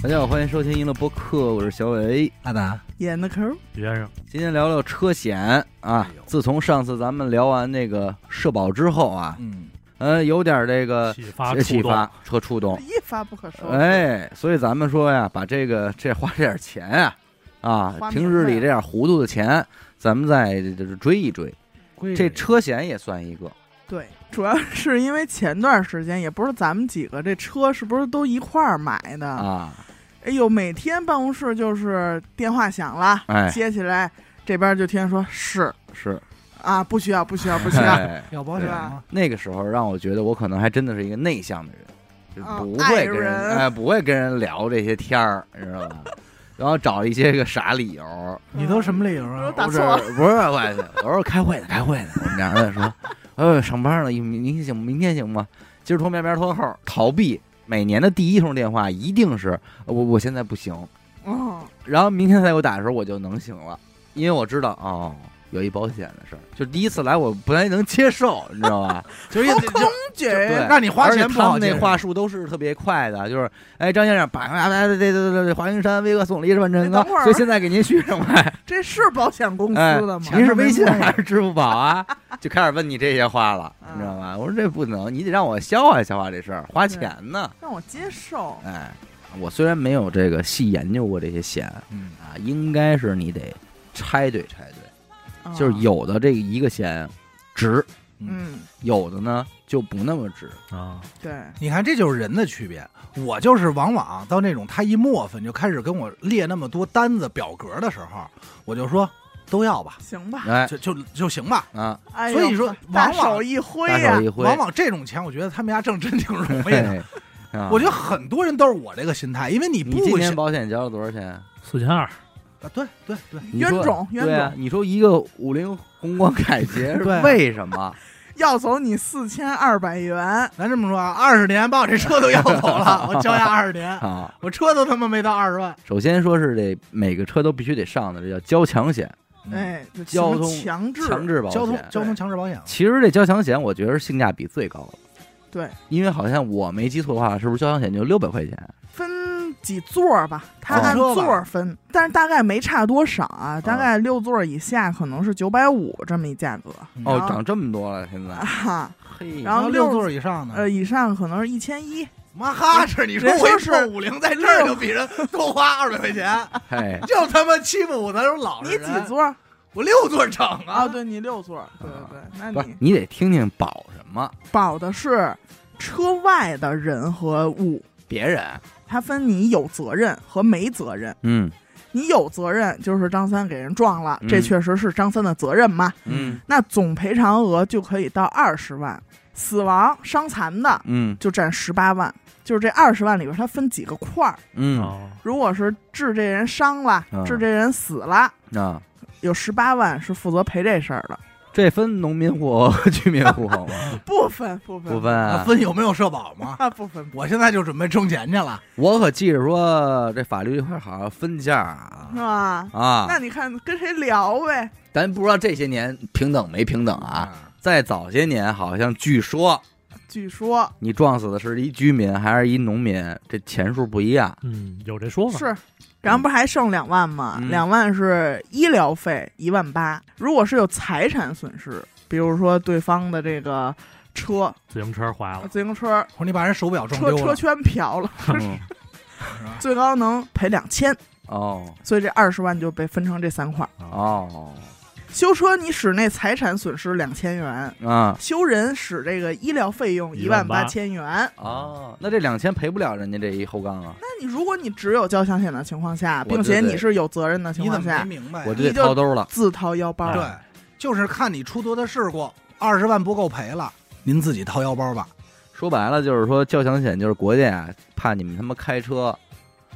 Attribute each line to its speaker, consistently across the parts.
Speaker 1: 大家好，欢迎收听娱乐播客，我是小伟。
Speaker 2: 阿达，
Speaker 3: 演的抠儿，
Speaker 4: 先生，
Speaker 1: 今天聊聊车险
Speaker 4: 哎
Speaker 1: 啊。自从上次咱们聊完那个社保之后啊，
Speaker 2: 嗯，
Speaker 1: 呃，有点这个呃
Speaker 4: 启发
Speaker 1: 启
Speaker 4: 触动，
Speaker 1: 发和触动。
Speaker 3: 一发不可收拾。
Speaker 1: 哎，所以咱们说呀，把这个这花这点钱呀、啊，
Speaker 3: 花
Speaker 1: 平日
Speaker 3: 明白
Speaker 1: 里这点糊涂的钱，咱们再就是追一追。这车险也算一个，
Speaker 3: 对，主要是因为前段时间也不是咱们几个这车是不是都一块儿买的？
Speaker 1: 啊，
Speaker 3: 哎呦，每天办公室就是电话响了，
Speaker 1: 哎
Speaker 3: 接起来这边就听说是
Speaker 1: 是，
Speaker 3: 啊，不需要，不需要，不需
Speaker 4: 啊
Speaker 3: 要。
Speaker 1: 哎，
Speaker 2: 要保险吗？
Speaker 1: 那个时候让我觉得我可能还真的是一个内向的人，就
Speaker 3: 哦
Speaker 1: 不
Speaker 3: 爱
Speaker 1: 会跟
Speaker 3: 人
Speaker 1: 哎不会跟人聊这些天儿，你知道吧？ 然后找一些个傻理由，
Speaker 2: 你都什么理由
Speaker 3: 我
Speaker 2: 啊？
Speaker 3: 打
Speaker 1: 不是
Speaker 3: 错了，
Speaker 1: 不是我，我说开会呢，开会呢。我们俩人在说，呃，上班了，明明天行，明天行吗？今儿拖明儿拖后，逃避每年的第一通电话一定是呃我我现在不行，
Speaker 3: 嗯，
Speaker 1: 然后明天再给我打的时候我就能行了，因为我知道哦。有一保险的事儿，就第一次来我不太能接受，你知道吧？ 就是
Speaker 3: 好
Speaker 1: 就
Speaker 3: 恐惧。
Speaker 1: 对，
Speaker 2: 让你花
Speaker 1: 而且
Speaker 2: 钱不
Speaker 1: 他
Speaker 2: 好
Speaker 1: 们那
Speaker 2: 接
Speaker 1: 话术都是特别快的，就是哎，张先生，把把把这这这这华云山威克送了一十万成
Speaker 3: 哎
Speaker 1: 高，
Speaker 3: 等会儿
Speaker 1: 所以现在给您续上来。
Speaker 3: 这是保险 公司
Speaker 1: 哎
Speaker 3: 的吗？，
Speaker 1: 您是微信还是支付宝啊？就开始问你这些话了，你知道吧？我说这不能，你得让我消化消化这事儿，花钱呢。
Speaker 3: 让我接受。
Speaker 1: 哎，我虽然没有这个细研究过这些险
Speaker 2: 嗯，
Speaker 1: 啊，应该是你得拆对拆对，
Speaker 3: 啊
Speaker 1: 就是，有的这个一个险值，
Speaker 3: 嗯，
Speaker 1: 有的呢就不那么值。
Speaker 4: 啊，
Speaker 3: 对，
Speaker 2: 你看这就是人的区别。我就是往往到那种他一磨叽就开始跟我列那么多单子表格的时候，我就说都要吧，
Speaker 3: 行吧。
Speaker 1: 哎
Speaker 2: 就就就行吧。
Speaker 1: 啊，
Speaker 3: 哎呦
Speaker 2: 所以说，
Speaker 3: 大
Speaker 2: 往
Speaker 3: 手
Speaker 2: 往
Speaker 3: 一挥
Speaker 1: 大
Speaker 3: 呀
Speaker 1: 手一，挥，
Speaker 2: 往往这种钱，我觉得他们家挣真挺容易的。
Speaker 1: 嘿 啊
Speaker 2: 我觉得很多人都是我这个心态，因为你
Speaker 1: 你今
Speaker 2: 不
Speaker 1: 年
Speaker 2: 行
Speaker 1: 保险交了多少钱？
Speaker 4: 四千二，
Speaker 2: 啊，对对对，
Speaker 1: 你
Speaker 3: 冤
Speaker 1: 说
Speaker 3: 种，冤
Speaker 1: 对啊
Speaker 3: 种，，
Speaker 1: 你说一个五菱宏光凯捷是
Speaker 2: 对
Speaker 1: 为什么？
Speaker 3: 要走你四千二百元，
Speaker 2: 咱这么说啊，二十年把我这车都要走了，我交押二十年，
Speaker 1: 啊，
Speaker 2: 我车都他妈没到二十万。
Speaker 1: 首先说是得每个车都必须得上的，这叫交强险、
Speaker 2: 嗯，
Speaker 3: 哎，就
Speaker 1: 交
Speaker 3: 什么
Speaker 1: 通
Speaker 3: 强制
Speaker 1: 强制保
Speaker 2: 交通
Speaker 1: 险。
Speaker 2: 交通强制保险，
Speaker 1: 其实这交强险，我觉得是性价比最高的。
Speaker 3: 对，
Speaker 1: 因为好像我没记错的话，是不是交强险就六百块钱？
Speaker 3: 分几座儿吧，它
Speaker 1: 哦
Speaker 3: 按
Speaker 2: 车吧
Speaker 3: 座儿分，但是大概没差多少啊，大概六座儿以下可能是九百五这么一价格
Speaker 1: 哦，
Speaker 3: 然后
Speaker 1: 涨这么多了，现在
Speaker 3: 啊。哈，
Speaker 1: 嘿，
Speaker 3: 然后
Speaker 2: 六
Speaker 3: 六
Speaker 2: 座以上呢？
Speaker 3: 呃，以上可能是一千一，
Speaker 2: 妈哈哧！你说
Speaker 3: 人
Speaker 2: 我
Speaker 3: 就
Speaker 2: 一
Speaker 3: 是
Speaker 2: 破五菱在这儿就比人多花二百块钱，
Speaker 1: 嘿，
Speaker 2: 就他妈欺负我咱这种老
Speaker 3: 你
Speaker 2: 实人。
Speaker 3: 几？座儿
Speaker 2: 我六座整
Speaker 3: 啊？
Speaker 2: 啊！
Speaker 3: 对你六座儿，对对对，那
Speaker 1: 不是
Speaker 3: 你，
Speaker 1: 你得听听保什么
Speaker 3: 保的是车外的人和物，
Speaker 1: 别人。
Speaker 3: 它分你有责任和没责任。
Speaker 1: 嗯
Speaker 3: 你有责任就是张三给人撞了，
Speaker 1: 嗯
Speaker 3: 这确实是张三的责任嘛？
Speaker 1: 嗯
Speaker 3: 那总赔偿额就可以到二十万，死亡伤残的
Speaker 1: 嗯
Speaker 3: 就占十八万，就是这二十万里边，它分几个块儿。
Speaker 1: 嗯
Speaker 4: 哦，
Speaker 3: 如果是治这人伤了
Speaker 1: 嗯，
Speaker 3: 治这人死了，
Speaker 1: 啊，
Speaker 3: 有十八万是负责赔这事儿的，
Speaker 1: 这分农民户和居民户好吗？
Speaker 3: 不分不分
Speaker 1: 不分啊
Speaker 2: 那分有没有社保吗？
Speaker 3: 啊不分，
Speaker 2: 我现在就准备挣钱去了。
Speaker 1: 我可记着说这法律这块儿好像分价啊
Speaker 3: 是吧？
Speaker 1: 啊，
Speaker 3: 那你看跟谁聊呗？
Speaker 1: 咱不知道这些年平等没平等啊。在早些年，好像据说
Speaker 3: 据说
Speaker 1: 你撞死的是一居民还是一农民，这钱数不一 样。
Speaker 4: 嗯，有这说法，
Speaker 3: 是。然后不还剩两万吗？
Speaker 1: 嗯
Speaker 3: 两万是医疗费，一万八。如果是有财产损失，比如说对方的这个车、
Speaker 4: 自行车坏了，
Speaker 3: 自行车、
Speaker 2: 我说你把人手表撞
Speaker 3: 车
Speaker 2: 丢
Speaker 3: 车
Speaker 2: 了，
Speaker 3: 圈瓢了，
Speaker 1: 啊
Speaker 2: 是吧
Speaker 3: 最高能赔两千，
Speaker 1: 哦
Speaker 3: 所以这二十万就被分成这三块儿。
Speaker 1: 哦
Speaker 3: 修车你使那财产损失两千元，
Speaker 1: 啊
Speaker 3: 修人使这个医疗费用一万八千元。
Speaker 1: 哦，那这两千赔不了人家这一后杠啊，
Speaker 3: 那你如果你只有交强险的情况下，
Speaker 1: 我
Speaker 3: 并且
Speaker 1: 觉得
Speaker 3: 你是有责任的情
Speaker 2: 你怎
Speaker 3: 况
Speaker 2: 么没
Speaker 3: 下，
Speaker 2: 明白呀？
Speaker 1: 我就
Speaker 3: 你
Speaker 1: 得
Speaker 3: 就
Speaker 1: 掏兜了。
Speaker 3: 自掏腰包。
Speaker 1: 哎
Speaker 2: 对，就是看你出多大事故，二十万不够赔了，您自己掏腰包吧。
Speaker 1: 说白了就是说，交强险就是国家啊，怕你们他妈开车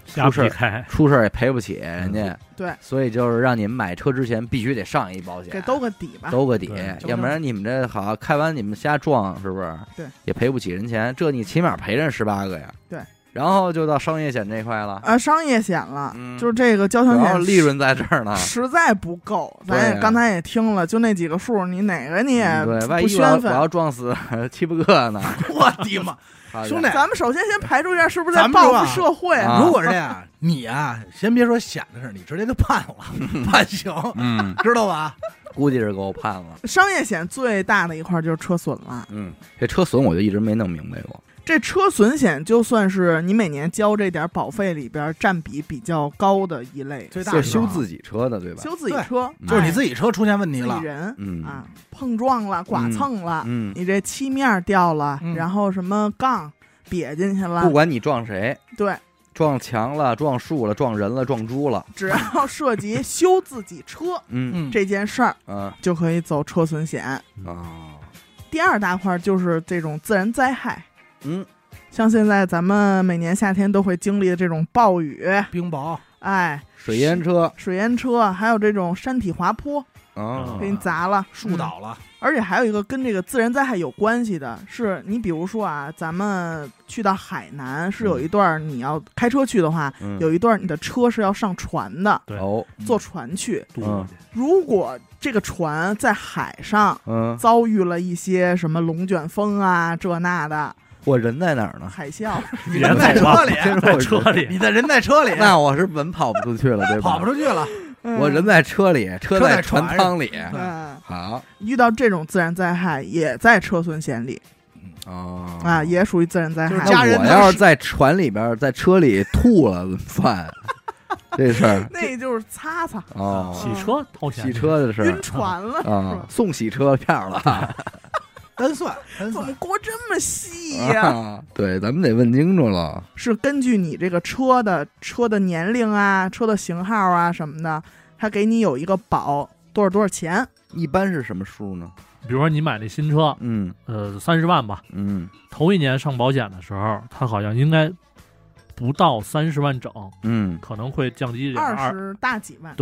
Speaker 4: 瞎
Speaker 1: 出事
Speaker 4: 劈
Speaker 1: 儿
Speaker 4: 开，
Speaker 1: 出事儿也赔不起人家，
Speaker 3: 嗯对，
Speaker 1: 所以就是让你们买车之前必须得上一保险，
Speaker 3: 给兜个底吧。
Speaker 1: 兜个底
Speaker 4: 对，
Speaker 1: 要不然你们这好开完你们瞎撞是不是？
Speaker 3: 对，
Speaker 1: 也赔不起人钱，这你起码赔人十八个呀。
Speaker 3: 对，
Speaker 1: 然后就到商业险这块了，
Speaker 3: 啊，商业险了，
Speaker 1: 嗯
Speaker 3: 就是这个交强
Speaker 1: 主要
Speaker 3: 险
Speaker 1: 利润在这儿呢。
Speaker 3: 实在不够，咱
Speaker 1: 对啊
Speaker 3: 也刚才也听了，就那几个数，你哪个你也
Speaker 1: 嗯对，万
Speaker 3: 不
Speaker 1: 一我要
Speaker 3: 宣
Speaker 1: 我
Speaker 3: 愤
Speaker 1: 要撞死七八个呢？
Speaker 2: 我的妈！
Speaker 1: 好的
Speaker 2: 兄弟
Speaker 3: 咱们首先先排除一下是不是在
Speaker 2: 咱们
Speaker 3: 报
Speaker 2: 说啊
Speaker 3: 复社会
Speaker 1: 啊
Speaker 2: 如果是这样，你啊，先别说想的事儿，你直接就判了，判 刑，
Speaker 1: 嗯，
Speaker 2: 知道吧？
Speaker 1: 估计是给我判了。
Speaker 3: 商业险最大的一块就是车损了。
Speaker 1: 嗯，这车损我就一直没弄明白过。
Speaker 3: 这车损险就算是你每年交这点保费里边占比比较高的一类，
Speaker 2: 最大
Speaker 1: 就
Speaker 2: 的
Speaker 1: 是
Speaker 2: 时候
Speaker 1: 修自己车的，对吧？
Speaker 3: 修自己
Speaker 2: 对
Speaker 3: 车
Speaker 1: 嗯，
Speaker 2: 就是你
Speaker 3: 哎
Speaker 2: 自己车出现问题
Speaker 3: 自
Speaker 2: 了
Speaker 3: 己，人
Speaker 1: 嗯
Speaker 3: 啊，碰撞了、剐蹭了，
Speaker 1: 嗯，
Speaker 3: 你这漆面掉了，
Speaker 2: 嗯
Speaker 3: 然后什么杠瘪进去了
Speaker 1: 不，管你撞谁，
Speaker 3: 对，
Speaker 1: 撞墙了、撞树了、撞人了、撞猪了，
Speaker 3: 只要涉及修自己车
Speaker 1: 嗯
Speaker 2: 嗯，
Speaker 3: 这件事儿，
Speaker 1: 嗯
Speaker 3: 就可以走车损险。
Speaker 1: 啊，
Speaker 3: 第二大块就是这种自然灾害，
Speaker 1: 嗯
Speaker 3: 像现在咱们每年夏天都会经历的这种暴雨，
Speaker 2: 冰雹，
Speaker 3: 哎，
Speaker 1: 水淹车
Speaker 3: 水淹车，啊还有这种山体滑坡
Speaker 1: 啊
Speaker 3: 给你砸了，嗯
Speaker 2: 树倒了，
Speaker 3: 而且还有一个跟这个自然灾害有关系的是，你比如说啊，咱们去到海南是有一段儿你要开车去的话，
Speaker 1: 嗯
Speaker 3: 有一段儿你的车是要上船的，
Speaker 4: 对
Speaker 1: 哦，
Speaker 3: 坐船去。
Speaker 1: 嗯
Speaker 4: 渡过去，
Speaker 3: 如果这个船在海上
Speaker 1: 嗯，
Speaker 3: 遭遇了一些什么龙卷风啊这那的
Speaker 1: 我人在哪儿呢？
Speaker 3: 海啸，
Speaker 2: 你
Speaker 4: 别
Speaker 2: 人在
Speaker 4: 走
Speaker 2: 车
Speaker 4: 了
Speaker 2: 里，
Speaker 4: 在车里
Speaker 2: 你的人在车里，啊
Speaker 1: 那我是本跑不出去了，对吧？
Speaker 2: 跑不出去了，
Speaker 3: 嗯
Speaker 1: 我人在车里，车
Speaker 2: 在
Speaker 1: 船
Speaker 2: 船
Speaker 1: 舱里。
Speaker 2: 对
Speaker 3: 嗯，
Speaker 1: 好
Speaker 3: 遇到这种自然灾害也在车损险里
Speaker 1: 哦
Speaker 3: 啊，也属于自然灾
Speaker 2: 就是
Speaker 3: 害。
Speaker 2: 家人
Speaker 1: 那我
Speaker 2: 能
Speaker 1: 要
Speaker 2: 是
Speaker 1: 是在船里边儿，在车里吐了怎么办？这事儿
Speaker 3: 那就是擦擦
Speaker 1: 哦，
Speaker 4: 洗车掏钱，
Speaker 1: 洗车的事
Speaker 3: 晕
Speaker 1: 儿
Speaker 3: 船 了，是
Speaker 1: 啊
Speaker 3: 吧，？
Speaker 1: 送洗车票了。
Speaker 2: 单算单
Speaker 3: 怎么
Speaker 2: 算，
Speaker 3: 锅这么细呀、
Speaker 1: 啊对，咱们得问清楚了。
Speaker 3: 是根据你这个车的车的年龄啊、车的型号啊什么的，它给你有一个保多少多少钱。
Speaker 1: 一般是什么数呢？
Speaker 4: 比如说你买那新车，
Speaker 1: 嗯
Speaker 4: 呃，三十万吧，
Speaker 1: 嗯
Speaker 4: 头一年上保险的时候，它好像应该不到三十万整，
Speaker 1: 嗯，
Speaker 4: 可能会降低一点
Speaker 3: 二
Speaker 4: 二
Speaker 3: 十大几万，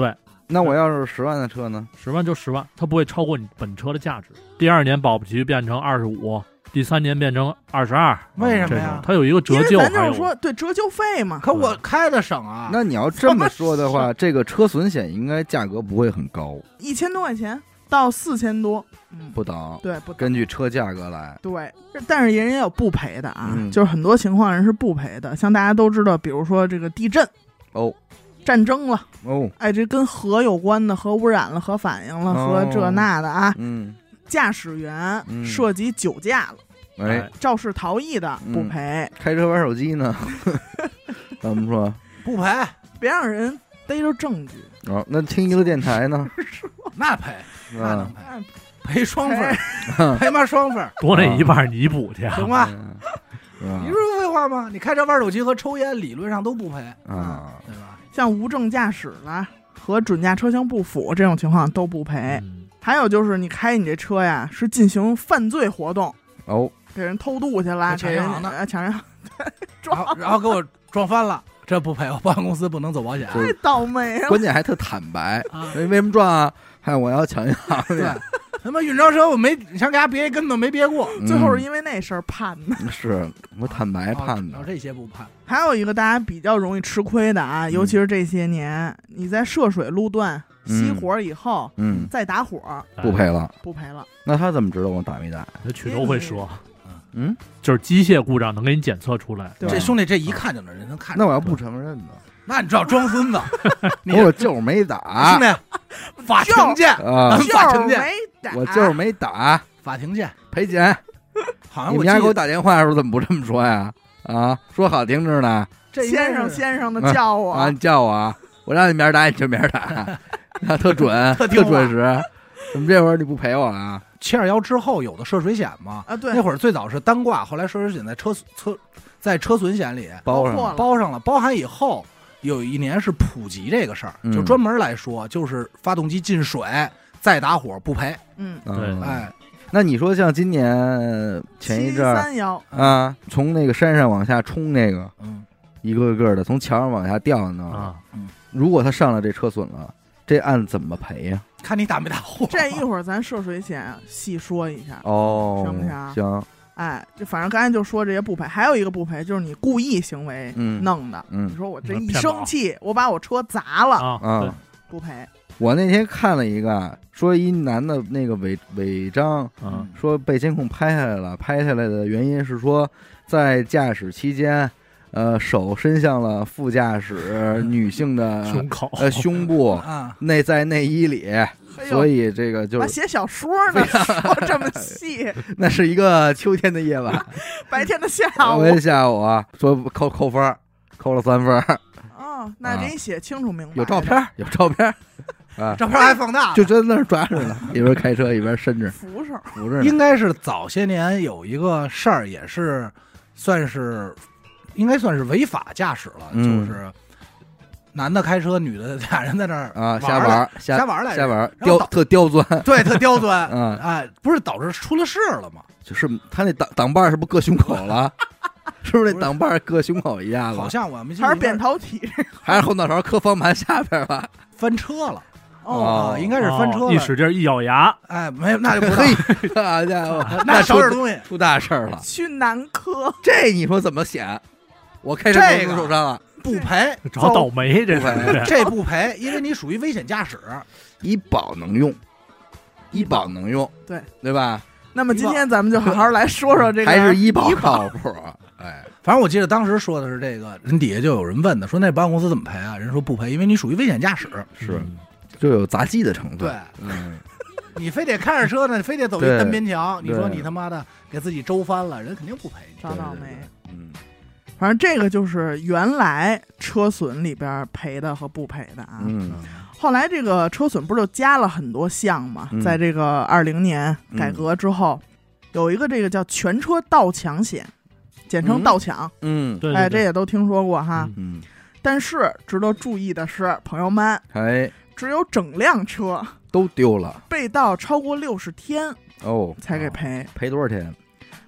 Speaker 1: 那我要是十万的车呢？
Speaker 4: 十万就十万，它不会超过你本车的价值。第二年保不齐变成二十五，第三年变成二十二，
Speaker 2: 为什
Speaker 4: 这
Speaker 2: 么
Speaker 4: 种
Speaker 2: 呀？
Speaker 4: 它有一个
Speaker 3: 因
Speaker 4: 折
Speaker 3: 为
Speaker 4: 旧，
Speaker 3: 咱
Speaker 4: 还
Speaker 3: 就是
Speaker 4: 有
Speaker 3: 说对折旧费嘛，
Speaker 2: 可我开的省啊，
Speaker 1: 那你要这么说的话，这个车损险应该价格不会很高，
Speaker 3: 一千多块钱到四千多，嗯，
Speaker 1: 不等，
Speaker 3: 对，不
Speaker 1: 根据车价格来。
Speaker 3: 对，但是人家有不赔的啊，
Speaker 1: 嗯
Speaker 3: 就是很多情况人是不赔的，像大家都知道，比如说这个地震
Speaker 1: 哦
Speaker 3: 战争了，
Speaker 1: 哦，
Speaker 3: 哎，这跟核有关的，核污染了，核反应了，核这
Speaker 1: 哦
Speaker 3: 那的啊，
Speaker 1: 嗯，
Speaker 3: 驾驶员
Speaker 1: 嗯
Speaker 3: 涉及酒驾了。
Speaker 1: 哎，
Speaker 4: 哎
Speaker 3: 肇事逃逸的不赔，
Speaker 1: 开车玩手机呢，咱们说，
Speaker 2: 不赔，
Speaker 3: 别让人逮着证据。
Speaker 1: 哦，那听娱乐电台呢？
Speaker 2: 那赔，那能
Speaker 1: 嗯
Speaker 2: 赔，赔双份 儿，
Speaker 1: 嗯
Speaker 2: 赔妈双份儿，
Speaker 4: 多那一半你补去啊，
Speaker 2: 行吧？
Speaker 1: 嗯
Speaker 2: 你
Speaker 1: 是
Speaker 2: 不是废话吗？你开车玩手机和抽烟理论上都不赔，
Speaker 1: 吧啊，
Speaker 2: 对吧？
Speaker 3: 像无证驾驶了和准驾车型不符这种情况都不赔。
Speaker 4: 嗯
Speaker 3: 还有就是你开你这车呀，是进行犯罪活动，
Speaker 1: 哦，
Speaker 3: 给人偷渡去了，
Speaker 2: 抢
Speaker 3: 给人
Speaker 2: 银行的
Speaker 3: 呃抢人行，
Speaker 2: 然后然后给我撞翻了，这不赔，我保险公司不能走保险。
Speaker 1: 就
Speaker 3: 太倒霉了。
Speaker 1: 关键还特坦白，
Speaker 2: 啊，
Speaker 1: 为为什么撞啊？嗨，我要抢银行去
Speaker 2: 对，他妈运钞车我没想给他别一跟头没别过，
Speaker 1: 嗯
Speaker 3: 最后是因为那事儿判的。
Speaker 1: 是我坦白判
Speaker 2: 啊然后
Speaker 1: 的，
Speaker 2: 哦这些不判，
Speaker 3: 还有一个大家比较容易吃亏的啊，尤其是这些年你在涉水路段熄火以后
Speaker 1: 嗯，
Speaker 3: 再打火
Speaker 1: 不赔，了。
Speaker 3: 不赔了。
Speaker 1: 那他怎么知道我打没打？
Speaker 4: 那曲州会说，
Speaker 1: 嗯，
Speaker 4: 就是机械故障能给你检测出来，
Speaker 3: 对
Speaker 2: 这兄弟这一看就能人能看出
Speaker 1: 啊那
Speaker 2: 来，
Speaker 1: 我要不承认呢？
Speaker 2: 那你知道装孙子，你
Speaker 1: 我就是没打
Speaker 2: 兄弟，啊 法庭见，
Speaker 1: 啊，
Speaker 2: 法
Speaker 3: 就是
Speaker 2: 庭见，
Speaker 3: 没打，
Speaker 1: 我就是没打，
Speaker 2: 法庭见，
Speaker 1: 赔钱。
Speaker 2: 好
Speaker 1: 你
Speaker 2: 像啊我
Speaker 1: 们
Speaker 2: 记
Speaker 1: 家给我
Speaker 2: 得
Speaker 1: 打电话的时候怎么不这么说呀？啊，说好听着呢
Speaker 2: 这应该
Speaker 3: 先生
Speaker 2: 是
Speaker 3: 先生的
Speaker 1: 嗯
Speaker 3: 叫我
Speaker 1: 啊，你叫我啊，我让你明儿打你就明儿打，那特准，
Speaker 2: 特
Speaker 1: 特
Speaker 2: 听话
Speaker 1: 准时。怎么这会儿你不陪我啊？
Speaker 2: 七二幺之后有的涉水险嘛，
Speaker 3: 啊，对
Speaker 2: 那，会儿最早是单挂，后来涉水险在车车在车损险里
Speaker 1: 包
Speaker 3: 包括
Speaker 1: 上
Speaker 3: 了
Speaker 2: 包上了，包含以后有一年是普及这个事儿，
Speaker 1: 嗯
Speaker 2: 就专门来说，就是发动机进水再打火不赔，
Speaker 3: 嗯，
Speaker 1: 嗯
Speaker 4: 对
Speaker 2: 哎，
Speaker 1: 那你说像今年前一阵儿
Speaker 3: 三幺，
Speaker 1: 啊，从那个山上往下冲那个，
Speaker 2: 嗯，
Speaker 1: 一个个的从墙上往下掉的呢，
Speaker 4: 啊，
Speaker 1: 如果他上了这车损了，这案怎么赔呀？
Speaker 2: 看你打没打火，
Speaker 3: 这一会儿咱涉水险细说一下。
Speaker 1: 哦，
Speaker 3: 行不行
Speaker 1: 行，
Speaker 3: 哎，就反正刚才就说这些不赔，还有一个不赔就是你故意行为
Speaker 1: 嗯
Speaker 3: 弄的。你
Speaker 1: 嗯
Speaker 3: 说我这
Speaker 4: 嗯
Speaker 3: 一
Speaker 4: 骗
Speaker 3: 生
Speaker 4: 保
Speaker 3: 气，我把我车砸了，
Speaker 4: 啊，
Speaker 1: 啊
Speaker 4: 对，
Speaker 3: 不赔。
Speaker 1: 我那天看了一个，啊说一男的那个违违章，
Speaker 4: 嗯，
Speaker 1: 说被监控拍下来了，拍下来的原因是说在驾驶期间，呃，手伸向了副驾驶女性的
Speaker 4: 啊胸口，
Speaker 1: 呃胸 部
Speaker 2: 啊，
Speaker 1: 内在内衣里，
Speaker 3: 哎呦
Speaker 1: 所以这个就
Speaker 3: 还
Speaker 1: 是
Speaker 3: 写小说呢，说 这么细，
Speaker 1: 那是一个秋天的夜晚，
Speaker 3: 白天的下午
Speaker 1: 我，也下午啊，说扣扣分儿，扣了三分儿，
Speaker 3: 哦，那给你写清楚明白。
Speaker 1: 啊有照片，儿，有照片儿，啊，
Speaker 2: 照片还放大了，
Speaker 1: 就真的是抓着了，一边开车一边伸着
Speaker 3: 扶手，
Speaker 1: 扶着呢，
Speaker 2: 应该是早些年有一个事儿，也是算是应该算是违法驾驶了，
Speaker 1: 嗯
Speaker 2: 就是男的开车，女的俩人在那儿
Speaker 1: 啊，瞎
Speaker 2: 玩
Speaker 1: 玩
Speaker 2: 儿来
Speaker 1: 儿瞎
Speaker 2: 瞎玩儿来
Speaker 1: 瞎
Speaker 2: 着，
Speaker 1: 玩儿，
Speaker 2: 然
Speaker 1: 刁
Speaker 2: 后
Speaker 1: 特刁钻，
Speaker 2: 对，特刁钻。
Speaker 1: 嗯，
Speaker 2: 哎，不是导致出了事儿了吗？
Speaker 1: 就是他那挡挡把儿是不是硌胸口了？是不是
Speaker 2: 不
Speaker 1: 那
Speaker 2: 是
Speaker 1: 挡把儿硌胸口一下
Speaker 2: 好
Speaker 1: 子？
Speaker 2: 像我没记
Speaker 3: 还是
Speaker 2: 应该
Speaker 3: 扁桃体？
Speaker 1: 还是后脑勺磕方向盘下边儿吧？
Speaker 2: 翻车了
Speaker 1: 哦
Speaker 2: 啊，应该是翻车
Speaker 4: 哦
Speaker 2: 了。
Speaker 4: 一使劲儿一咬牙，
Speaker 2: 哎，没有，那就不知道
Speaker 1: 嘿，好家 伙，
Speaker 2: 那
Speaker 1: 出
Speaker 2: 少点东西。
Speaker 1: 出大事儿了！
Speaker 3: 去男科，
Speaker 1: 这你说怎么显？我开车
Speaker 2: 这个
Speaker 1: 受伤了，
Speaker 2: 不赔，哦
Speaker 4: 找倒霉这是。
Speaker 2: 这不赔，因为你属于危险驾驶。
Speaker 1: 医保能用，医保能用，
Speaker 3: 对
Speaker 1: 对吧？
Speaker 3: 那么今天咱们就好好来说说这个，
Speaker 1: 还是医保靠谱？哎，
Speaker 2: 反正我记得当时说的是这个，人底下就有人问的，说那保险公司怎么赔啊？人说不赔，因为你属于危险驾驶。
Speaker 1: 是
Speaker 4: 嗯
Speaker 1: 就有杂技的成分。
Speaker 2: 对，
Speaker 1: 嗯，
Speaker 2: 你非得开着车呢，非得走一
Speaker 1: 对
Speaker 2: 单边墙，你说
Speaker 1: 对
Speaker 2: 你他妈的给自己周翻了，人肯定不赔你。
Speaker 3: 找倒
Speaker 1: 对
Speaker 3: 霉。，
Speaker 1: 对对嗯，
Speaker 3: 反正这个就是原来车损里边赔的和不赔的啊。
Speaker 1: 嗯，
Speaker 3: 后来这个车损不是就加了很多项嘛？
Speaker 1: 嗯
Speaker 3: 在这个二零年改革之后，有一个这个叫全车盗抢险，简称
Speaker 1: 嗯
Speaker 3: 盗抢，
Speaker 1: 嗯，
Speaker 4: 对，
Speaker 3: 哎，这
Speaker 4: 对
Speaker 3: 也都听说过哈。
Speaker 4: 嗯
Speaker 1: 嗯，
Speaker 3: 但是值得注意的是，朋友们，
Speaker 1: 还
Speaker 3: 只有整辆车
Speaker 1: 都丢了
Speaker 3: 被盗超过六十天
Speaker 1: 哦，
Speaker 3: 才给赔，
Speaker 1: 赔多少钱？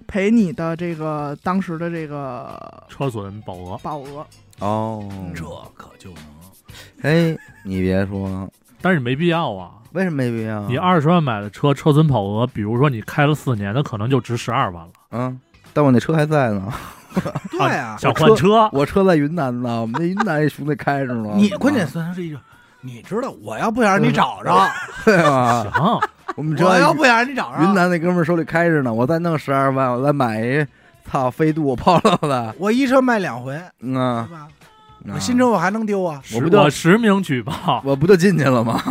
Speaker 3: 赔你的这个当时的这个
Speaker 4: 车损保额，
Speaker 3: 保额。
Speaker 1: 哦，
Speaker 2: 这可就能
Speaker 1: 哎，你别说，
Speaker 4: 但是你没必要啊。
Speaker 1: 为什么没必要？
Speaker 4: 你二十万买的车，车损保额，比如说你开了四年，它可能就值十二万了。
Speaker 1: 嗯，但我那车还在呢，
Speaker 2: 对啊。
Speaker 4: 想换车，
Speaker 1: 我车在云南呢，我们那云南一兄弟开着呢。
Speaker 2: 你关键算是一个，你知道，我要不想让你找着，
Speaker 1: 对吧？
Speaker 4: 行，
Speaker 1: 我们车
Speaker 2: 我要啊不想让你找着，
Speaker 1: 云南那哥们儿手里开着呢，我再弄十二万，我再买一操飞度 Polo 的，
Speaker 2: 我一车卖两回，
Speaker 1: 嗯
Speaker 2: 对
Speaker 1: 啊，
Speaker 2: 吧？
Speaker 1: 啊
Speaker 2: 我新车我还能丢啊？
Speaker 1: 我不
Speaker 4: 实
Speaker 1: 就
Speaker 4: 我实名举报，
Speaker 1: 我不就进去了 吗？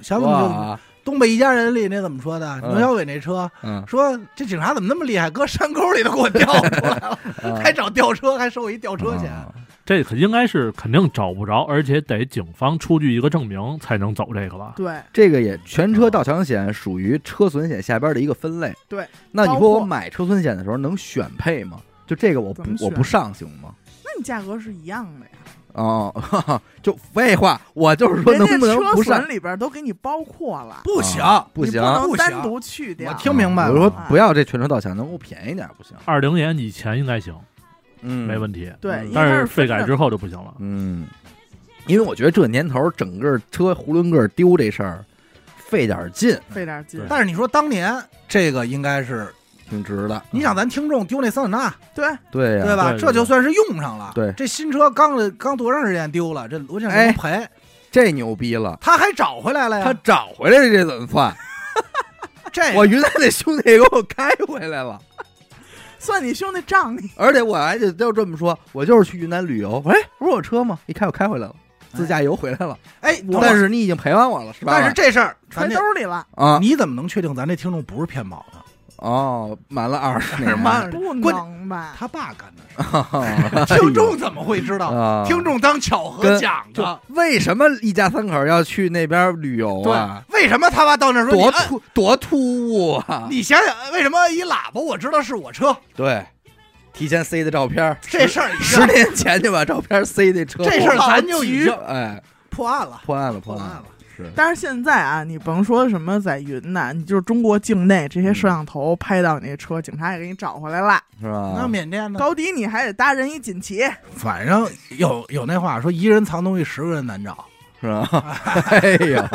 Speaker 2: 想怎么就
Speaker 1: 哇，
Speaker 2: 东北一家人里那怎么说的？
Speaker 1: 嗯
Speaker 2: 牛小伟那车
Speaker 1: 嗯，
Speaker 2: 说这警察怎么那么厉害，搁山沟里都给我调出来了，还找吊车，还收我一吊车钱。
Speaker 1: 啊
Speaker 4: 这可应该是肯定找不着，而且得警方出具一个证明才能走这个吧？
Speaker 3: 对，
Speaker 1: 啊这个也全车盗抢险属于车损险下边的一个分类。
Speaker 3: 对，
Speaker 1: 那你
Speaker 3: 包
Speaker 1: 说
Speaker 3: 括
Speaker 1: 我买车损险的时候能选配吗？就这个我不
Speaker 3: 怎么选
Speaker 1: 我不上行吗？
Speaker 3: 那你价格是一样的呀。
Speaker 1: 哦， 哈哈就废话，我就是说
Speaker 3: 人
Speaker 1: 能
Speaker 3: 家
Speaker 1: 不能
Speaker 3: 车
Speaker 1: 不上
Speaker 3: 损里边都给你包括了，
Speaker 2: 不行，
Speaker 1: 啊不
Speaker 3: 你
Speaker 1: 行，
Speaker 3: 能
Speaker 2: 不行
Speaker 3: 单独去掉啊
Speaker 2: 我。听明白了
Speaker 1: 我说不要这全车盗抢，能给我便宜点不行？
Speaker 4: 二零年以前应该行，
Speaker 1: 嗯，
Speaker 4: 没
Speaker 1: 题。
Speaker 4: 问题。
Speaker 3: 对，
Speaker 1: 嗯
Speaker 3: 应该
Speaker 4: 但是
Speaker 3: 是
Speaker 4: 费改
Speaker 3: 分
Speaker 4: 之
Speaker 3: 的
Speaker 4: 后就不行了。
Speaker 1: 嗯，因为我觉得这年头整个车囫囵个儿丢这事儿，费点儿劲
Speaker 3: 费点劲。
Speaker 4: 对
Speaker 2: 但是你说当年这个应该是，
Speaker 1: 挺值的。
Speaker 2: 你想咱听众丢那桑塔纳，
Speaker 3: 对，
Speaker 1: 对呀、
Speaker 2: 对吧？
Speaker 4: 对对
Speaker 2: 这就算是用上了。
Speaker 1: 对
Speaker 2: 这新车刚刚多长时间丢了，这我想
Speaker 1: 哎
Speaker 2: 能赔，
Speaker 1: 这牛逼了，
Speaker 2: 他还找回来了
Speaker 1: 他
Speaker 2: 呀。
Speaker 1: 找回来这怎么算？
Speaker 2: 他这
Speaker 1: 我云南那兄弟给我开回来了，
Speaker 3: 算你兄弟账你。
Speaker 1: 而且我还得就这么说，我就是去云南旅游，哎，不是我车吗？一开我开回来了，自驾游回来了。
Speaker 2: 哎，等会
Speaker 1: 但
Speaker 2: 儿
Speaker 1: 是你已经赔完我了，是吧？
Speaker 2: 但是这事儿，咱
Speaker 3: 揣
Speaker 2: 这
Speaker 3: 兜里了，
Speaker 1: 啊
Speaker 2: 你怎么能确定咱这听众不是骗保呢？
Speaker 1: 哦，满了二十年，
Speaker 2: 妈，
Speaker 3: 不
Speaker 2: 关
Speaker 3: 能吧？
Speaker 2: 他爸干的事
Speaker 1: 了
Speaker 2: 儿，听众怎么会知道？
Speaker 1: 啊，
Speaker 2: 听众当巧合
Speaker 1: 跟
Speaker 2: 讲的。
Speaker 1: 为什么一家三口要去那边旅游啊？
Speaker 2: 对，为什么他爸到那儿说
Speaker 1: 多
Speaker 2: 你摁
Speaker 1: 突多突兀啊！
Speaker 2: 你想想，为什么一喇叭我知道是我车
Speaker 1: 对，提前塞的照片儿，
Speaker 2: 这事儿已
Speaker 1: 十
Speaker 2: 经
Speaker 1: 年前就把照片塞那车，
Speaker 2: 啊这事儿咱就已经
Speaker 1: 哎
Speaker 2: 破案了，
Speaker 1: 破案了，
Speaker 2: 破
Speaker 1: 案
Speaker 2: 案
Speaker 1: 了
Speaker 2: 了，。
Speaker 1: 是
Speaker 3: 但是现在啊，你甭说什么在云南，你就是中国境内这些
Speaker 2: 嗯
Speaker 3: 摄像头拍到你的车，警察也给你找回来了。
Speaker 1: 是吧？
Speaker 2: 那缅甸呢？
Speaker 3: 高低你还得搭人一锦旗，
Speaker 2: 反正有有那话说，一人藏东西，十个人难找。
Speaker 1: 是吧？ 哎呀，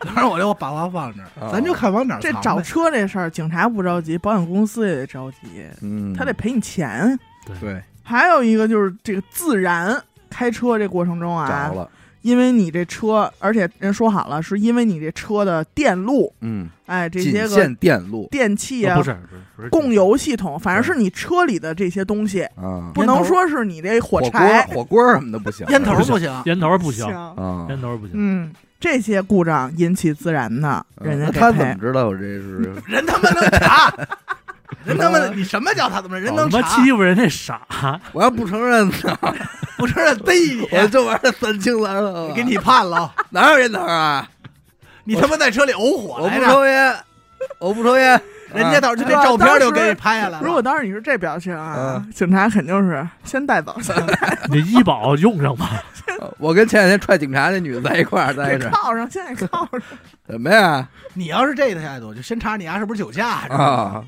Speaker 2: 当然，我就把话放这
Speaker 1: 哦
Speaker 2: 儿， 咱就看往哪儿
Speaker 3: 这
Speaker 2: 藏呗
Speaker 3: 找车这事儿，警察不着急，保险公司也得着急，
Speaker 1: 嗯，
Speaker 3: 他得赔你钱。
Speaker 1: 对
Speaker 3: 还有一个就是这个自燃开车这过程中
Speaker 1: 着
Speaker 3: 啊，
Speaker 1: 了，
Speaker 3: 因为你这车，而且人说好了，是因为你这车的电路，
Speaker 1: 嗯，
Speaker 3: 哎，这
Speaker 1: 仅
Speaker 3: 些个
Speaker 1: 限哦电路
Speaker 3: 电器
Speaker 4: 呃
Speaker 3: 啊
Speaker 4: 不，是不是不是
Speaker 3: 供油系统，反正
Speaker 4: 对
Speaker 3: 是你车里的这些东西，
Speaker 1: 啊，
Speaker 3: 不
Speaker 2: 烟头
Speaker 3: 能说是你这火
Speaker 1: 火锅
Speaker 3: 柴、
Speaker 1: 火锅什么的不 行，
Speaker 2: 烟头
Speaker 4: 不
Speaker 2: 不行，
Speaker 4: 烟头不行，
Speaker 1: 啊，
Speaker 4: 烟头不行。
Speaker 3: 嗯，这些故障引起自燃的，人
Speaker 1: 嗯
Speaker 3: 家
Speaker 1: 那
Speaker 3: 给
Speaker 1: 他怎
Speaker 3: 赔
Speaker 1: 么。知道我这是
Speaker 2: 人他妈能查，人他妈的你什么叫他怎么人
Speaker 4: 老
Speaker 2: 能
Speaker 4: 哦他妈
Speaker 2: 查？
Speaker 4: 欺负人那傻，
Speaker 1: 我要不承认呢，
Speaker 2: 不承认逮你，
Speaker 1: 我哎这玩意儿三清三色的，
Speaker 2: 给你判了，
Speaker 1: 哪有烟头啊？
Speaker 2: 你他妈在车里呕火
Speaker 1: 我
Speaker 2: 来
Speaker 1: 不
Speaker 2: 着，
Speaker 1: 抽烟，我不抽烟，
Speaker 2: 人家
Speaker 1: 的
Speaker 2: 到时候就那照片就给你拍下来了。
Speaker 3: 如果当时你是这表情啊，
Speaker 1: 嗯
Speaker 3: 警察肯定是先带走，先
Speaker 4: 你医保用上吧，
Speaker 1: 我跟前两天踹警察那女的在一块儿啊在一
Speaker 3: 给
Speaker 1: 起，
Speaker 3: 铐上，先给铐 上。
Speaker 1: 什么呀？
Speaker 2: 你要是这个态度，就先查你丫是不是酒驾，是吧？
Speaker 1: 啊，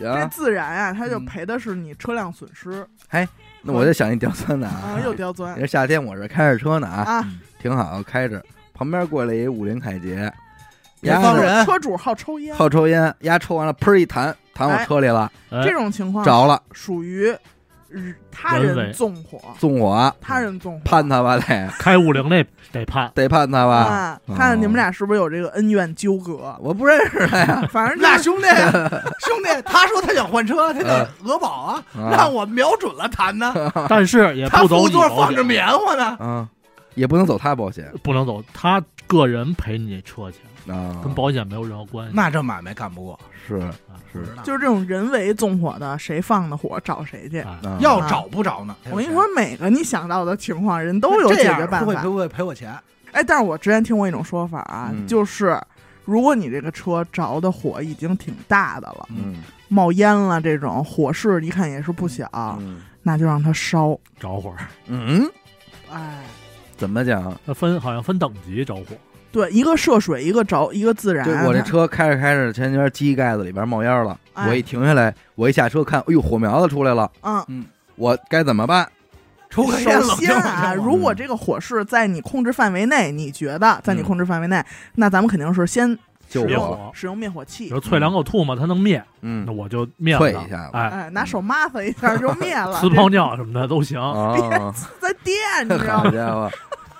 Speaker 3: 这
Speaker 1: 行，
Speaker 3: 自燃啊，他就
Speaker 1: 嗯
Speaker 3: 赔的是你车辆损失
Speaker 1: 那我就想一刁钻的
Speaker 3: 啊
Speaker 1: 啊，，
Speaker 3: 又刁钻
Speaker 1: 你说夏天我是开着车呢啊，
Speaker 3: 啊。
Speaker 1: 挺好，开着，旁边过来一五菱凯捷，
Speaker 2: 别
Speaker 1: 丫
Speaker 2: 放
Speaker 1: 的
Speaker 2: 人
Speaker 3: 车主好抽烟，
Speaker 1: 好抽烟，丫抽完了，砰一弹，弹我车里了，
Speaker 4: 哎
Speaker 3: 这种情况
Speaker 1: 着了，
Speaker 3: 属于呃他
Speaker 4: 人
Speaker 3: 人
Speaker 4: 为
Speaker 3: 纵火，
Speaker 1: 纵火，
Speaker 3: 他人纵火。
Speaker 1: 判他吧得，
Speaker 4: 开五菱那 得判。
Speaker 1: 得判他吧。啊
Speaker 3: 啊，
Speaker 1: 哦
Speaker 3: 看你们俩是不是有这个恩怨纠
Speaker 2: 啊
Speaker 3: 葛？哎
Speaker 1: 我不认识他呀，
Speaker 3: 反正就
Speaker 2: 那
Speaker 3: 是
Speaker 2: 兄弟， 兄弟，他说他想换车，他叫鹅宝啊，
Speaker 1: 啊
Speaker 2: 让我瞄准了弹呢，
Speaker 4: 但是也
Speaker 2: 他
Speaker 4: 不走
Speaker 2: 副
Speaker 4: 你
Speaker 2: 座
Speaker 4: 保
Speaker 2: 放着
Speaker 4: 险，
Speaker 2: 棉花呢，
Speaker 1: 啊，也不能走他保险
Speaker 4: 不能走，他个人赔你车钱，
Speaker 1: 啊，
Speaker 4: 跟保险没有任何关系。
Speaker 2: 那这买卖干不过，
Speaker 1: 是
Speaker 4: 啊
Speaker 1: 是，
Speaker 3: 就是这种人为纵火的，谁放的火找谁去。
Speaker 4: 啊
Speaker 1: 啊
Speaker 2: 要找不着呢。
Speaker 3: 我跟你说，每个你想到的情况，人都有
Speaker 2: 这
Speaker 3: 解
Speaker 2: 样
Speaker 3: 决办
Speaker 2: 会
Speaker 3: 法
Speaker 2: 不。会赔我钱？
Speaker 3: 哎，但是我之前听过一种说法啊，
Speaker 1: 嗯
Speaker 3: 就是如果你这个车着的火已经挺大的了，
Speaker 1: 嗯
Speaker 3: 冒烟了，这种火势一看也是不小，
Speaker 1: 嗯
Speaker 3: 那就让它烧。
Speaker 4: 着火，
Speaker 1: 嗯，
Speaker 3: 哎，
Speaker 1: 怎么讲？
Speaker 4: 那分好像分等级着火，
Speaker 3: 对，一个涉水，一个着，一个自燃
Speaker 1: 就。我这
Speaker 3: 它
Speaker 1: 车开着开着，前天机盖子里边冒烟了，
Speaker 3: 哎
Speaker 1: 我一停下来，我一下车看，哎呦，火苗子出来了，
Speaker 3: 嗯。
Speaker 1: 我该怎么办？
Speaker 2: 抽根烟
Speaker 3: 首
Speaker 2: 冷静
Speaker 3: 先
Speaker 2: 冷
Speaker 3: 啊，
Speaker 2: 静。
Speaker 3: 如果这个火势在你控制范围内，你觉得在你控制范围内，那咱们肯定是先
Speaker 1: 救
Speaker 4: 灭
Speaker 1: 火，
Speaker 4: 火。
Speaker 3: 使用灭火器
Speaker 4: 比如，啐两口吐沫，它能灭，
Speaker 1: 嗯
Speaker 4: 那，我就灭了
Speaker 1: 退
Speaker 4: 它。
Speaker 1: 一下吧
Speaker 4: 哎，
Speaker 3: 哎，拿手抹它一下就灭了，
Speaker 4: 呲泡尿什么的都行。
Speaker 1: 啊，
Speaker 3: 在电，你知道
Speaker 1: 好
Speaker 3: 吗？
Speaker 1: 家伙，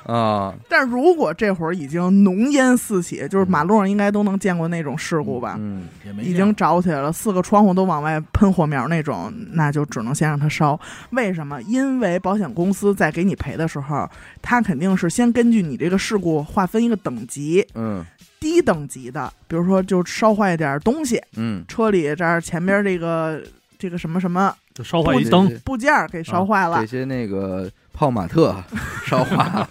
Speaker 1: 啊，
Speaker 3: 但如果这会儿已经浓烟四起，就是马路上应该都能见过那种事故吧，
Speaker 1: 嗯，
Speaker 2: 也没
Speaker 3: 已经着起来了，四个窗户都往外喷火苗那种，那就只能先让它烧。为什么？因为保险公司在给你赔的时候，它肯定是先根据你这个事故划分一个等级，
Speaker 1: 嗯
Speaker 3: 低等级的，比如说就烧坏点东西，
Speaker 1: 嗯，
Speaker 3: 车里这儿前边这个这个什么什么
Speaker 4: 就烧坏一灯，
Speaker 3: 部件儿给
Speaker 2: 啊
Speaker 3: 烧坏了
Speaker 1: 这，些那个泡玛 特烧化了，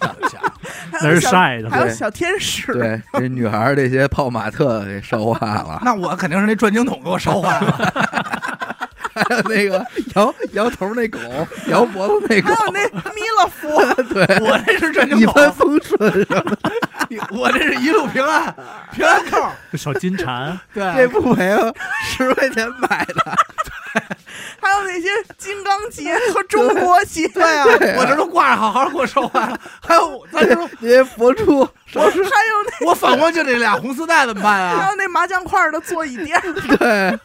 Speaker 3: 还
Speaker 4: 那
Speaker 3: 有
Speaker 4: 是
Speaker 3: 小
Speaker 4: 晒的。
Speaker 3: 还有
Speaker 1: 对
Speaker 3: 小天使，
Speaker 1: 对，这女孩儿这些泡玛特给烧化了，
Speaker 2: 那我肯定是那转经筒给我烧坏 了，
Speaker 1: 还有那个摇摇头那狗，摇脖子那
Speaker 3: 还有
Speaker 1: 狗，
Speaker 3: 那弥勒佛。
Speaker 2: 我这是转经
Speaker 1: 一
Speaker 2: 筒，啊
Speaker 1: 帆风顺。
Speaker 2: 我这是一路平安， 平安扣。
Speaker 4: 就小金蝉，
Speaker 2: 对，
Speaker 1: 这不赔了，十块钱买的，
Speaker 3: 还有那些金 刚结和中国结，
Speaker 2: 对呀、
Speaker 1: 啊
Speaker 2: 我这都挂着，好好给我烧坏了。还有，咱就说
Speaker 1: 这些佛珠，
Speaker 3: 还有那
Speaker 2: 我反光镜这俩红丝带怎么办
Speaker 3: 还
Speaker 2: 啊？
Speaker 3: 有那麻将块的座椅垫，
Speaker 1: 对，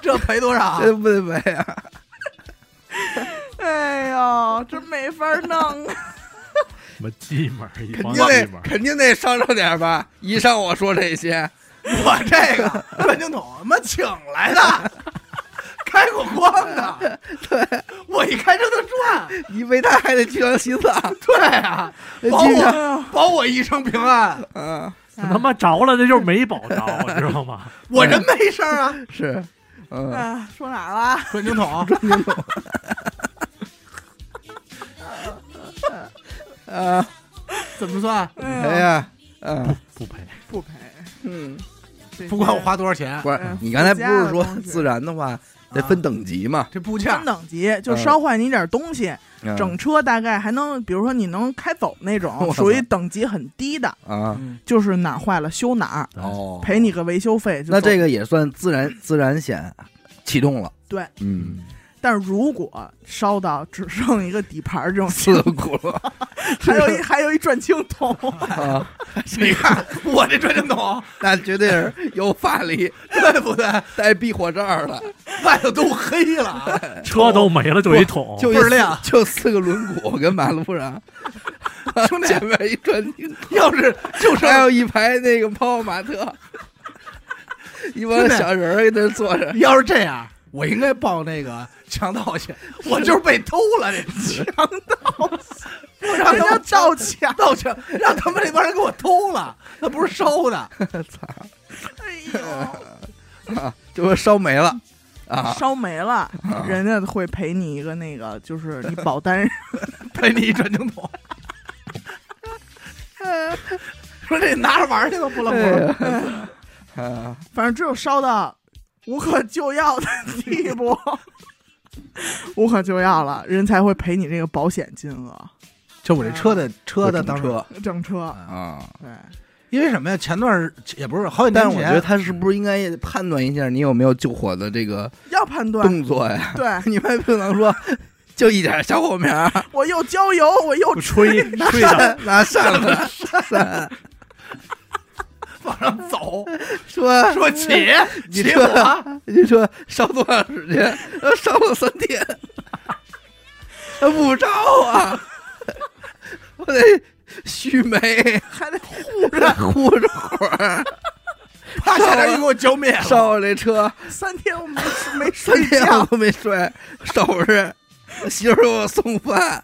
Speaker 2: 这赔多少？
Speaker 1: 这不得赔啊！
Speaker 3: 哎呦，真没法弄。啊
Speaker 4: 什么鸡门儿一
Speaker 1: 肯
Speaker 4: 帮
Speaker 1: 定
Speaker 4: 鸡
Speaker 1: 得
Speaker 4: 门儿，
Speaker 1: 肯定得商量点吧，一上我说这些，
Speaker 2: 我这个转经筒他妈请来的，开过光的。 对，我一开车就转。
Speaker 1: 你为他还得去趟西藏，
Speaker 2: 对啊，保
Speaker 1: 机场，
Speaker 2: 我保我一生平安，
Speaker 1: 嗯，
Speaker 4: 他妈着了，那就是没保着，你知道吗？
Speaker 2: 我人没事儿啊。
Speaker 1: 是，嗯，
Speaker 3: 哎说哪儿了？
Speaker 2: 转经 筒，
Speaker 1: 啊，
Speaker 2: 怎么算？
Speaker 1: 哎
Speaker 3: 哎呀，
Speaker 1: 呀，嗯
Speaker 4: 不赔，
Speaker 3: 不赔，
Speaker 1: 嗯，
Speaker 3: 这些
Speaker 2: 不管我花多少钱，
Speaker 1: 不是
Speaker 3: 嗯，
Speaker 1: 你刚才不是
Speaker 3: 附
Speaker 1: 说
Speaker 3: 加的东西
Speaker 1: 自然的话得分等级嘛？
Speaker 2: 这部件
Speaker 3: 分等级，
Speaker 2: 嗯
Speaker 3: 就烧坏你点东西，
Speaker 1: 嗯
Speaker 3: 整车大概还能，比如说你能开走 那
Speaker 1: 我
Speaker 3: 种，
Speaker 1: 操
Speaker 3: 属于等级很低的，
Speaker 1: 啊，
Speaker 2: 嗯
Speaker 3: 就是哪儿坏了修哪儿，
Speaker 1: 哦，
Speaker 3: 赔你个维修费。就
Speaker 1: 那
Speaker 3: 走
Speaker 1: 这，个也算自然自然险启动了，
Speaker 3: 对，
Speaker 1: 嗯，
Speaker 3: 但如果烧到只剩一个底盘儿这 种情
Speaker 1: 刺
Speaker 3: 况，
Speaker 1: 骨了
Speaker 3: 还有一还有一转青 筒，
Speaker 1: 啊，
Speaker 2: 你看我这转经筒，
Speaker 1: 那绝对是有法力，
Speaker 2: 对不对？
Speaker 1: 带避火罩的，
Speaker 2: 外头都黑了，
Speaker 1: 啊
Speaker 4: 车都没了，就一桶，
Speaker 1: 就
Speaker 2: 倍儿
Speaker 1: 一
Speaker 2: 亮
Speaker 1: 就四个轮毂跟马路上，
Speaker 2: 兄弟，
Speaker 1: 前面一传听，
Speaker 2: 要是就剩
Speaker 1: 还有一排那个泡泡玛 特，一帮小人儿在那坐着。
Speaker 2: 要是这样，我应该报那个 强盗去，我就是被偷了，这强盗，我让
Speaker 3: 人
Speaker 2: 他
Speaker 3: 家
Speaker 2: 们
Speaker 3: 赵强，
Speaker 2: 盗窃，让他们那帮人给我偷了，那不是烧的，
Speaker 3: 哎
Speaker 1: 啊，就说烧没了
Speaker 3: 呦，
Speaker 1: 啊，
Speaker 3: 烧没了，人家会赔你一个那个，就是你保单
Speaker 2: 赔你一转经筒。说这拿着玩儿去吧，不乐不乐。
Speaker 1: 啊，
Speaker 3: 反正只有烧到无可救药的地步，无可救药了，人才会赔你这个保险金额，
Speaker 2: 就我这车的车的
Speaker 1: 整
Speaker 2: 当时，
Speaker 1: 车
Speaker 3: 整车。
Speaker 1: 啊。
Speaker 3: 对，
Speaker 2: 因为什么呀？前段儿也不是好几年
Speaker 1: 但是
Speaker 2: 前，
Speaker 1: 我觉得他是不是应该判断一下你有没有救火的这个
Speaker 3: 要判断。
Speaker 1: 动作呀？
Speaker 3: 对，
Speaker 1: 你们不能说就一点小火苗儿，
Speaker 3: 我又浇 油，我又
Speaker 4: 吹吹的，
Speaker 1: 拿扇子扇，
Speaker 2: 往上走，
Speaker 1: 说
Speaker 2: 说起
Speaker 1: 你
Speaker 2: 起
Speaker 1: 这
Speaker 2: 火，
Speaker 1: 你说烧多长时间？呃烧了三天，它不着啊！我得续煤，
Speaker 3: 还得
Speaker 1: 护着护着火儿，
Speaker 2: 啪下来给我浇灭了。
Speaker 1: 烧了这车
Speaker 2: 哎
Speaker 3: 三天我没 没
Speaker 1: 三
Speaker 3: 睡
Speaker 1: 天我
Speaker 3: 觉，
Speaker 1: 都没睡，收拾。媳妇儿给我送饭，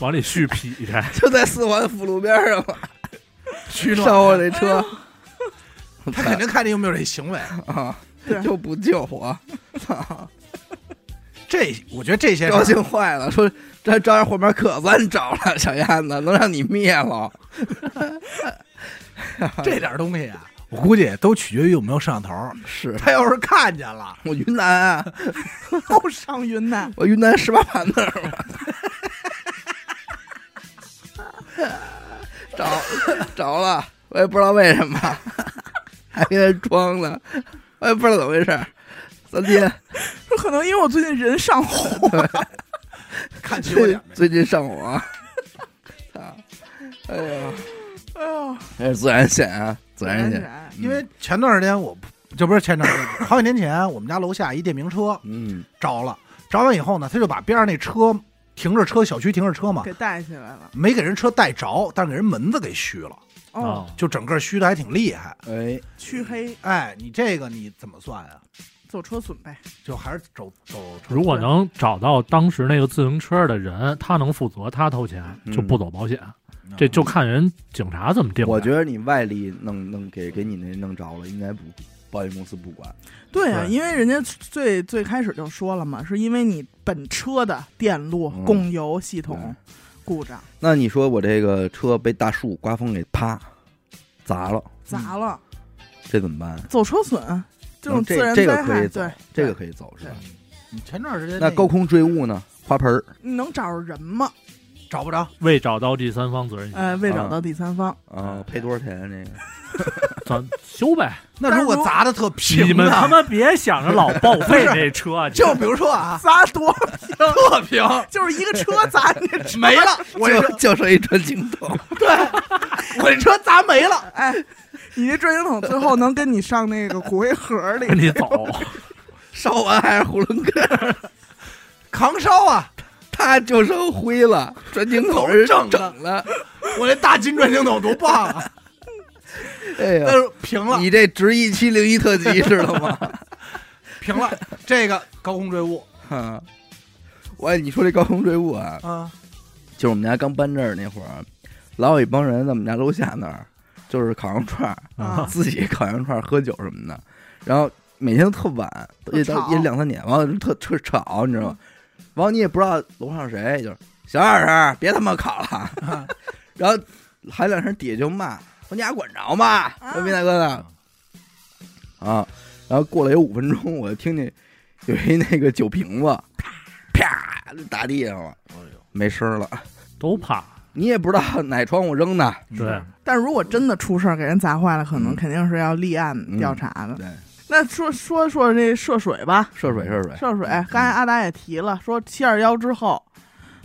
Speaker 4: 往里续劈开，
Speaker 1: 就在四环辅路边上嘛，
Speaker 2: 取暖哎
Speaker 1: 烧我这车，
Speaker 2: 他肯定看你有没有这行为。
Speaker 1: 啊
Speaker 3: 对，
Speaker 1: 就不救我，操！
Speaker 2: 这我觉得这些 事
Speaker 1: 高
Speaker 2: 儿
Speaker 1: 兴坏了，说咱找点火苗可算找了，小燕子能让你灭了。
Speaker 2: 这点东西啊，我估计也都取决于有没有摄像头。
Speaker 1: 是
Speaker 2: 他要是看见了，
Speaker 1: 我云南啊，
Speaker 3: 又上云南。
Speaker 1: 我云南十八盘那儿嘛，找着了，我也不知道为什么，还给他装呢，我也不知道怎么回事儿。三天，
Speaker 3: 说可能因为我最近人上火，
Speaker 2: 看 起我
Speaker 1: 最
Speaker 2: 点 没？
Speaker 1: 最近上火，操！哎呀，
Speaker 3: 哎呦，
Speaker 1: 那是自然险啊，自然险，
Speaker 3: 然
Speaker 2: 因为前段时间我这不是前段时间，好几年前我们家楼下一电瓶车
Speaker 1: 嗯，
Speaker 2: 着了，着完以后呢，他就把边上那车停着车，小区停着车嘛，
Speaker 3: 给带起来了。
Speaker 2: 没给人车带着，但是给人门子给虚了，
Speaker 1: 啊
Speaker 3: 哦，
Speaker 4: 啊
Speaker 2: 就整个虚的还挺厉害。
Speaker 1: 哎，
Speaker 3: 黢黑
Speaker 2: 哎，你这个你怎么算啊？
Speaker 3: 坐车损呗。
Speaker 2: 就还是走走车。
Speaker 4: 如果能找到当时那个自行车的人，他能负责，他掏钱
Speaker 1: 嗯
Speaker 4: 就不走保险，这就看人警察怎么定的。
Speaker 1: 我觉得你外力弄弄给给你那弄着了，应该不保险公司不管，
Speaker 3: 对啊，
Speaker 4: 对
Speaker 3: 因为人家最最开始就说了嘛，是因为你本车的电路、
Speaker 1: 嗯
Speaker 3: 供油系统故障
Speaker 1: 那你说我这个车被大树刮风给啪砸了，
Speaker 3: 砸了，
Speaker 1: 这怎么办？
Speaker 3: 走车损这种
Speaker 1: 嗯
Speaker 3: 自
Speaker 1: 这
Speaker 3: 然
Speaker 1: 这个
Speaker 3: 灾
Speaker 1: 可
Speaker 3: 害，
Speaker 1: 以走
Speaker 3: 对，，
Speaker 1: 这个可以走是吧？
Speaker 2: 你前段时间
Speaker 1: 那
Speaker 2: 个
Speaker 1: 高空坠物呢？花盆儿
Speaker 3: 你能找着人吗？
Speaker 2: 找不着，
Speaker 4: 未找到第三方责
Speaker 1: 嗯
Speaker 4: 任险，
Speaker 3: 呃，未找到第三方，
Speaker 2: 哎
Speaker 1: 啊，赔多少钱啊？这个
Speaker 4: 咱修呗。
Speaker 2: 那如果
Speaker 3: 但如
Speaker 2: 砸的特
Speaker 4: 你
Speaker 2: 平
Speaker 4: 们
Speaker 2: 呢？
Speaker 4: 他妈别想着老报废那车啊，
Speaker 2: 啊就比如说啊，
Speaker 3: 砸多
Speaker 2: 特平
Speaker 3: 就是一个车砸你这车
Speaker 2: 没了， 我这车
Speaker 1: 就就剩一转经筒，
Speaker 2: 我这车砸没了，
Speaker 3: 哎，你这转经筒最后能跟你上那个骨灰盒里
Speaker 4: 哎你你走，
Speaker 1: 烧完还是囫囵 个，
Speaker 2: 扛烧啊！
Speaker 1: 它就剩灰了，转经筒是整的。
Speaker 2: 我这大金转经筒多棒 啊！
Speaker 1: 哎呀，
Speaker 2: 但是平了，
Speaker 1: 你这值一七零一特级知道 吗？
Speaker 2: 平了。 这个高空坠物
Speaker 1: 啊我你说这高空坠物啊，
Speaker 2: 啊，
Speaker 1: 就是我们家刚搬这儿那会儿，老有一帮人在我们家楼下那儿，就是烤羊串儿，
Speaker 3: 啊，
Speaker 1: 自己烤羊串儿、喝酒什么的，然后每天都特晚，也到
Speaker 3: 吵
Speaker 1: 也两三点，完了就特特吵，你知道吗？完了你也不知道楼上谁，就是小点声，别他妈烤了。 然后喊两声，底下就骂说你俩管着吗？说斌大哥呢？啊，然后过了有五分钟，我就听见有一那个酒瓶子啪啪就打地上了，没声儿了。
Speaker 4: 都怕。
Speaker 1: 你也不知道哪窗户扔的，
Speaker 4: 对，
Speaker 2: 嗯
Speaker 3: 但如果真的出事儿给人砸坏了，可能
Speaker 1: 嗯
Speaker 3: 肯定是要立案
Speaker 1: 嗯
Speaker 3: 调查的。
Speaker 1: 对，
Speaker 3: 那说说说这涉水吧，
Speaker 1: 涉水涉水，
Speaker 3: 涉水，刚才阿达也提了，说七二幺之后，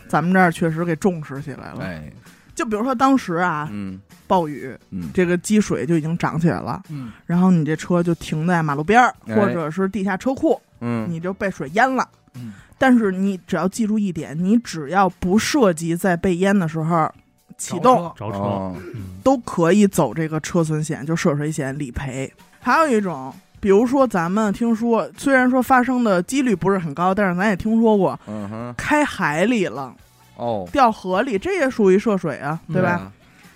Speaker 3: 咱们这儿确实给重视起来了。
Speaker 1: 哎，
Speaker 3: 就比如说当时啊，
Speaker 1: 嗯
Speaker 3: 暴雨，
Speaker 1: 嗯，
Speaker 3: 这个积水就已经涨起来了，
Speaker 2: 嗯，
Speaker 3: 然后你这车就停在马路边儿，
Speaker 1: 哎
Speaker 3: 或者是地下车库，
Speaker 1: 嗯，
Speaker 3: 你就被水淹了。
Speaker 2: 嗯
Speaker 3: 但是你只要记住一点，你只要不涉及在被淹的时候启动，
Speaker 2: 着车，
Speaker 4: 着车，
Speaker 1: 哦，
Speaker 4: 嗯，
Speaker 3: 都可以走这个车损险，就涉水险理赔。还有一种，比如说咱们听说，虽然说发生的几率不是很高，但是咱也听说过
Speaker 1: 嗯哼，
Speaker 3: 开海里了、
Speaker 1: 哦，
Speaker 3: 掉河里，这也属于涉水啊，对吧？
Speaker 1: 啊？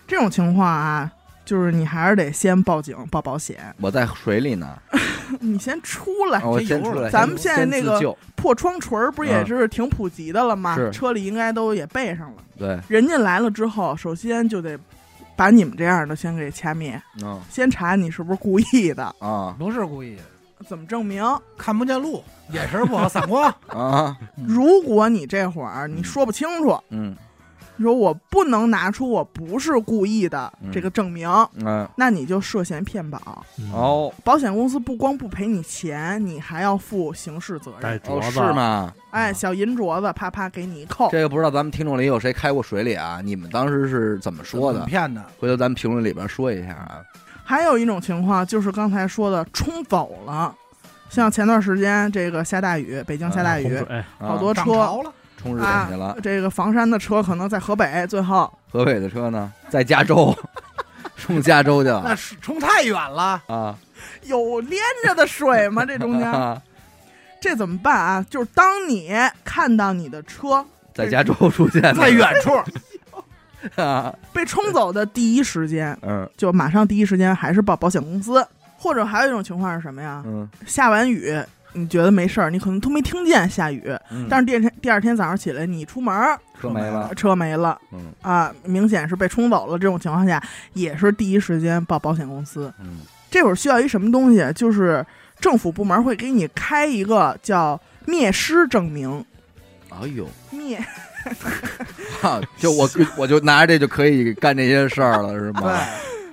Speaker 3: 这种情况啊，就是你还是得先报警报保险，
Speaker 1: 我在水里呢，
Speaker 3: 你先出来。
Speaker 1: 哦我
Speaker 2: 先
Speaker 1: 先
Speaker 2: 游
Speaker 1: 出
Speaker 2: 了
Speaker 1: 来。
Speaker 3: 咱
Speaker 1: 先
Speaker 3: 们现在
Speaker 1: 先
Speaker 3: 那
Speaker 1: 自
Speaker 3: 个
Speaker 1: 救
Speaker 3: 破窗锤儿不也
Speaker 1: 嗯
Speaker 3: 是挺普及的了吗？
Speaker 1: 是
Speaker 3: 车里应该都也备上了。
Speaker 1: 对，
Speaker 3: 人家来了之后，首先就得把你们这样的先给掐灭，
Speaker 1: 嗯
Speaker 3: 先查你是不是故意的，
Speaker 1: 啊
Speaker 2: 不是故意的，
Speaker 3: 怎么证明？
Speaker 2: 看不见路，眼神不好，散 光。
Speaker 1: 啊，
Speaker 3: 如果你这会儿你
Speaker 1: 嗯
Speaker 3: 说不清楚，
Speaker 1: 嗯
Speaker 3: 你说我不能拿出我不是故意的
Speaker 1: 嗯
Speaker 3: 这个证明，
Speaker 1: 嗯，
Speaker 3: 那你就涉嫌骗保。
Speaker 4: 嗯，
Speaker 1: 哦
Speaker 3: 保险公司不光不赔你钱，你还要负刑事责
Speaker 4: 带
Speaker 3: 任。
Speaker 1: 哦，
Speaker 4: 镯子啊
Speaker 1: 是吗？
Speaker 3: 哎，小银镯子啪啪给你一扣，
Speaker 1: 嗯这个不知道咱们听众里有谁开过水里啊？你们当时是怎么说
Speaker 2: 怎
Speaker 1: 的？
Speaker 2: 么骗的，
Speaker 1: 回头咱们评论里边说一下啊。
Speaker 3: 还有一种情况就是刚才说的冲走了，像前段时间这个下大雨，北京下大
Speaker 4: 洪
Speaker 3: 雨，
Speaker 4: 水，
Speaker 1: 啊
Speaker 3: 好多
Speaker 2: 涨
Speaker 3: 车
Speaker 2: 潮了，
Speaker 1: 冲日
Speaker 3: 啊
Speaker 1: 本去了，，
Speaker 3: 这个房山的车可能在河北，最后
Speaker 1: 河北的车呢，在加 州，冲加州去
Speaker 2: 那
Speaker 1: 了
Speaker 2: 是冲太远了，
Speaker 1: 啊。
Speaker 3: 有连着的水吗？这 中间这怎么办啊？就是当你看到你的车
Speaker 1: 在加州出现的
Speaker 2: 在远处，
Speaker 1: 啊，
Speaker 3: 被冲走的第一时间，
Speaker 1: 嗯
Speaker 3: 就马上第一时间还是报保险公司，或者还有一种情况是什么呀？
Speaker 1: 嗯
Speaker 3: 下完雨。你觉得没事儿，你可能都没听见下雨，
Speaker 1: 嗯，
Speaker 3: 但是第二天第二天早上起来，你出门儿
Speaker 1: 车没了，
Speaker 3: 车没了，
Speaker 1: 嗯
Speaker 3: 啊，明显是被冲走了。这种情况下，也是第一时间报保险公司。
Speaker 1: 嗯
Speaker 3: 这会儿需要一什么东西？就是政府部门会给你开一个叫灭失证明，
Speaker 1: 哎呦，
Speaker 3: 灭
Speaker 1: 哈， 就我我就拿着这就可以干这些事儿了，是吗？
Speaker 2: 对，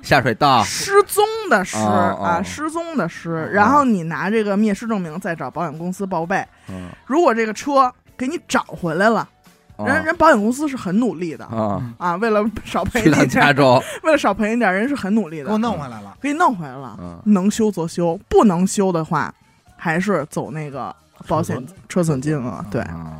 Speaker 1: 下水道，
Speaker 3: 失踪的失、
Speaker 1: 哦哦
Speaker 3: 啊，失踪的失。然后你拿这个灭失证明再找保险公司报备。
Speaker 1: 嗯，
Speaker 3: 如果这个车给你找回来了，
Speaker 1: 啊
Speaker 3: 人人保险公司是很努力的
Speaker 1: 啊，
Speaker 3: 啊，为 了少赔
Speaker 1: 去
Speaker 3: 你
Speaker 1: 趟
Speaker 3: 点
Speaker 1: 加
Speaker 3: 儿，
Speaker 1: 州，
Speaker 3: 为了少赔你点儿，人是很努力
Speaker 2: 给我
Speaker 3: 的，
Speaker 2: 弄回来了。
Speaker 3: 给你弄回来了。
Speaker 1: 嗯
Speaker 3: 能修则修，不能修的话，还是走那个保险车损金额。对，
Speaker 1: 啊，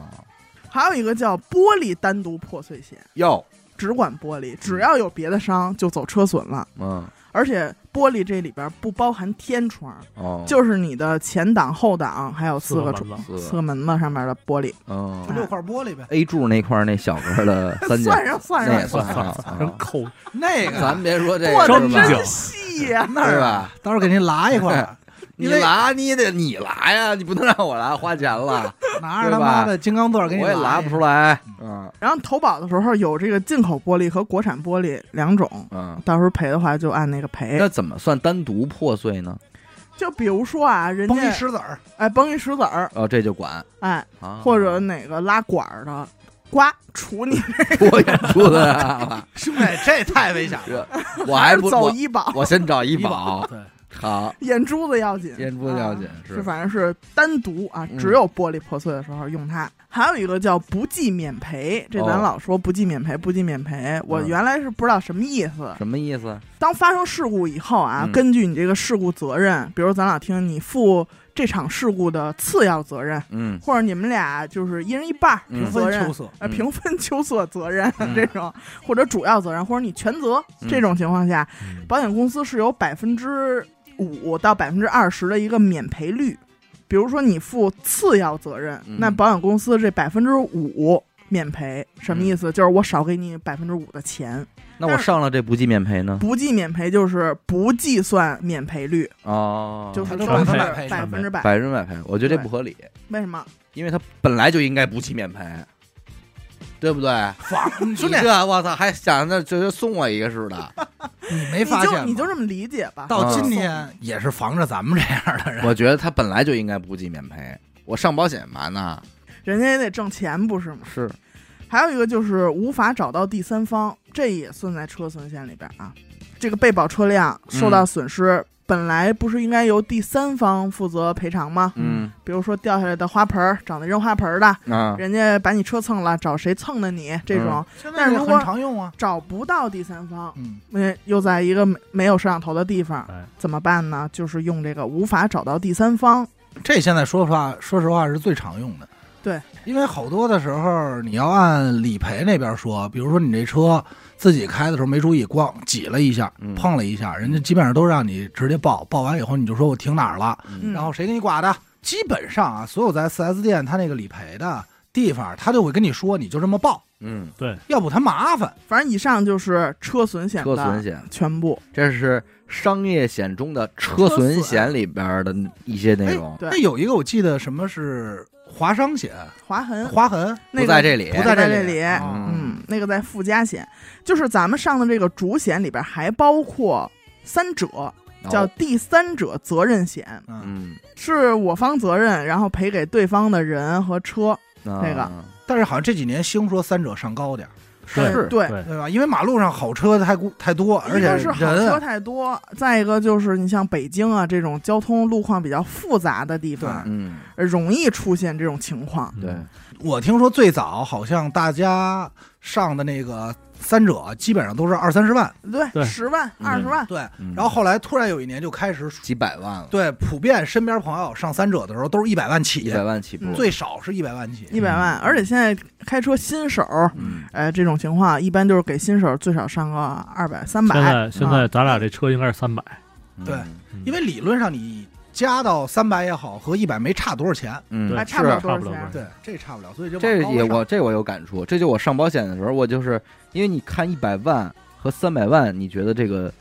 Speaker 3: 还有一个叫玻璃单独破碎险，
Speaker 1: 哟，
Speaker 3: 只管玻璃，只要有别的伤就走车损了。
Speaker 1: 嗯
Speaker 3: 而且玻璃这里边不包含天窗，
Speaker 1: 哦，
Speaker 3: 就是你的前挡、后挡，还有四个
Speaker 4: 门
Speaker 3: 窗、
Speaker 1: 是
Speaker 4: 子，
Speaker 3: 四个门子上面的玻璃，
Speaker 1: 嗯
Speaker 2: 六块玻璃呗，
Speaker 1: ，A 柱那块儿那小个儿 的三角，
Speaker 3: 算上算
Speaker 1: 那也
Speaker 3: 上，
Speaker 1: 算啊。
Speaker 4: 真
Speaker 1: 啊
Speaker 4: 抠，
Speaker 2: 那个
Speaker 1: 咱别说这
Speaker 3: 剁
Speaker 1: 个
Speaker 3: 的
Speaker 4: 真
Speaker 1: 是吧
Speaker 4: 精
Speaker 3: 真细呀、
Speaker 2: 那儿
Speaker 1: 是吧
Speaker 2: 啊，到时候给您拉一块 儿，
Speaker 1: 你
Speaker 2: 因为
Speaker 1: 拿你也得你拿呀，你不能让我拿，花钱了，
Speaker 2: 拿着他妈的金刚钻
Speaker 1: 我
Speaker 2: 给你
Speaker 1: 也拿
Speaker 2: 拉
Speaker 1: 不出来。嗯
Speaker 3: 然后投保的时候有这个进口玻璃和国产玻璃两种，
Speaker 1: 嗯，
Speaker 3: 到时候赔的话就按那个赔
Speaker 1: 那。怎么算单独破碎呢？
Speaker 3: 就比如说啊，人
Speaker 2: 崩一
Speaker 3: 家
Speaker 2: 石子儿，
Speaker 3: 哎崩一石子儿，
Speaker 1: 哦，这就管
Speaker 3: 哎，
Speaker 1: 啊，
Speaker 3: 或者哪个拉管儿的，呱杵你，
Speaker 1: 我演出的啊，
Speaker 2: 兄 弟，这太危险了。
Speaker 1: 我还不
Speaker 3: 走
Speaker 1: 我
Speaker 3: 医保，
Speaker 1: 我先找医
Speaker 4: 医
Speaker 1: 保，
Speaker 4: 对，
Speaker 1: 好，
Speaker 3: 眼珠子要紧，
Speaker 1: 先不要紧
Speaker 3: 啊，
Speaker 1: 是
Speaker 3: 是反正是单独啊，
Speaker 1: 嗯
Speaker 3: 只有玻璃破碎的时候用它。还有一个叫不计免赔，这咱
Speaker 1: 哦
Speaker 3: 老说不计免赔，不计免赔，我
Speaker 1: 嗯
Speaker 3: 原来是不知道什么意思。
Speaker 1: 什么意思？
Speaker 3: 当发生事故以后啊
Speaker 1: 嗯，
Speaker 3: 根据你这个事故责任，比如咱俩听你负这场事故的次要责任，
Speaker 1: 嗯
Speaker 3: 或者你们俩就是一人一半儿
Speaker 1: 嗯
Speaker 3: 责
Speaker 2: 分
Speaker 3: 任
Speaker 2: 秋。色，
Speaker 3: 呃，
Speaker 1: 嗯
Speaker 3: 平分 秋色责任、
Speaker 1: 嗯
Speaker 3: 这种，或者主要责任，或者你全责、
Speaker 1: 嗯
Speaker 3: 这种情况下，
Speaker 4: 嗯
Speaker 3: 保险公司是有百分之五到百分之二十的一个免赔率。比如说你负次要责任，
Speaker 1: 嗯
Speaker 3: 那保险公司这百分之五免赔，什
Speaker 1: 嗯
Speaker 3: 么意思？就是我少给你百分之五的钱，
Speaker 1: 那我上了这不计免赔呢？
Speaker 3: 不计免赔就是不计算免赔率，
Speaker 1: 哦，
Speaker 3: 就是
Speaker 2: 它都
Speaker 3: 说是
Speaker 4: 全
Speaker 2: 赔
Speaker 3: 百分之百。
Speaker 1: 百分百赔，我觉得这不合理，
Speaker 3: 为什么？
Speaker 1: 因为它本来就应该不计免赔，对不对？
Speaker 2: 房兄 弟
Speaker 1: 你，这我操，还想着就是送我一个似的，
Speaker 2: 你没
Speaker 3: 你
Speaker 2: 发现
Speaker 3: 就
Speaker 2: 吗
Speaker 3: 你就这么理解吧。
Speaker 2: 到今
Speaker 3: 嗯
Speaker 2: 天也是防着咱们这样的人，
Speaker 1: 我觉得他本来就应该不计免赔，我上保险嘛呢？
Speaker 3: 人家也得挣钱，不是吗？
Speaker 1: 是，
Speaker 3: 还有一个就是无法找到第三方，这也算在车损险里边啊。这个被保车辆受到损失，本来不是应该由第三方负责赔偿吗？
Speaker 1: 嗯
Speaker 3: 比如说掉下来的花盆儿，找那扔花盆儿的，
Speaker 1: 啊，
Speaker 3: 人家把你车蹭了，找谁蹭的你？这
Speaker 1: 嗯
Speaker 3: 种、
Speaker 2: 现在
Speaker 3: 但是
Speaker 2: 也
Speaker 3: 如果
Speaker 2: 很常用啊。
Speaker 3: 找不到第三方，
Speaker 2: 嗯，
Speaker 3: 嗯，又在一个没没有摄像头的地方
Speaker 4: 哎，
Speaker 3: 怎么办呢？就是用这个无法找到第三方，
Speaker 2: 这现在说实话，说实话是最常用的。因为好多的时候，你要按理赔那边说，比如说你这车自己开的时候没注意，咣挤了一下
Speaker 1: 嗯，
Speaker 2: 碰了一下，人家基本上都让你直接报，报完以后你就说我停哪儿了，
Speaker 3: 嗯
Speaker 2: 然后谁给你刮的？基本上啊，所有在 4S 店他那个理赔的地方，他就会跟你说，你就这么报，
Speaker 1: 嗯，
Speaker 2: 要不他麻烦。
Speaker 3: 反正以上就是车损险
Speaker 1: 车损
Speaker 3: 的
Speaker 1: 险，
Speaker 3: 全部。
Speaker 1: 这是商业险中的车损险里边的一些内容，
Speaker 3: 对
Speaker 2: 那有一个我记得什么是划伤险、
Speaker 3: 划痕
Speaker 2: 划痕，
Speaker 3: 那
Speaker 1: 不
Speaker 3: 个
Speaker 1: 在这里，
Speaker 2: 不在
Speaker 3: 在
Speaker 2: 这
Speaker 3: 这
Speaker 2: 里
Speaker 3: 里
Speaker 2: 啊
Speaker 3: 嗯，那个在附加险，就是咱们上的这个主险里边还包括三者，
Speaker 1: 哦
Speaker 3: 叫第三者责任险，
Speaker 2: 嗯，
Speaker 1: 嗯，
Speaker 3: 是我方责任，然后赔给对方的人和车。
Speaker 1: 那
Speaker 3: 这个
Speaker 2: 但是好像这几年兴说三者上高点儿，
Speaker 4: 对
Speaker 1: 是
Speaker 3: 对，
Speaker 4: 对
Speaker 2: 对吧？因为马路上好车太过太多，而
Speaker 3: 一
Speaker 2: 且
Speaker 3: 个是好
Speaker 2: 人
Speaker 3: 车
Speaker 2: 啊
Speaker 3: 太多，再一个就是你像北京啊这种交通路况比较复杂的地方，呃
Speaker 1: 嗯，
Speaker 3: 容易出现这种情况。
Speaker 1: 对，
Speaker 2: 我听说最早好像大家上的那个三者基本上都是二三十万，
Speaker 4: 对
Speaker 3: 对，十万、
Speaker 1: 嗯
Speaker 3: 二十万，
Speaker 2: 对。
Speaker 1: 嗯
Speaker 2: 然后后来突然有一年就开始，
Speaker 1: 几百万了，
Speaker 2: 对，普遍身边朋友上三者的时候都是一百万
Speaker 1: 一
Speaker 2: 起
Speaker 1: 百，万起步，
Speaker 3: 嗯
Speaker 2: 最少是一百万起。
Speaker 3: 一百万。而且现在开车新手，
Speaker 1: 嗯，
Speaker 3: 呃，这种情况一般就是给新手最少上个二百、三百。
Speaker 4: 现在现在
Speaker 3: 啊
Speaker 4: 咱俩这车应该是三百，
Speaker 1: 嗯
Speaker 2: 对
Speaker 4: 嗯
Speaker 2: 因为理论上你加到三百也好，和一百没差多少钱。
Speaker 1: 嗯，
Speaker 3: 还
Speaker 4: 对
Speaker 1: 是。
Speaker 3: 差不了多
Speaker 4: 差
Speaker 3: 少
Speaker 4: 不了
Speaker 3: 钱
Speaker 4: 多。
Speaker 2: 对，这差不了，所以就往
Speaker 1: 这
Speaker 2: 高了
Speaker 1: 也
Speaker 2: 上
Speaker 1: 我这我有感触，这就我上保险的时候，我就是因为你看一百万和三百万，你觉得这个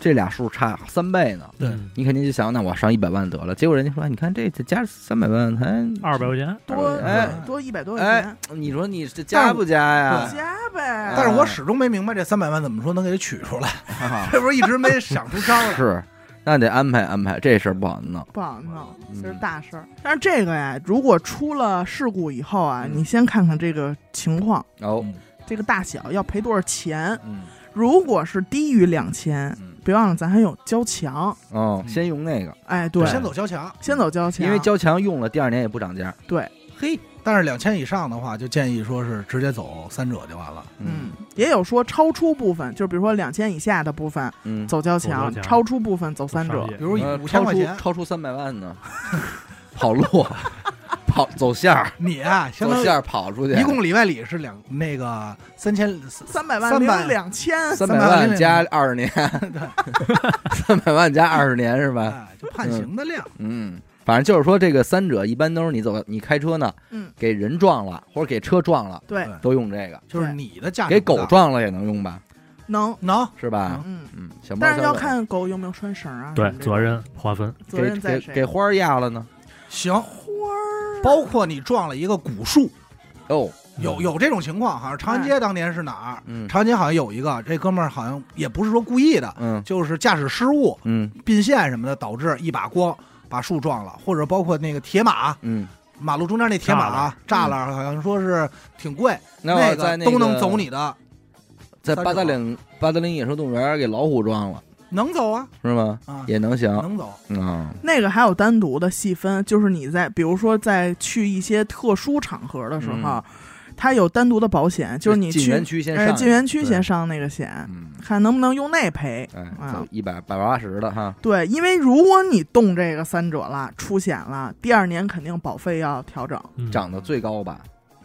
Speaker 1: 这俩数差三倍呢，
Speaker 2: 对
Speaker 4: 嗯
Speaker 1: 你肯定就想那我上一百万得了，结果人家说哎你看这这加三百万才
Speaker 4: 二百块钱，
Speaker 3: 多
Speaker 1: 哎
Speaker 3: 多一百多块
Speaker 1: 哎
Speaker 3: 钱，，
Speaker 1: 你说你这加不加呀？
Speaker 3: 加呗。
Speaker 1: 哎
Speaker 2: 但是我始终没明白这三百万怎么说能给它取出来，
Speaker 1: 啊
Speaker 2: 这不是一直没想出招来。
Speaker 1: 是，那得安排安排，这事儿不好弄。
Speaker 3: 不好弄，
Speaker 1: 嗯
Speaker 3: 这是大事儿。但是这个呀，如果出了事故以后啊，
Speaker 1: 嗯
Speaker 3: 你先看看这个情况，
Speaker 1: 哦，
Speaker 2: 嗯
Speaker 3: 这个大小要赔多少钱。
Speaker 1: 嗯
Speaker 3: 如果是低于两千，
Speaker 1: 嗯，
Speaker 3: 别忘了咱还有交强。
Speaker 1: 哦，先用那个，
Speaker 3: 哎，对，
Speaker 2: 先走交强，
Speaker 3: 先走交强，
Speaker 2: 啊
Speaker 1: 因为交强用了，第二年也不涨价。
Speaker 2: 嘿。但是两千以上的话，就建议说是直接走三者就完了。
Speaker 3: 嗯，也有说超出部分，就比如说两千以下的部分
Speaker 1: 嗯，
Speaker 3: 走交强
Speaker 4: 走交，强
Speaker 3: 超出部分走三
Speaker 4: 商
Speaker 3: 者。
Speaker 4: 业
Speaker 2: 比如以
Speaker 1: 呃
Speaker 2: 五千
Speaker 1: 超
Speaker 2: 块
Speaker 1: 出
Speaker 2: 钱，
Speaker 1: 超出三百万呢， 跑路，啊 跑走线儿，
Speaker 2: 你啊，相
Speaker 1: 走
Speaker 2: 当于
Speaker 1: 线儿跑出去，
Speaker 2: 一共里外里是两那个三千
Speaker 3: 三百万
Speaker 2: 三
Speaker 3: 零
Speaker 2: 百
Speaker 3: 两千，
Speaker 1: 三
Speaker 2: 300
Speaker 1: 百
Speaker 2: 万
Speaker 1: 万加二十年， 三百万加二十年是吧？
Speaker 2: 哎，就判刑的量。
Speaker 1: 嗯，反正就是说，这个三者一般都是你走，你开车呢，
Speaker 3: 嗯，
Speaker 1: 给人撞了或者给车撞了，
Speaker 3: 对
Speaker 2: 对，
Speaker 1: 都用这个，
Speaker 2: 就是你的价值
Speaker 1: 给
Speaker 2: 不
Speaker 1: 狗
Speaker 2: 大
Speaker 1: 撞了也能用吧？
Speaker 3: 能，
Speaker 2: 能
Speaker 1: 是吧？
Speaker 3: 嗯，
Speaker 1: 嗯，小猫
Speaker 3: 但是
Speaker 1: 小
Speaker 3: 要
Speaker 1: 狗
Speaker 3: 看狗有没有穿绳啊。
Speaker 4: 对
Speaker 3: 什么这种
Speaker 4: 责任划分，
Speaker 3: 责
Speaker 1: 给
Speaker 3: 任在
Speaker 1: 给
Speaker 3: 谁？
Speaker 1: 给花儿压了呢？
Speaker 2: 行，
Speaker 3: 花儿
Speaker 2: 包括你撞了一个古树，
Speaker 1: 哦，
Speaker 4: 嗯
Speaker 2: 有有这种情况，好像长安街当年是哪儿？
Speaker 1: 嗯
Speaker 2: 长安街好像有一个，这哥们儿好像也不是说故意的，
Speaker 1: 嗯
Speaker 2: 就是驾驶失误、
Speaker 1: 嗯
Speaker 2: 并线什么的，导致一把光把树撞了，或者包括那个铁马，
Speaker 1: 嗯，
Speaker 2: 马路中间那铁马栅栏，好像说是挺贵，
Speaker 1: 我在
Speaker 2: 个
Speaker 1: 嗯那
Speaker 2: 都能
Speaker 1: 个
Speaker 2: 走，你的，
Speaker 1: 在
Speaker 2: 三
Speaker 1: 八达
Speaker 2: 种
Speaker 1: 岭八达岭野生动物园给老虎撞了
Speaker 2: 能走啊
Speaker 1: 是吗？
Speaker 2: 啊，
Speaker 1: 也能行
Speaker 2: 能走。
Speaker 3: 嗯
Speaker 1: 啊，
Speaker 3: 那个还有单独的细分，就是你在比如说在去一些特殊场合的时
Speaker 1: 嗯
Speaker 3: 候，它有单独的保险，就是你
Speaker 1: 进
Speaker 3: 去
Speaker 1: 园区先
Speaker 3: 呃
Speaker 1: 上，
Speaker 3: 进园区
Speaker 1: 对
Speaker 3: 先上那个险，
Speaker 1: 嗯，
Speaker 3: 看能不能用那赔。
Speaker 1: 哎，
Speaker 3: 啊
Speaker 1: 走一百百八十的哈，
Speaker 3: 对，因为如果你动这个三者了，出险了，第二年肯定保费要调整。
Speaker 4: 嗯
Speaker 1: 涨得最高吧？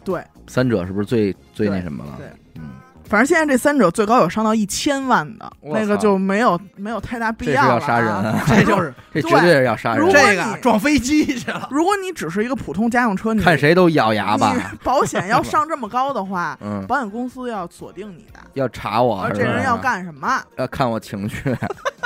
Speaker 3: 对，
Speaker 1: 三者是不是最最
Speaker 3: 对
Speaker 1: 那什么了？
Speaker 3: 对
Speaker 1: 啊嗯，
Speaker 3: 反正现在这三者最高有上到一千万的，
Speaker 1: 我操
Speaker 3: 那个就没有没有太大必
Speaker 1: 这是
Speaker 3: 要了、
Speaker 1: 要
Speaker 3: 啊。
Speaker 1: 杀人 啊，
Speaker 2: 这就是
Speaker 1: 这
Speaker 3: 对
Speaker 1: 绝对是要杀人
Speaker 3: 如果
Speaker 1: 啊，
Speaker 2: 这个
Speaker 3: 你
Speaker 2: 撞飞机 去了，
Speaker 3: 如果你只是一个普通家用车，你
Speaker 1: 看谁都咬牙吧，
Speaker 3: 你。保险要上这么高的话
Speaker 1: 嗯，
Speaker 3: 保险公司要锁定你的，
Speaker 1: 要查我
Speaker 3: 然后，
Speaker 1: 是啊
Speaker 3: 啊这人
Speaker 1: 吧
Speaker 3: 要干什么？
Speaker 1: 要看我情绪，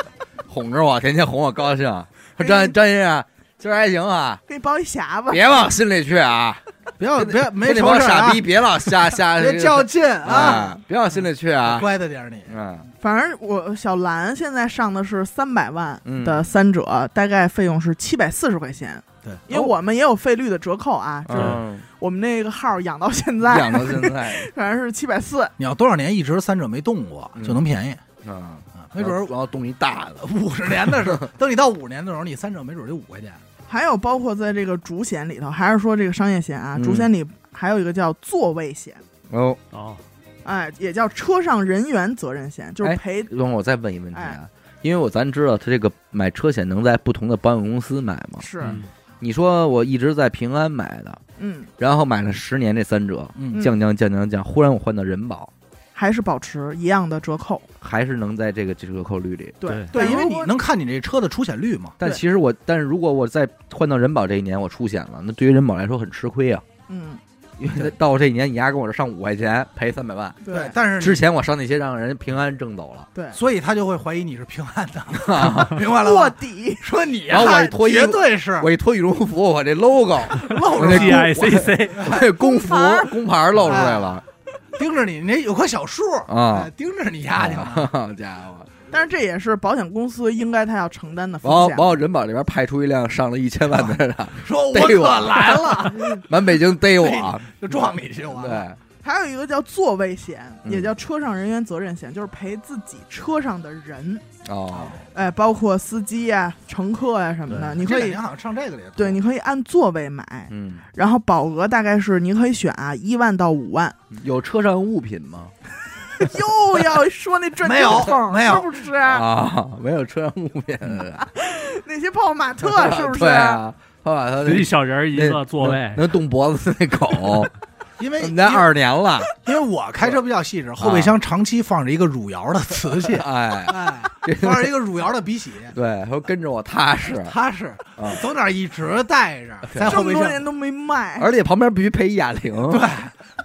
Speaker 1: 哄着我，天天哄我高兴。说
Speaker 3: 哎
Speaker 1: 张张先生，今儿还行 啊，
Speaker 3: 给你包一匣子，
Speaker 1: 别往心里去啊，
Speaker 2: 不要别没
Speaker 1: 那
Speaker 2: 仇
Speaker 1: 帮
Speaker 2: 事儿啊
Speaker 1: 傻逼，，别老 瞎瞎
Speaker 2: 别较劲 啊，
Speaker 1: 啊，别往心里去啊。
Speaker 2: 乖的点 儿你。
Speaker 1: 嗯
Speaker 3: 反正我小兰现在上的是三百万
Speaker 1: 嗯
Speaker 3: 的三者，大概费用是七百四十块钱，
Speaker 2: 对，
Speaker 3: 因为我们也有费率的折扣啊，就是
Speaker 1: 哦嗯，
Speaker 3: 我们那个号养到现在，
Speaker 1: 养到现 在，
Speaker 3: 反正是七百四，
Speaker 2: 你要多少年一直三者没动过，
Speaker 1: 嗯
Speaker 2: 就能便宜。
Speaker 1: 嗯，
Speaker 2: 啊没准儿
Speaker 1: 我要动一 大的，
Speaker 2: 五十年的 时候，等你到五十年的时候，你三者没准儿就五块钱。
Speaker 3: 还有包括在这个主险里头，还是说这个商业险啊，
Speaker 1: 嗯
Speaker 3: 主险里还有一个叫座位险，
Speaker 1: 哦，
Speaker 4: 哦，
Speaker 3: 哎，也叫车上人员责任险，就是
Speaker 1: 哎
Speaker 3: 赔
Speaker 1: 等会儿我再问一问题啊。因为我咱知道他这个买车险能在不同的保险公司买吗？
Speaker 3: 是、
Speaker 4: 嗯
Speaker 1: 你说我一直在平安买的，
Speaker 3: 嗯，
Speaker 1: 然后买了十年这三折，
Speaker 2: 嗯
Speaker 1: 降降降降降，忽然我换到人保，
Speaker 3: 还是保持一样的折扣。
Speaker 1: 还是能在这个这折扣率里。
Speaker 4: 对
Speaker 3: 对，
Speaker 2: 因为
Speaker 3: 如
Speaker 2: 你
Speaker 3: 果
Speaker 2: 能看你这车的出险率嘛。
Speaker 1: 但
Speaker 3: 对
Speaker 1: 其实我，但是如果我再换到人保这一年我出险了，那对于人保来说很吃亏啊，
Speaker 3: 嗯，
Speaker 1: 因为到我这一年你丫跟我这上五块钱赔三百万，
Speaker 3: 对，
Speaker 2: 但是 你
Speaker 1: 之前我上那些让人平安挣走了，
Speaker 3: 对，
Speaker 2: 所以他就会怀疑你是平安 的，明白了
Speaker 3: 卧
Speaker 2: 吗？
Speaker 3: 底
Speaker 2: 说你
Speaker 1: 然后我一脱衣服
Speaker 2: 绝对是
Speaker 1: 我一脱羽绒服，我这 logo
Speaker 2: 露
Speaker 1: 我
Speaker 2: 着
Speaker 1: 那
Speaker 2: 屁
Speaker 1: 工
Speaker 4: GICC
Speaker 1: 我这工哎服
Speaker 3: 工牌儿
Speaker 1: 工牌儿露出来了
Speaker 2: 盯着你，你那有棵小树
Speaker 1: 啊
Speaker 2: 哎！盯着你丫的 呢。
Speaker 1: 好家伙，
Speaker 3: 但是这也是保险公司应该他要承担的
Speaker 1: 往我
Speaker 3: 风险。
Speaker 1: 往我人保这边派出一辆上了一千万的人，啊
Speaker 2: 说我
Speaker 1: 逮
Speaker 2: 可
Speaker 1: 我
Speaker 2: 来了，
Speaker 1: 满北京逮我，
Speaker 2: 就撞你去我。
Speaker 1: 对，
Speaker 3: 还有一个叫座位险，
Speaker 1: 嗯
Speaker 3: 也叫车上人员责任险，就是赔自己车上的人，
Speaker 1: 哦，
Speaker 3: 哎，包括司机呀、乘客呀、什么的，
Speaker 4: 对
Speaker 3: 你
Speaker 2: 这
Speaker 3: 可
Speaker 2: 两
Speaker 3: 以
Speaker 2: 年好像上这个里头。
Speaker 3: 对，你可以按座位买，
Speaker 1: 嗯，
Speaker 3: 然后保额大概是你可以选啊一万到五万，
Speaker 1: 有车上物品吗？
Speaker 3: 又要说那转
Speaker 2: 没有
Speaker 3: 经筒，
Speaker 2: 没有
Speaker 3: 是不是？
Speaker 1: 啊，没有车上物品，
Speaker 3: 那些泡泡玛特是不 是？
Speaker 1: 对啊，他把他
Speaker 4: 一小人儿一
Speaker 1: 啊
Speaker 4: 个座位
Speaker 1: 能，能动脖子那狗，
Speaker 2: 因
Speaker 1: 我
Speaker 2: 为
Speaker 1: 们家二十年了，，
Speaker 2: 因为我开车比较细致，后备箱长期放着一个汝窑的瓷器
Speaker 1: 哎，
Speaker 2: 哎，放着一个汝窑 的鼻洗，
Speaker 1: 对，他说跟着我踏实，
Speaker 2: 踏实
Speaker 1: 啊，
Speaker 2: 走哪儿一直带着，在
Speaker 3: 这
Speaker 2: 后
Speaker 3: 么
Speaker 2: 备
Speaker 3: 多
Speaker 2: 箱
Speaker 3: 年都没卖，
Speaker 1: 而且旁边必须配一哑铃，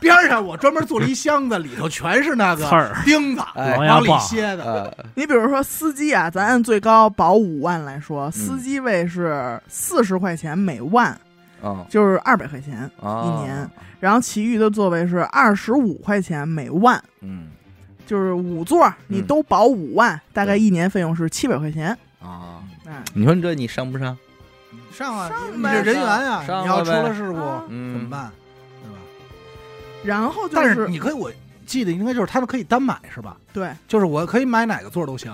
Speaker 2: 边上，我专门做了一箱子，里头全是那个
Speaker 4: 刺儿
Speaker 2: 钉子，
Speaker 1: 哎
Speaker 2: 往里歇的。
Speaker 1: 呃，
Speaker 3: 你比如说司机啊，咱按最高保五万来说，司机位是四十块钱每万，
Speaker 1: 嗯
Speaker 3: 就是二百块钱。
Speaker 1: 啊，
Speaker 3: 一年，然后其余的座位是二十五块钱每万，
Speaker 1: 嗯
Speaker 3: 就是五座，你都保五万，大概一年费用是七百块钱。
Speaker 1: 啊，
Speaker 3: 哎，
Speaker 1: 你说你这你上不上？
Speaker 2: 上啊，
Speaker 3: 上呗
Speaker 2: 你是人员啊，
Speaker 1: 上
Speaker 2: 你要出
Speaker 1: 上了
Speaker 2: 了
Speaker 1: 呗
Speaker 2: 事故
Speaker 3: 啊
Speaker 2: 怎
Speaker 1: 嗯，
Speaker 2: 么办？对吧？
Speaker 3: 然后就
Speaker 2: 但是你可以，我记得应该就是他们可以单买是吧？
Speaker 3: 对
Speaker 2: 就是我可以买哪个座都行，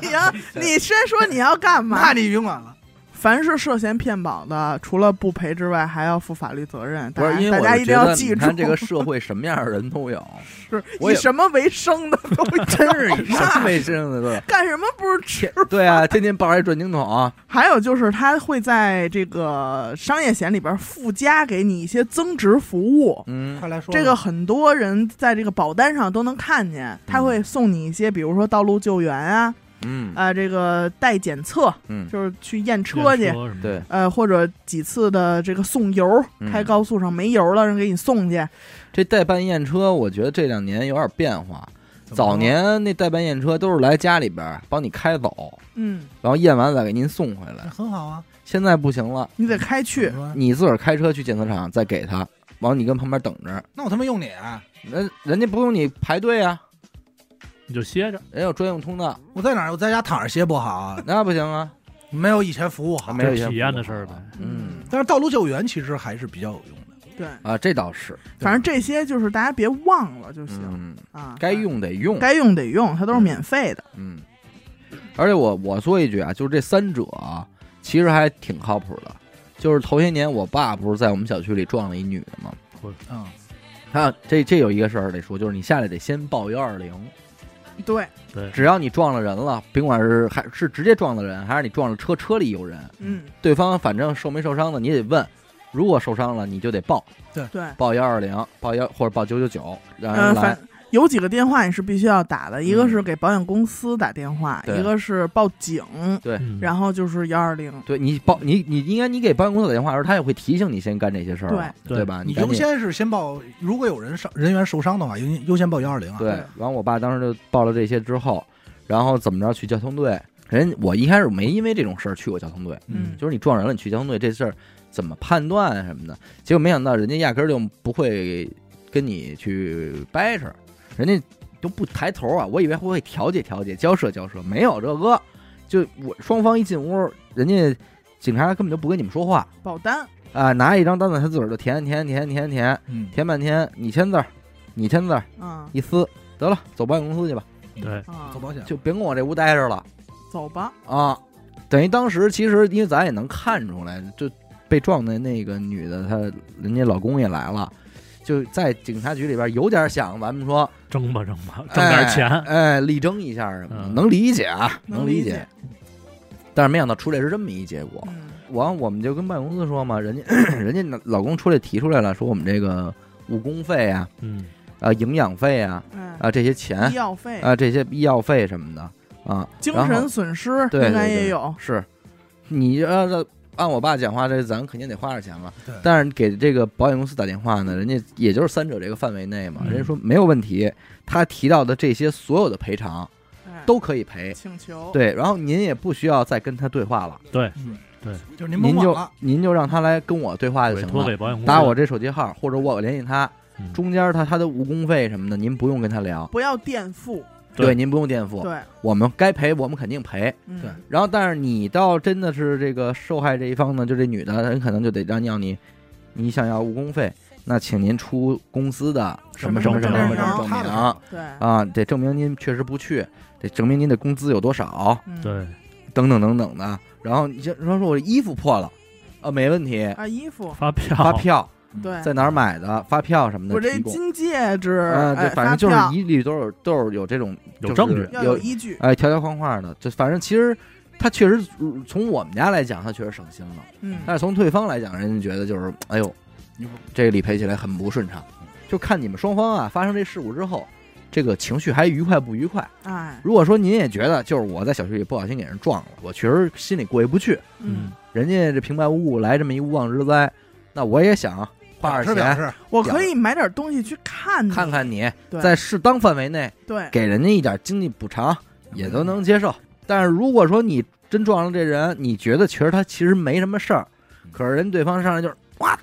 Speaker 3: 你要你先说你要干
Speaker 2: 那
Speaker 3: 嘛？
Speaker 2: 你甭管了。
Speaker 3: 凡是涉嫌骗保的，除了不赔之外，还要负法律责任。
Speaker 1: 不
Speaker 3: 大
Speaker 1: 是，因
Speaker 3: 家
Speaker 1: 为
Speaker 3: 大
Speaker 1: 我
Speaker 3: 家
Speaker 1: 就
Speaker 3: 一定
Speaker 1: 觉
Speaker 3: 要
Speaker 1: 得
Speaker 3: 记
Speaker 1: 你
Speaker 3: 住
Speaker 1: 看，这个社会什么样的人都有，
Speaker 3: 是
Speaker 1: 我
Speaker 3: 以
Speaker 1: 也
Speaker 3: 什么为生的 都真 是啊
Speaker 1: 什么没身上的都有。
Speaker 3: 干什么不是 吃
Speaker 1: 对啊，天天抱着一转经筒，啊
Speaker 3: 还有就是，它会在这个商业险里边附加给你一些增值服务。
Speaker 1: 嗯
Speaker 2: 快来说吧
Speaker 3: 这个很多人在这个保单上都能看见，它会送你一些，比如说道路救援啊，
Speaker 1: 嗯
Speaker 3: 啊、这个带检测，
Speaker 1: 嗯，
Speaker 3: 就是去验车
Speaker 4: 车
Speaker 3: 去，
Speaker 4: 什么的
Speaker 1: 对，
Speaker 3: 呃，或者几次的这个送油，
Speaker 1: 嗯
Speaker 3: 开高速上没油了，人给你送去。
Speaker 1: 这代办验车，我觉得这两年有点变化。
Speaker 2: 怎么
Speaker 1: 早
Speaker 2: 说
Speaker 1: 年那代办验车都是来家里边儿帮你开走，
Speaker 3: 嗯，
Speaker 1: 然后验完再给您送回来。
Speaker 2: 很好啊，
Speaker 1: 现在不行了，
Speaker 3: 你得开去
Speaker 2: 怎，么说
Speaker 1: 你自个儿开车去检测厂再给他，完了你跟旁边等着，
Speaker 2: 那我他妈用你，啊
Speaker 1: 人人家不用你排队啊，
Speaker 4: 你就歇着，
Speaker 1: 人有专用通道，
Speaker 2: 我在哪儿？我在家躺着歇不好啊，
Speaker 1: 那不行啊，
Speaker 2: 没有以前服务好。
Speaker 1: 没有以前
Speaker 4: 啊体验的事儿呗
Speaker 1: 服务好嗯
Speaker 2: 但是道路救援其实还是比较有用的。
Speaker 3: 对，
Speaker 1: 啊，这倒是，
Speaker 3: 反正这些就是大家别忘了就行、
Speaker 1: 嗯，
Speaker 3: 啊，
Speaker 1: 该用得用，
Speaker 3: 该用得用，它都是免费的。
Speaker 1: 嗯。而且我我说一句啊，就是这三者啊，其实还挺靠谱的。就是头些年我爸不是在我们小区里撞了一女的吗？
Speaker 2: 嗯，
Speaker 1: 啊他这这有一个事儿得说，就是你下来得先报幺二零，
Speaker 3: 对，
Speaker 4: 对，
Speaker 1: 只要你撞了人了，甭管是还是直接撞的人，还是你撞了车，车里有人，
Speaker 3: 嗯，
Speaker 1: 对方反正受没受伤的，你得问。如果受伤了，你就得报
Speaker 3: 对。
Speaker 1: 报幺二零，报幺或者报九九九，让
Speaker 3: 呃，
Speaker 1: 人来
Speaker 3: 反。有几个电话你是必须要打的，一个
Speaker 1: 嗯
Speaker 3: 是给保险公司打电话，
Speaker 1: 对
Speaker 3: 一个是报警，
Speaker 4: 嗯
Speaker 3: 然后就是幺二零。
Speaker 1: 对你报你你应该你给保险公司打电话的时候，他也会提醒你先干这些事儿嘛，
Speaker 4: 对
Speaker 1: 对吧？
Speaker 2: 你
Speaker 1: 赶
Speaker 2: 优
Speaker 1: 紧
Speaker 2: 先是先报，如果有人伤人员受伤的话，优先优先报幺二零啊。
Speaker 1: 对
Speaker 3: 对。
Speaker 1: 然后我爸当时就报了这些之后，然后怎么着去交通队？人我一开始没因为这种事儿去过交通队，
Speaker 3: 嗯
Speaker 1: 就是你撞人了，你去交通队这事儿怎么判断啊什么的？结果没想到人家压根儿就不会跟你去掰扯，人家都不抬头啊！我以为会调解调解、交涉交涉，没有这个，就我双方一进屋，人家警察根本就不跟你们说话
Speaker 3: 保单，
Speaker 1: 啊、拿一张单子他自个儿就填填填填填
Speaker 2: 嗯，
Speaker 1: 填半天，你签字儿，你签字儿，
Speaker 3: 嗯
Speaker 1: 一撕得了，走保险公司去吧，
Speaker 4: 对，
Speaker 3: 啊
Speaker 2: 嗯走，保险
Speaker 1: 就别跟我这屋待着了
Speaker 3: 走吧，
Speaker 1: 啊！等于当时其实因为咱也能看出来，就被撞的那个女的，她人家老公也来了，就在警察局里边有点想咱们说
Speaker 4: 争吧争吧，挣点钱，
Speaker 1: 哎，哎力争一下什么的，
Speaker 4: 嗯
Speaker 1: 能理解啊，
Speaker 3: 能
Speaker 1: 理
Speaker 3: 解。。
Speaker 1: 但是没想到出来是这么一结果，
Speaker 3: 嗯，
Speaker 1: 完，我们就跟办公司说嘛，人家 人家老公出来提出来了，说我们这个误工费啊、
Speaker 4: 嗯，
Speaker 1: 啊营养费啊、
Speaker 3: 嗯，
Speaker 1: 啊这些钱
Speaker 3: 医药费、
Speaker 1: 啊这些医药费什么的啊，
Speaker 3: 精
Speaker 1: 然后
Speaker 3: 神损失
Speaker 1: 对
Speaker 3: 应该
Speaker 1: 对对
Speaker 3: 也有，
Speaker 1: 是，你要是按我爸讲话，这咱肯定得花点钱了
Speaker 2: 对。
Speaker 1: 但是给这个保险公司打电话呢，人家也就是三者这个范围内嘛，
Speaker 4: 嗯
Speaker 1: 人家说没有问题，他提到的这些所有的赔偿
Speaker 3: 哎
Speaker 1: 都可以赔。
Speaker 3: 请求，
Speaker 1: 对，然后您也不需要再跟他对话了，
Speaker 2: 嗯就是您甭
Speaker 1: 您
Speaker 2: 管
Speaker 1: 就
Speaker 2: 了，
Speaker 1: 您就让他来跟我对话就
Speaker 4: 委
Speaker 1: 行
Speaker 4: 托
Speaker 1: 了。
Speaker 4: 给保险公司，
Speaker 1: 打我这手机号，或者我联系他，
Speaker 4: 嗯
Speaker 1: 中间他他的误工费什么的，您不用跟他聊，
Speaker 3: 不要垫付，
Speaker 4: 对
Speaker 1: 对，您不用垫付，
Speaker 3: 对，
Speaker 1: 我们该赔我们肯定赔，
Speaker 3: 嗯
Speaker 2: 对
Speaker 1: 然后，但是你到真的是这个受害这一方呢，就这女的，人可能就得让要你，你想要误工费，那请您出公司的什么什么什么什么什么证
Speaker 2: 他
Speaker 1: 明
Speaker 2: 的事儿
Speaker 1: 啊
Speaker 3: 对，
Speaker 1: 啊，得证明您确实不去，得证明您的工资有多少，
Speaker 3: 嗯
Speaker 4: 对
Speaker 1: 等等等等的。然后你就说说我衣服破了，啊，没问题，
Speaker 3: 啊，衣服，
Speaker 4: 发票
Speaker 1: 发票
Speaker 2: 嗯
Speaker 3: 对，
Speaker 1: 在哪儿买的，发票什么
Speaker 3: 我
Speaker 1: 的
Speaker 3: 这
Speaker 1: 提供。
Speaker 3: 金戒指，
Speaker 1: 啊，
Speaker 3: 哎
Speaker 1: 对，反正就
Speaker 3: 发
Speaker 1: 是
Speaker 3: 票
Speaker 1: 一律都是都是有这种
Speaker 4: 有证
Speaker 1: 就
Speaker 4: 据
Speaker 1: 是，
Speaker 3: 要有依据，
Speaker 1: 哎条条框框的，就反正其实他确实呃从我们家来讲，他确实省心了。
Speaker 3: 嗯，
Speaker 1: 但是从对方来讲，人家觉得就是，哎呦，
Speaker 2: 你不
Speaker 1: 这个理赔起来很不顺畅。就看你们双方啊发生这事故之后，这个情绪还愉快不愉快。
Speaker 3: 哎，
Speaker 1: 如果说您也觉得就是我在小区里不小心给人撞了，我确实心里过意不去，
Speaker 4: 嗯
Speaker 3: 嗯，，
Speaker 1: 人家这平白无故来这么一无妄之灾，那我也想花
Speaker 2: 表示
Speaker 1: 点
Speaker 2: 表
Speaker 1: 钱
Speaker 2: 示，
Speaker 3: 我可以买点东西去看你
Speaker 1: 看看你，
Speaker 3: 对
Speaker 1: 在适当范围内
Speaker 3: 对，
Speaker 1: 给人家一点经济补偿，也都能接受。但是如果说你真撞了这人，你觉得其实他其实没什么事儿，可是人对方上来就是哇，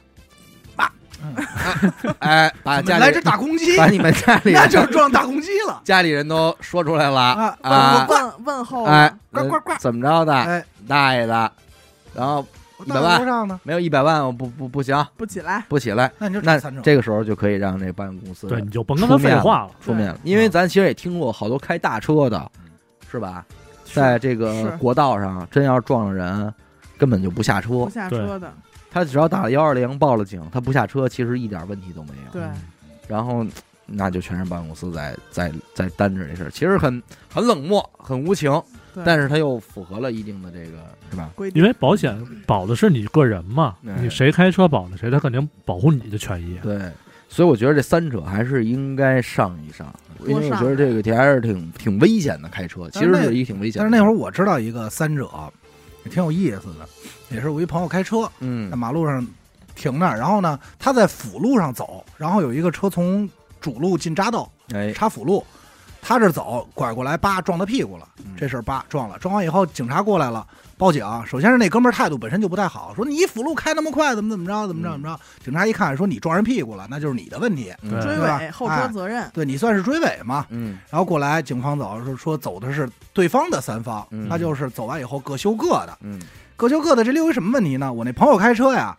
Speaker 1: 爸，
Speaker 2: 嗯
Speaker 1: 啊 哎， 把家里
Speaker 2: 来只大公鸡，
Speaker 1: 把你们家里
Speaker 2: 那就
Speaker 1: 人
Speaker 2: 撞大公鸡 了。
Speaker 1: 家里人都说出来了
Speaker 2: 啊哦
Speaker 1: 啊，
Speaker 3: 问问候，
Speaker 1: 哎，
Speaker 2: 呱呱呱
Speaker 1: 怎么着的，
Speaker 2: 哎，
Speaker 1: 大爷的，然后
Speaker 2: 我
Speaker 1: 一百万
Speaker 2: 大楼上呢？
Speaker 1: 没有一百万，我不不不行，
Speaker 3: 不起来，
Speaker 1: 不起来。
Speaker 2: 那你就
Speaker 1: 那
Speaker 2: 找三种，
Speaker 1: 这个时候就可以让这保险公司
Speaker 4: 对，你就嗯甭跟他
Speaker 1: 出面
Speaker 4: 废话了，
Speaker 1: 出面了，因为咱其实也听过好多开大车的，是吧？在这个
Speaker 3: 是
Speaker 1: 国道上，真要是撞了人，根本就不下车
Speaker 3: 不。下
Speaker 4: 对
Speaker 3: 车的，
Speaker 1: 他只要打了幺二零报了警，他不下车，其实一点问题都没有。
Speaker 3: 对
Speaker 4: 嗯
Speaker 1: 然后，那就全是保险公司在在在担着这事儿，其实很很冷漠，很无情，
Speaker 3: 对，
Speaker 1: 但
Speaker 3: 是
Speaker 1: 是他又符合了一定的这个，是吧？
Speaker 3: 规定
Speaker 4: 因为保险保的是你个人嘛，
Speaker 1: 嗯
Speaker 4: 你谁开车保了谁，他肯定保护你的权益。
Speaker 1: 对，所以我觉得这三者还是应该上一上，因为我觉得这个题还是挺挺危险的，开车其实是一个挺危险
Speaker 2: 但
Speaker 1: 的。
Speaker 2: 是那
Speaker 1: 儿，
Speaker 2: 会儿我知道一个三者，也挺有意思的，也是我一朋友开车在
Speaker 1: 嗯
Speaker 2: 马路上停那儿，然后呢他在辅路上走，然后有一个车从主路进匝道
Speaker 1: 哎，
Speaker 2: 插辅路，他这走拐过来叭撞他屁股了，这事儿叭撞了，撞完以后警察过来了。报警，首先是那哥们儿态度本身就不太好，说你辅路开那么快，怎么怎么着，怎么着怎么着。警察一看，说你撞人屁股了，那就是你的问题，
Speaker 1: 嗯
Speaker 3: 追
Speaker 2: 对吧
Speaker 3: 尾后车
Speaker 2: 哎
Speaker 3: 责任，
Speaker 2: 对你算是追尾嘛。
Speaker 1: 嗯
Speaker 2: 然后过来，警方走说说走的是对方的三方，
Speaker 1: 嗯
Speaker 2: 那就是走完以后各修各的，
Speaker 1: 嗯
Speaker 2: 各修各的。这里有一什么问题呢？我那朋友开车呀，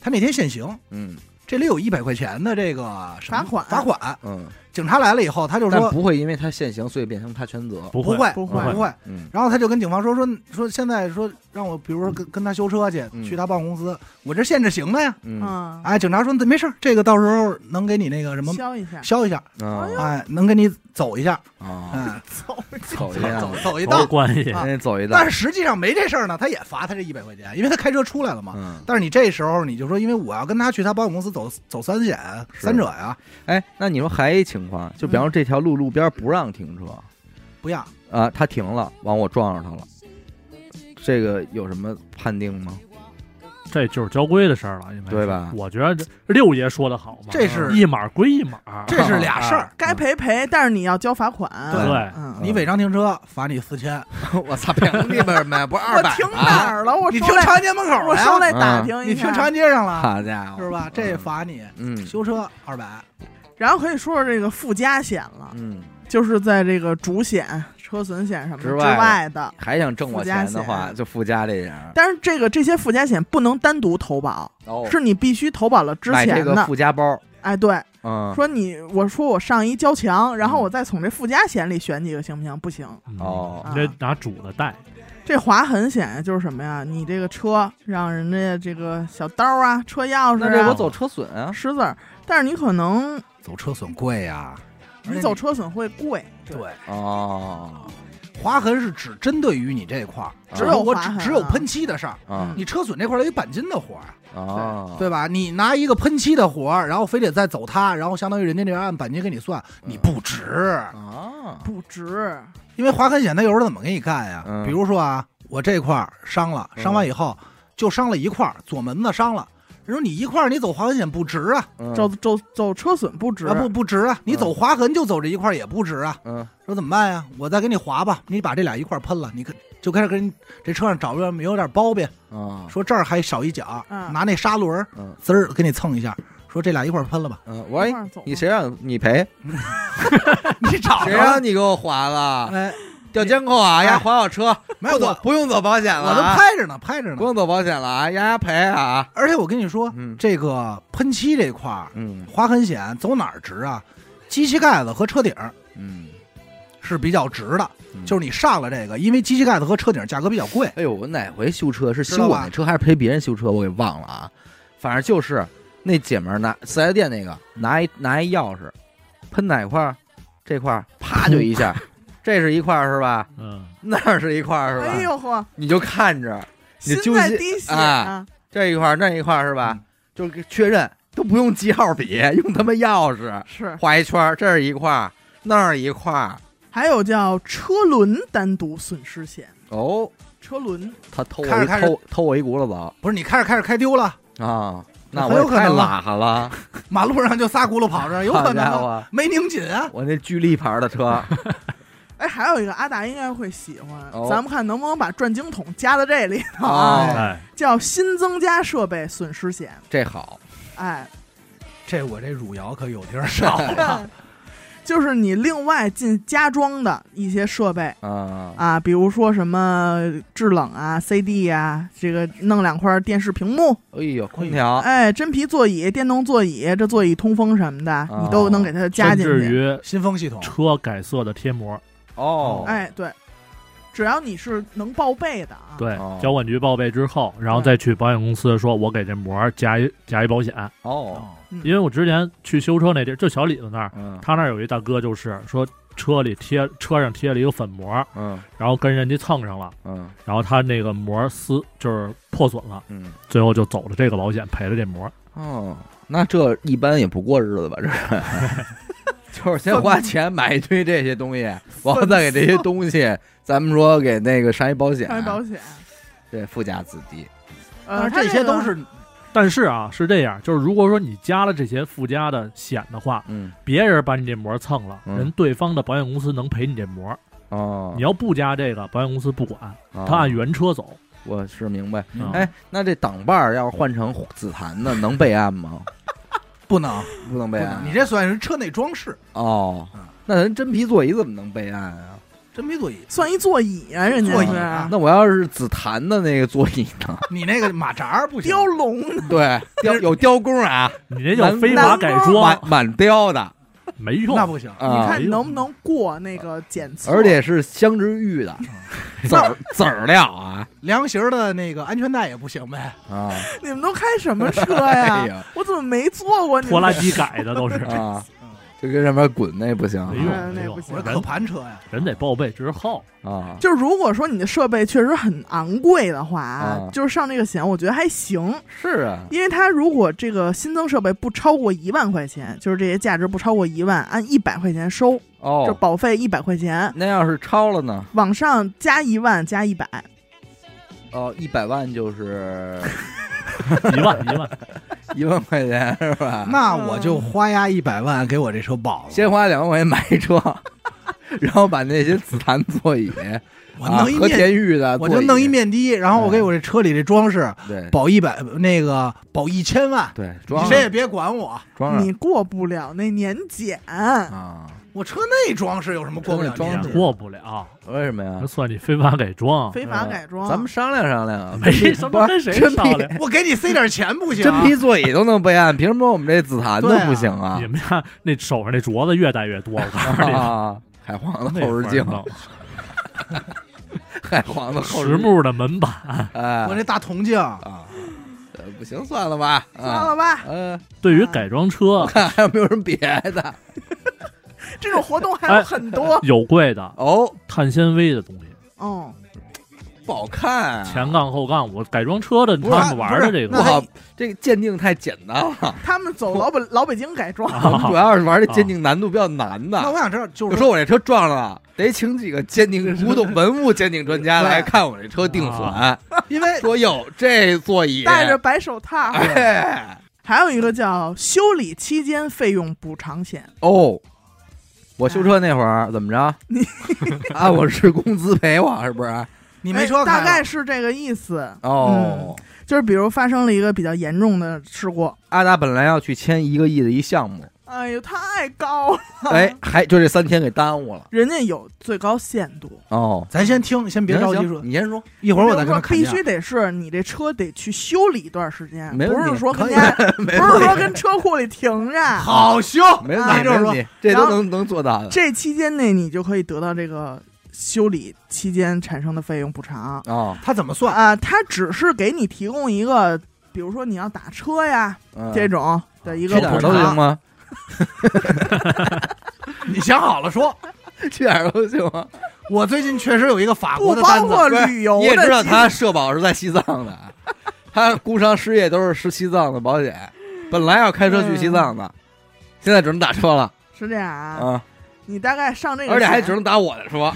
Speaker 2: 他那天限行，
Speaker 1: 嗯
Speaker 2: 这里有一百块钱的这个什么
Speaker 3: 罚款
Speaker 2: 罚款。
Speaker 1: 嗯，
Speaker 2: 警察来了以后，他就
Speaker 1: 但
Speaker 2: 说
Speaker 1: 不会因为他限行，所以变成他全责。
Speaker 4: 不
Speaker 2: 不
Speaker 4: 会，
Speaker 2: 会
Speaker 3: 不
Speaker 2: 不
Speaker 3: 会，
Speaker 2: 会。
Speaker 1: 嗯
Speaker 2: 然后他就跟警方说说说现在说让我比如说跟跟他修车去，
Speaker 1: 嗯
Speaker 2: 去他保险公司，我这限制行的呀。
Speaker 1: 嗯
Speaker 3: 嗯，
Speaker 2: 哎，警察说没事儿，这个到时候能给你那个什么
Speaker 3: 消一下，
Speaker 2: 消一下，
Speaker 1: 啊
Speaker 2: 哎，能给你走一下，
Speaker 1: 啊，
Speaker 2: 哎，
Speaker 3: 走
Speaker 1: 走
Speaker 3: 一下，
Speaker 1: 一哦
Speaker 2: 走
Speaker 1: 趟，
Speaker 2: 走一
Speaker 4: 没
Speaker 2: 道
Speaker 4: 有。关系。
Speaker 1: 先走一
Speaker 2: 但
Speaker 1: 趟
Speaker 2: 是。实际上没这事儿呢，他也罚他这一百块钱，因为他开车出来了嘛。
Speaker 1: 嗯，
Speaker 2: 但是你这时候你就说，因为我要跟他去他保险公司走走三险
Speaker 1: 是
Speaker 2: 三者呀，
Speaker 1: 哎，那你说还一情况，就比方说这条路路边不让停车
Speaker 2: 不要
Speaker 1: 啊，他停了，完我撞上他了，这个有什么判定吗？
Speaker 4: 这就是交规的事儿了，应该是
Speaker 1: 对吧
Speaker 4: 我觉得这六爷说的好嘛，
Speaker 2: 这是
Speaker 4: 一码归一码，
Speaker 2: 这是俩 事儿。
Speaker 3: 该赔赔，但是你要交罚款，
Speaker 4: 对
Speaker 3: 嗯，
Speaker 2: 你违章停车罚你四千，
Speaker 1: 我操，凭你们买不是
Speaker 3: 我停哪儿了？我
Speaker 2: 你
Speaker 3: 出
Speaker 2: 停
Speaker 3: 来，
Speaker 2: 长安街门口
Speaker 3: 我
Speaker 2: 了
Speaker 3: 出
Speaker 2: 呀，
Speaker 1: 嗯
Speaker 3: 来打听
Speaker 2: 你
Speaker 3: 一
Speaker 2: 停长
Speaker 3: 下。
Speaker 2: 安街上了
Speaker 1: 好家伙，
Speaker 2: 是吧？这罚你
Speaker 1: 嗯
Speaker 2: 修车二百，
Speaker 3: 然后可以说说这个附加险了，
Speaker 1: 嗯，
Speaker 3: 就是在这个主险、车损险什么的
Speaker 1: 之
Speaker 3: 之
Speaker 1: 外的
Speaker 3: 外的。
Speaker 1: 还想挣我钱的
Speaker 3: 附加
Speaker 1: 话，
Speaker 3: 险
Speaker 1: 就附加这点儿。
Speaker 3: 但是这个这些附加险不能单独投保，
Speaker 1: 哦
Speaker 3: 是你必须投保了之
Speaker 1: 买这
Speaker 3: 前
Speaker 1: 个
Speaker 3: 的。
Speaker 1: 附加包，
Speaker 3: 哎，对，
Speaker 1: 嗯，
Speaker 3: 说你我说我上一交强，然后我再从这附加险里选几个行不行？不行，
Speaker 4: 嗯
Speaker 1: 哦
Speaker 4: 你得拿主的带，
Speaker 3: 这划痕险就是什么呀？你这个车让人家这个小刀啊、车钥匙
Speaker 1: 那这我
Speaker 3: 啊、
Speaker 1: 走车损啊，
Speaker 3: 石子儿，但是你可能
Speaker 2: 啊走车损贵呀，而且
Speaker 1: 嗯
Speaker 3: 你走车损会贵，
Speaker 2: 对，
Speaker 1: 哦，
Speaker 2: 划痕是只针对于你这块儿，
Speaker 1: 只
Speaker 3: 有
Speaker 2: 我
Speaker 3: 划
Speaker 2: 只
Speaker 3: 痕
Speaker 2: 只有
Speaker 3: 啊
Speaker 2: 喷漆的事儿。
Speaker 1: 啊
Speaker 2: 你车损这块儿有一钣金的活儿，
Speaker 1: 啊，
Speaker 2: 嗯对吧？你拿一个喷漆的活儿，然后非得再走它，然后相当于人家这边按钣金给你算，你不值。
Speaker 1: 啊，
Speaker 3: 不值，
Speaker 2: 因为划痕险它有时候怎么给你干呀？
Speaker 1: 嗯
Speaker 2: 比如说啊，我这块儿伤了，
Speaker 1: 嗯
Speaker 2: 伤完以后就伤了一块儿，左门子伤了。人说你一块儿你走划痕险不值啊，
Speaker 1: 嗯
Speaker 3: 走走走车损不值，
Speaker 2: 啊不不值啊，你
Speaker 1: 嗯
Speaker 2: 走划痕就走这一块儿也不值啊。
Speaker 1: 嗯
Speaker 2: 说怎么办呀？我再给你划吧，你把这俩一块儿喷了，你可就开始跟这车上找不着有点包呗，
Speaker 1: 啊
Speaker 2: 说这儿还少一角，
Speaker 3: 嗯
Speaker 2: 拿那砂轮儿
Speaker 1: 嗯
Speaker 2: 滋儿给你蹭一下，说这俩一块儿喷了吧，
Speaker 1: 嗯，我
Speaker 3: 一
Speaker 1: 说
Speaker 3: 块儿走
Speaker 1: 你
Speaker 3: 吧
Speaker 1: 谁让你赔？ 啊
Speaker 2: 你找
Speaker 1: 谁
Speaker 2: 着了
Speaker 1: 让你给我划了？
Speaker 2: 哎，
Speaker 1: 调监控啊，
Speaker 2: 哎
Speaker 1: 丫哎划我车，
Speaker 2: 没有
Speaker 1: 不走
Speaker 2: 我
Speaker 1: 不用走保险了
Speaker 2: 我都
Speaker 1: 啊，
Speaker 2: 拍着呢，拍着
Speaker 1: 不
Speaker 2: 呢。
Speaker 1: 用走保险了啊，丫丫赔啊，
Speaker 2: 而且我跟你说，
Speaker 1: 嗯
Speaker 2: 这个喷漆这块儿，
Speaker 1: 嗯
Speaker 2: 划痕险走哪儿值啊？机器盖子和车顶儿
Speaker 1: 嗯，
Speaker 2: 是比较值的，就是你上了这个，因为机器盖子和车顶儿价格比较贵。
Speaker 1: 哎呦，我哪回修车是
Speaker 2: 知
Speaker 1: 修
Speaker 2: 道
Speaker 1: 我
Speaker 2: 吧
Speaker 1: 那车还是陪别人修车？我给忘了啊。反正就是那姐们儿拿四 S 店那个拿一拿一钥匙，喷哪块儿？这块儿啪就一 下，这是一块儿是吧？
Speaker 4: 嗯，
Speaker 1: 那儿是一块儿是吧？
Speaker 3: 哎呦嚯，
Speaker 1: 你就看着啊你
Speaker 3: 心
Speaker 1: 揪
Speaker 3: 在
Speaker 1: 心
Speaker 3: 滴血
Speaker 1: 啊！这一块儿那一块儿是吧？就是给确认都不用记号笔，用他妈钥匙
Speaker 3: 是，
Speaker 1: 画一圈儿，这是一块儿，那儿一块儿。
Speaker 3: 还有叫车轮单独损失险，
Speaker 1: 哦，
Speaker 3: 车轮
Speaker 1: 他偷
Speaker 2: 开
Speaker 1: 我
Speaker 2: 始
Speaker 1: 一
Speaker 2: 开始
Speaker 1: 偷偷我一轱辘走
Speaker 2: 不是你开始开始开丢了，
Speaker 1: 啊！那
Speaker 2: 很
Speaker 1: 我
Speaker 2: 有
Speaker 1: 也
Speaker 2: 可
Speaker 1: 太
Speaker 2: 能
Speaker 1: 拉哈了。
Speaker 2: 马路上就仨轱辘跑着，有可能
Speaker 1: 好家
Speaker 2: 啊
Speaker 1: 伙
Speaker 2: 没拧紧啊。
Speaker 1: 我那巨力牌的车，
Speaker 3: 哎，还有一个阿达应该会喜欢，
Speaker 1: 哦
Speaker 3: 咱们看能不能把转经筒加到这里头
Speaker 1: 哦
Speaker 3: 啊？
Speaker 4: 哎，
Speaker 3: 叫新增加设备损失险，
Speaker 1: 这好，
Speaker 3: 哎，
Speaker 2: 这我这汝窑可有地儿少 了，
Speaker 3: 就是你另外进加装的一些设备
Speaker 1: 嗯
Speaker 3: 啊，比如说什么制冷啊、CD 啊，这个弄两块电视屏幕，
Speaker 1: 哎呦，空调，
Speaker 3: 哎，真皮座椅、电动座椅，这座椅通风什么的，你都能给它加
Speaker 4: 甚
Speaker 3: 进
Speaker 4: 至
Speaker 3: 去。
Speaker 4: 于
Speaker 2: 新风系统
Speaker 4: 车改色的贴膜，
Speaker 1: 哦，
Speaker 3: 哎，对，只要你是能报备的啊，
Speaker 4: 对
Speaker 1: 哦，
Speaker 4: 交管局报备之后，然后
Speaker 3: 对
Speaker 4: 再去保险公司说，我给这膜加一加一保险，
Speaker 1: 哦，
Speaker 2: 哦，
Speaker 4: 因为我之前去修车那地儿，就小李子那儿，
Speaker 1: 嗯
Speaker 4: 他那儿有一大哥，就是说车里贴车上贴了一个粉膜，
Speaker 1: 嗯
Speaker 4: 然后跟人家蹭上了，
Speaker 1: 嗯
Speaker 4: 然后他那个膜撕就是破损了，
Speaker 1: 嗯，
Speaker 4: 最后就走了这个保险，赔了这膜。
Speaker 1: 哦，那这一般也不过日子吧？这是，就是先花钱买一堆这些东西，然后再给这些东西，咱们说给那个上一保险，啊
Speaker 3: 商业保险，
Speaker 1: 对，附加资低，
Speaker 2: 但是
Speaker 3: 呃，
Speaker 2: 这
Speaker 3: 它
Speaker 2: 些
Speaker 3: 个
Speaker 2: 都是
Speaker 4: 但是啊，是这样，就是如果说你加了这些附加的险的话，
Speaker 1: 嗯，
Speaker 4: 别人把你这膜蹭了，
Speaker 1: 嗯
Speaker 4: 人对方的保险公司能赔你这膜。
Speaker 1: 哦
Speaker 4: 你，要不加这个，保险公司不管，
Speaker 1: 哦
Speaker 4: 他按原车走。
Speaker 1: 我是明白。
Speaker 4: 嗯
Speaker 1: 哎，那这挡把儿要是换成紫檀的，能备案吗？
Speaker 2: 不能
Speaker 1: 不能
Speaker 2: 不
Speaker 1: 备案啊
Speaker 2: 能，你。这算是车内装饰，
Speaker 1: 哦
Speaker 2: 嗯，
Speaker 1: 那咱真皮座椅怎么能备案啊？
Speaker 2: 真皮座椅。
Speaker 3: 算一座椅啊，人家
Speaker 2: 座椅
Speaker 3: 是
Speaker 2: 啊
Speaker 1: 那我要是紫檀的那个座椅 呢？
Speaker 2: 你那个马扎儿不行，
Speaker 3: 雕龙呢，
Speaker 1: 对，雕有雕工啊，
Speaker 4: 你这叫
Speaker 1: 难
Speaker 4: 非法改装
Speaker 1: 满，满雕的
Speaker 4: 没用。
Speaker 2: 那不行。
Speaker 3: 你
Speaker 1: 啊
Speaker 4: 哎，
Speaker 3: 看
Speaker 4: 呦
Speaker 3: 能不能过那个检测？
Speaker 1: 而且是镶着玉 的，籽儿籽儿料啊
Speaker 2: 凉席儿的那个安全带也不行呗，
Speaker 1: 啊！
Speaker 3: 你们都开什么车
Speaker 1: 哎
Speaker 3: 呀？
Speaker 1: 呀
Speaker 3: 我怎么没坐过？你们
Speaker 4: 拖拉机改的都是，
Speaker 1: 啊，就跟上面滚那不行啊
Speaker 3: 哎
Speaker 4: 没用，
Speaker 3: 那
Speaker 4: 没
Speaker 3: 不
Speaker 4: 用
Speaker 3: 行
Speaker 2: 我是
Speaker 4: 人
Speaker 2: 可盘车呀。
Speaker 4: 人得报备之后，
Speaker 1: 啊！
Speaker 3: 就是如果说你的设备确实很昂贵的话
Speaker 1: 啊
Speaker 3: 啊，就是上这个险，我觉得还行，
Speaker 1: 是啊，
Speaker 3: 因为它如果这个新增设备不超过一万块钱，就是这些价值不超过一万，按一百块钱收，就
Speaker 1: 哦，
Speaker 3: 保费一百块钱，
Speaker 1: 那要是超了呢？
Speaker 3: 往上加一万加一百，
Speaker 1: 哦，一百万就是
Speaker 4: 一万一万，
Speaker 1: 一万块钱是吧？
Speaker 2: 那我就花押一百万给我这车保了，
Speaker 1: 嗯先花两万块钱买一车，然后把那些紫檀座椅
Speaker 2: 我
Speaker 1: 啊
Speaker 2: 弄一
Speaker 1: 和
Speaker 2: 面，
Speaker 1: 田玉的，
Speaker 2: 我就弄一，面的，然后我
Speaker 1: 嗯
Speaker 2: 给我这车里这装饰
Speaker 1: 对
Speaker 2: 保一百，那个保一千万，
Speaker 1: 对，
Speaker 2: 你
Speaker 1: 装
Speaker 2: 谁
Speaker 1: 上
Speaker 2: 也别管我，
Speaker 1: 装上
Speaker 3: 你过不了那年检。
Speaker 1: 啊。
Speaker 2: 我车内装饰有什么过不了的
Speaker 1: 车
Speaker 2: 地
Speaker 1: 内
Speaker 2: 儿
Speaker 1: 装饰
Speaker 4: 也过不了，
Speaker 1: 为什么呀
Speaker 4: 这？算你非法改装。
Speaker 3: 非法改装，
Speaker 1: 咱们商量商量啊，
Speaker 4: 没什么跟谁
Speaker 1: 真皮
Speaker 4: 商量，
Speaker 2: 我给你塞点钱不行？啊
Speaker 1: 真皮座椅都能备案，凭什么我们这紫檀的
Speaker 2: 对啊
Speaker 1: 不行啊
Speaker 4: 你？们家那手上那镯子越戴越多，我告诉你，
Speaker 1: 啊，海皇的
Speaker 4: 那
Speaker 1: 后视镜
Speaker 4: 块，儿弄
Speaker 1: 海皇的后视
Speaker 4: 实
Speaker 1: 镜，
Speaker 4: 木的门板，
Speaker 1: 哎，
Speaker 2: 我这大铜镜，
Speaker 1: 啊，呃不行，算了吧，啊
Speaker 3: 算了
Speaker 1: 吧，
Speaker 3: 吧，
Speaker 1: 嗯，
Speaker 4: 对于改装车
Speaker 1: 看还有没有什么别的？
Speaker 3: 这种活动还有很多。
Speaker 4: 有贵的
Speaker 1: 哦，
Speaker 4: 碳纤维的东西，
Speaker 3: 嗯，
Speaker 1: 不好看、啊，
Speaker 4: 前杠后杠，我改装车的
Speaker 2: 不是
Speaker 4: 他们玩儿的这
Speaker 2: 不
Speaker 1: 不
Speaker 2: 是
Speaker 4: 个，
Speaker 1: 好，这个鉴定太简单了。
Speaker 3: 他们走老北老北京改装，
Speaker 1: 我们主要是玩这鉴定难度比较难
Speaker 2: 那我
Speaker 1: 的。
Speaker 2: 想知道，就
Speaker 1: 就是说我这车撞了，得请几个鉴定古董文物鉴定专家来看我这车定损，
Speaker 2: 因为
Speaker 1: 说哟这座椅，
Speaker 3: 戴着白手套，
Speaker 1: 哎
Speaker 3: 还有一个叫修理期间费用补偿险。
Speaker 1: 哦。我修车那会儿 怎么着？
Speaker 3: 你
Speaker 1: 按我是工资赔我是不是？
Speaker 2: 你没车
Speaker 3: 哎
Speaker 2: 开了，
Speaker 3: 大概是这个意思。
Speaker 1: 哦，
Speaker 3: 就是比如发生了一个比较严重的事故，
Speaker 1: 阿达本来要去签一个亿的一项目，
Speaker 3: 哎呦，太高了，
Speaker 1: 哎，还就这三天给耽误了。
Speaker 3: 人家有最高限度。
Speaker 1: 哦，
Speaker 2: 咱先听，先别
Speaker 1: 行
Speaker 2: 着急
Speaker 1: 行
Speaker 2: 说，
Speaker 1: 你先说。
Speaker 2: 一会儿我再跟
Speaker 3: 比如
Speaker 2: 他啊
Speaker 3: 说
Speaker 2: 砍
Speaker 3: 必
Speaker 2: 价。
Speaker 3: 须得是你这车得去修理一段时间，
Speaker 1: 没问
Speaker 3: 不
Speaker 1: 题
Speaker 3: 是说跟
Speaker 2: 可以
Speaker 3: 家， 不
Speaker 1: 没
Speaker 3: 是说跟车库里停着。
Speaker 2: 好修，
Speaker 1: 没问
Speaker 2: 按
Speaker 1: 题，
Speaker 2: 这么
Speaker 1: 没
Speaker 2: 说
Speaker 1: 问题，这
Speaker 3: 然
Speaker 1: 都
Speaker 3: 后
Speaker 1: 能能做到的。
Speaker 3: 这期间内你就可以得到这个修理期间产生的费用补偿
Speaker 1: 哦，
Speaker 2: 他怎么算？
Speaker 3: 啊，它只是给你提供一个，比如说你要打车呀
Speaker 1: 嗯
Speaker 3: 这种的一个
Speaker 1: 去哪儿
Speaker 3: 补
Speaker 1: 都行
Speaker 3: 偿。
Speaker 1: 吗？
Speaker 2: 你想好了说。
Speaker 1: 去哪儿都行吗？
Speaker 2: 我最近确实有一个法
Speaker 3: 不
Speaker 2: 国的单
Speaker 3: 包
Speaker 2: 子，
Speaker 3: 括旅游
Speaker 1: 你
Speaker 3: 的，
Speaker 1: 也知道他社保哦是在西藏的，他工伤失业都是失西藏的保险，本来要开车去西藏的，现在只能打车了
Speaker 3: 是这样啊。
Speaker 1: 嗯啊，
Speaker 3: 你啊大概上这个，
Speaker 1: 而且还只能打我的 车，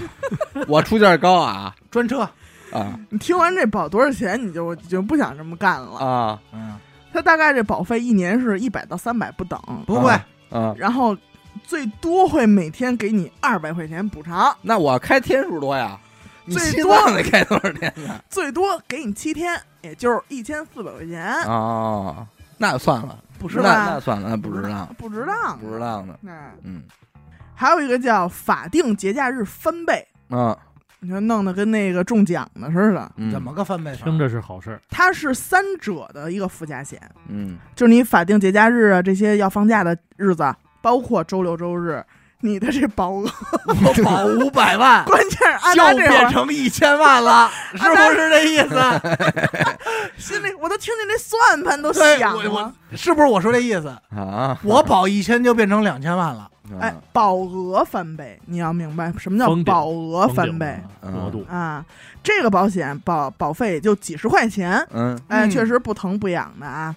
Speaker 1: 我出价高啊
Speaker 2: 专车。
Speaker 1: 啊
Speaker 3: 你听完这保多少钱，你就就不想这么干了。
Speaker 1: 啊
Speaker 2: 嗯，
Speaker 3: 它大概这保费一年是一百到三百不等，
Speaker 2: 不贵，
Speaker 1: 啊！
Speaker 3: 然后最多会每天给你二百块钱补偿，
Speaker 1: 那我开天数多呀，你
Speaker 3: 最
Speaker 1: 西
Speaker 3: 多
Speaker 1: 藏得开多少 天呢？
Speaker 3: 最多给你七天，也就是一千四百块钱，
Speaker 1: 哦，那算了，
Speaker 3: 啊不是
Speaker 1: 那那
Speaker 3: 吧？
Speaker 1: 算了，那不值当，
Speaker 3: 不值当，
Speaker 1: 不值。当的，
Speaker 3: 那
Speaker 1: 嗯
Speaker 3: 还有一个叫法定节假日翻倍，
Speaker 1: 啊，
Speaker 3: 你说弄得跟那个中奖的似的。
Speaker 1: 嗯
Speaker 2: 怎么？个翻倍法？
Speaker 4: 听着是好事儿。
Speaker 3: 它是三者的一个附加险，
Speaker 1: 嗯，
Speaker 3: 就是你法定节假日啊这些要放假的日子，啊包括周六周日，你的这保额
Speaker 2: 我保五百 万
Speaker 3: 关键是阿
Speaker 2: 就
Speaker 3: 达这会
Speaker 2: 变
Speaker 3: 儿
Speaker 2: 成一千万了，是
Speaker 3: 安达
Speaker 2: 不是这意 思？
Speaker 3: 心里，我都听见那算盘都
Speaker 2: 对
Speaker 3: 响
Speaker 2: 我
Speaker 3: 了。
Speaker 2: 是不是我说这意思？
Speaker 1: 啊，
Speaker 2: 我保一千就变成两千万 了，
Speaker 3: 哎，
Speaker 1: 嗯
Speaker 3: 保额翻倍，你要明白什么叫
Speaker 4: 封顶
Speaker 3: 保额翻倍
Speaker 1: 嗯
Speaker 4: 额度，
Speaker 3: 啊？这个保险保保费也就几十块钱，
Speaker 1: 嗯，
Speaker 3: 哎，
Speaker 2: 嗯
Speaker 3: 确实不疼不痒的啊。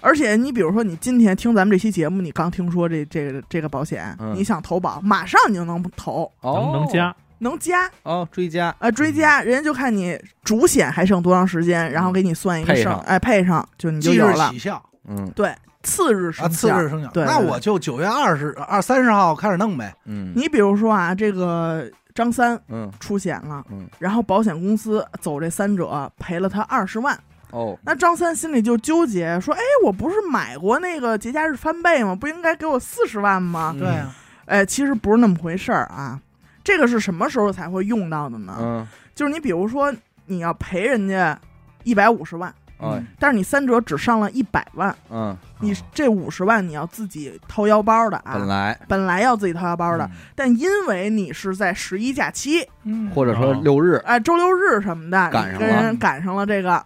Speaker 3: 而且你比如说，你今天听咱们这期节目，你刚听说这这个这个保险，
Speaker 1: 嗯
Speaker 3: 你想投保，马上你就能投，
Speaker 1: 哦
Speaker 4: 能，能加
Speaker 3: 能加
Speaker 1: 哦，追加，
Speaker 3: 呃追加，人家就看你主险还剩多长时间，然后给你算一个
Speaker 1: 配
Speaker 3: 剩
Speaker 1: 上，
Speaker 3: 哎配上就你
Speaker 2: 即
Speaker 3: 就有
Speaker 2: 日
Speaker 3: 了
Speaker 2: 起，效
Speaker 1: 嗯
Speaker 3: 对，次日生
Speaker 2: 啊，次
Speaker 3: 效
Speaker 2: 日生效。
Speaker 3: 对对
Speaker 2: 那
Speaker 3: 对
Speaker 2: 我就九月二十二三十号开始弄呗。
Speaker 1: 嗯，
Speaker 3: 你比如说啊，这个张三
Speaker 1: 嗯
Speaker 3: 出险了，
Speaker 1: 嗯，
Speaker 3: 然后保险公司走这三者赔了他二十万，
Speaker 1: 哦，
Speaker 3: 那张三心里就纠结，说：“哎，我不是买过那个节假日翻倍吗？不应该给我四十万吗
Speaker 4: 嗯
Speaker 2: 对啊，
Speaker 3: 哎？”其实不是那么回事儿啊。这个是什么时候才会用到的呢？
Speaker 1: 嗯，
Speaker 3: 就是你比如说你要赔人家一百五十万，
Speaker 2: 嗯
Speaker 1: 哎，
Speaker 3: 但是你三者只上了一百万，
Speaker 1: 嗯，
Speaker 3: 你
Speaker 4: 啊
Speaker 3: 这五十万你要自己掏腰包的啊。
Speaker 1: 本来
Speaker 3: 本来要自己掏腰包的，
Speaker 1: 嗯
Speaker 3: 但因为你是在十一假期，
Speaker 2: 嗯
Speaker 1: 或者说
Speaker 4: 哦
Speaker 1: 六日
Speaker 3: 哎，周六日什么的，
Speaker 1: 赶
Speaker 3: 你
Speaker 1: 上
Speaker 3: 跟
Speaker 1: 了
Speaker 3: 人赶上了这个，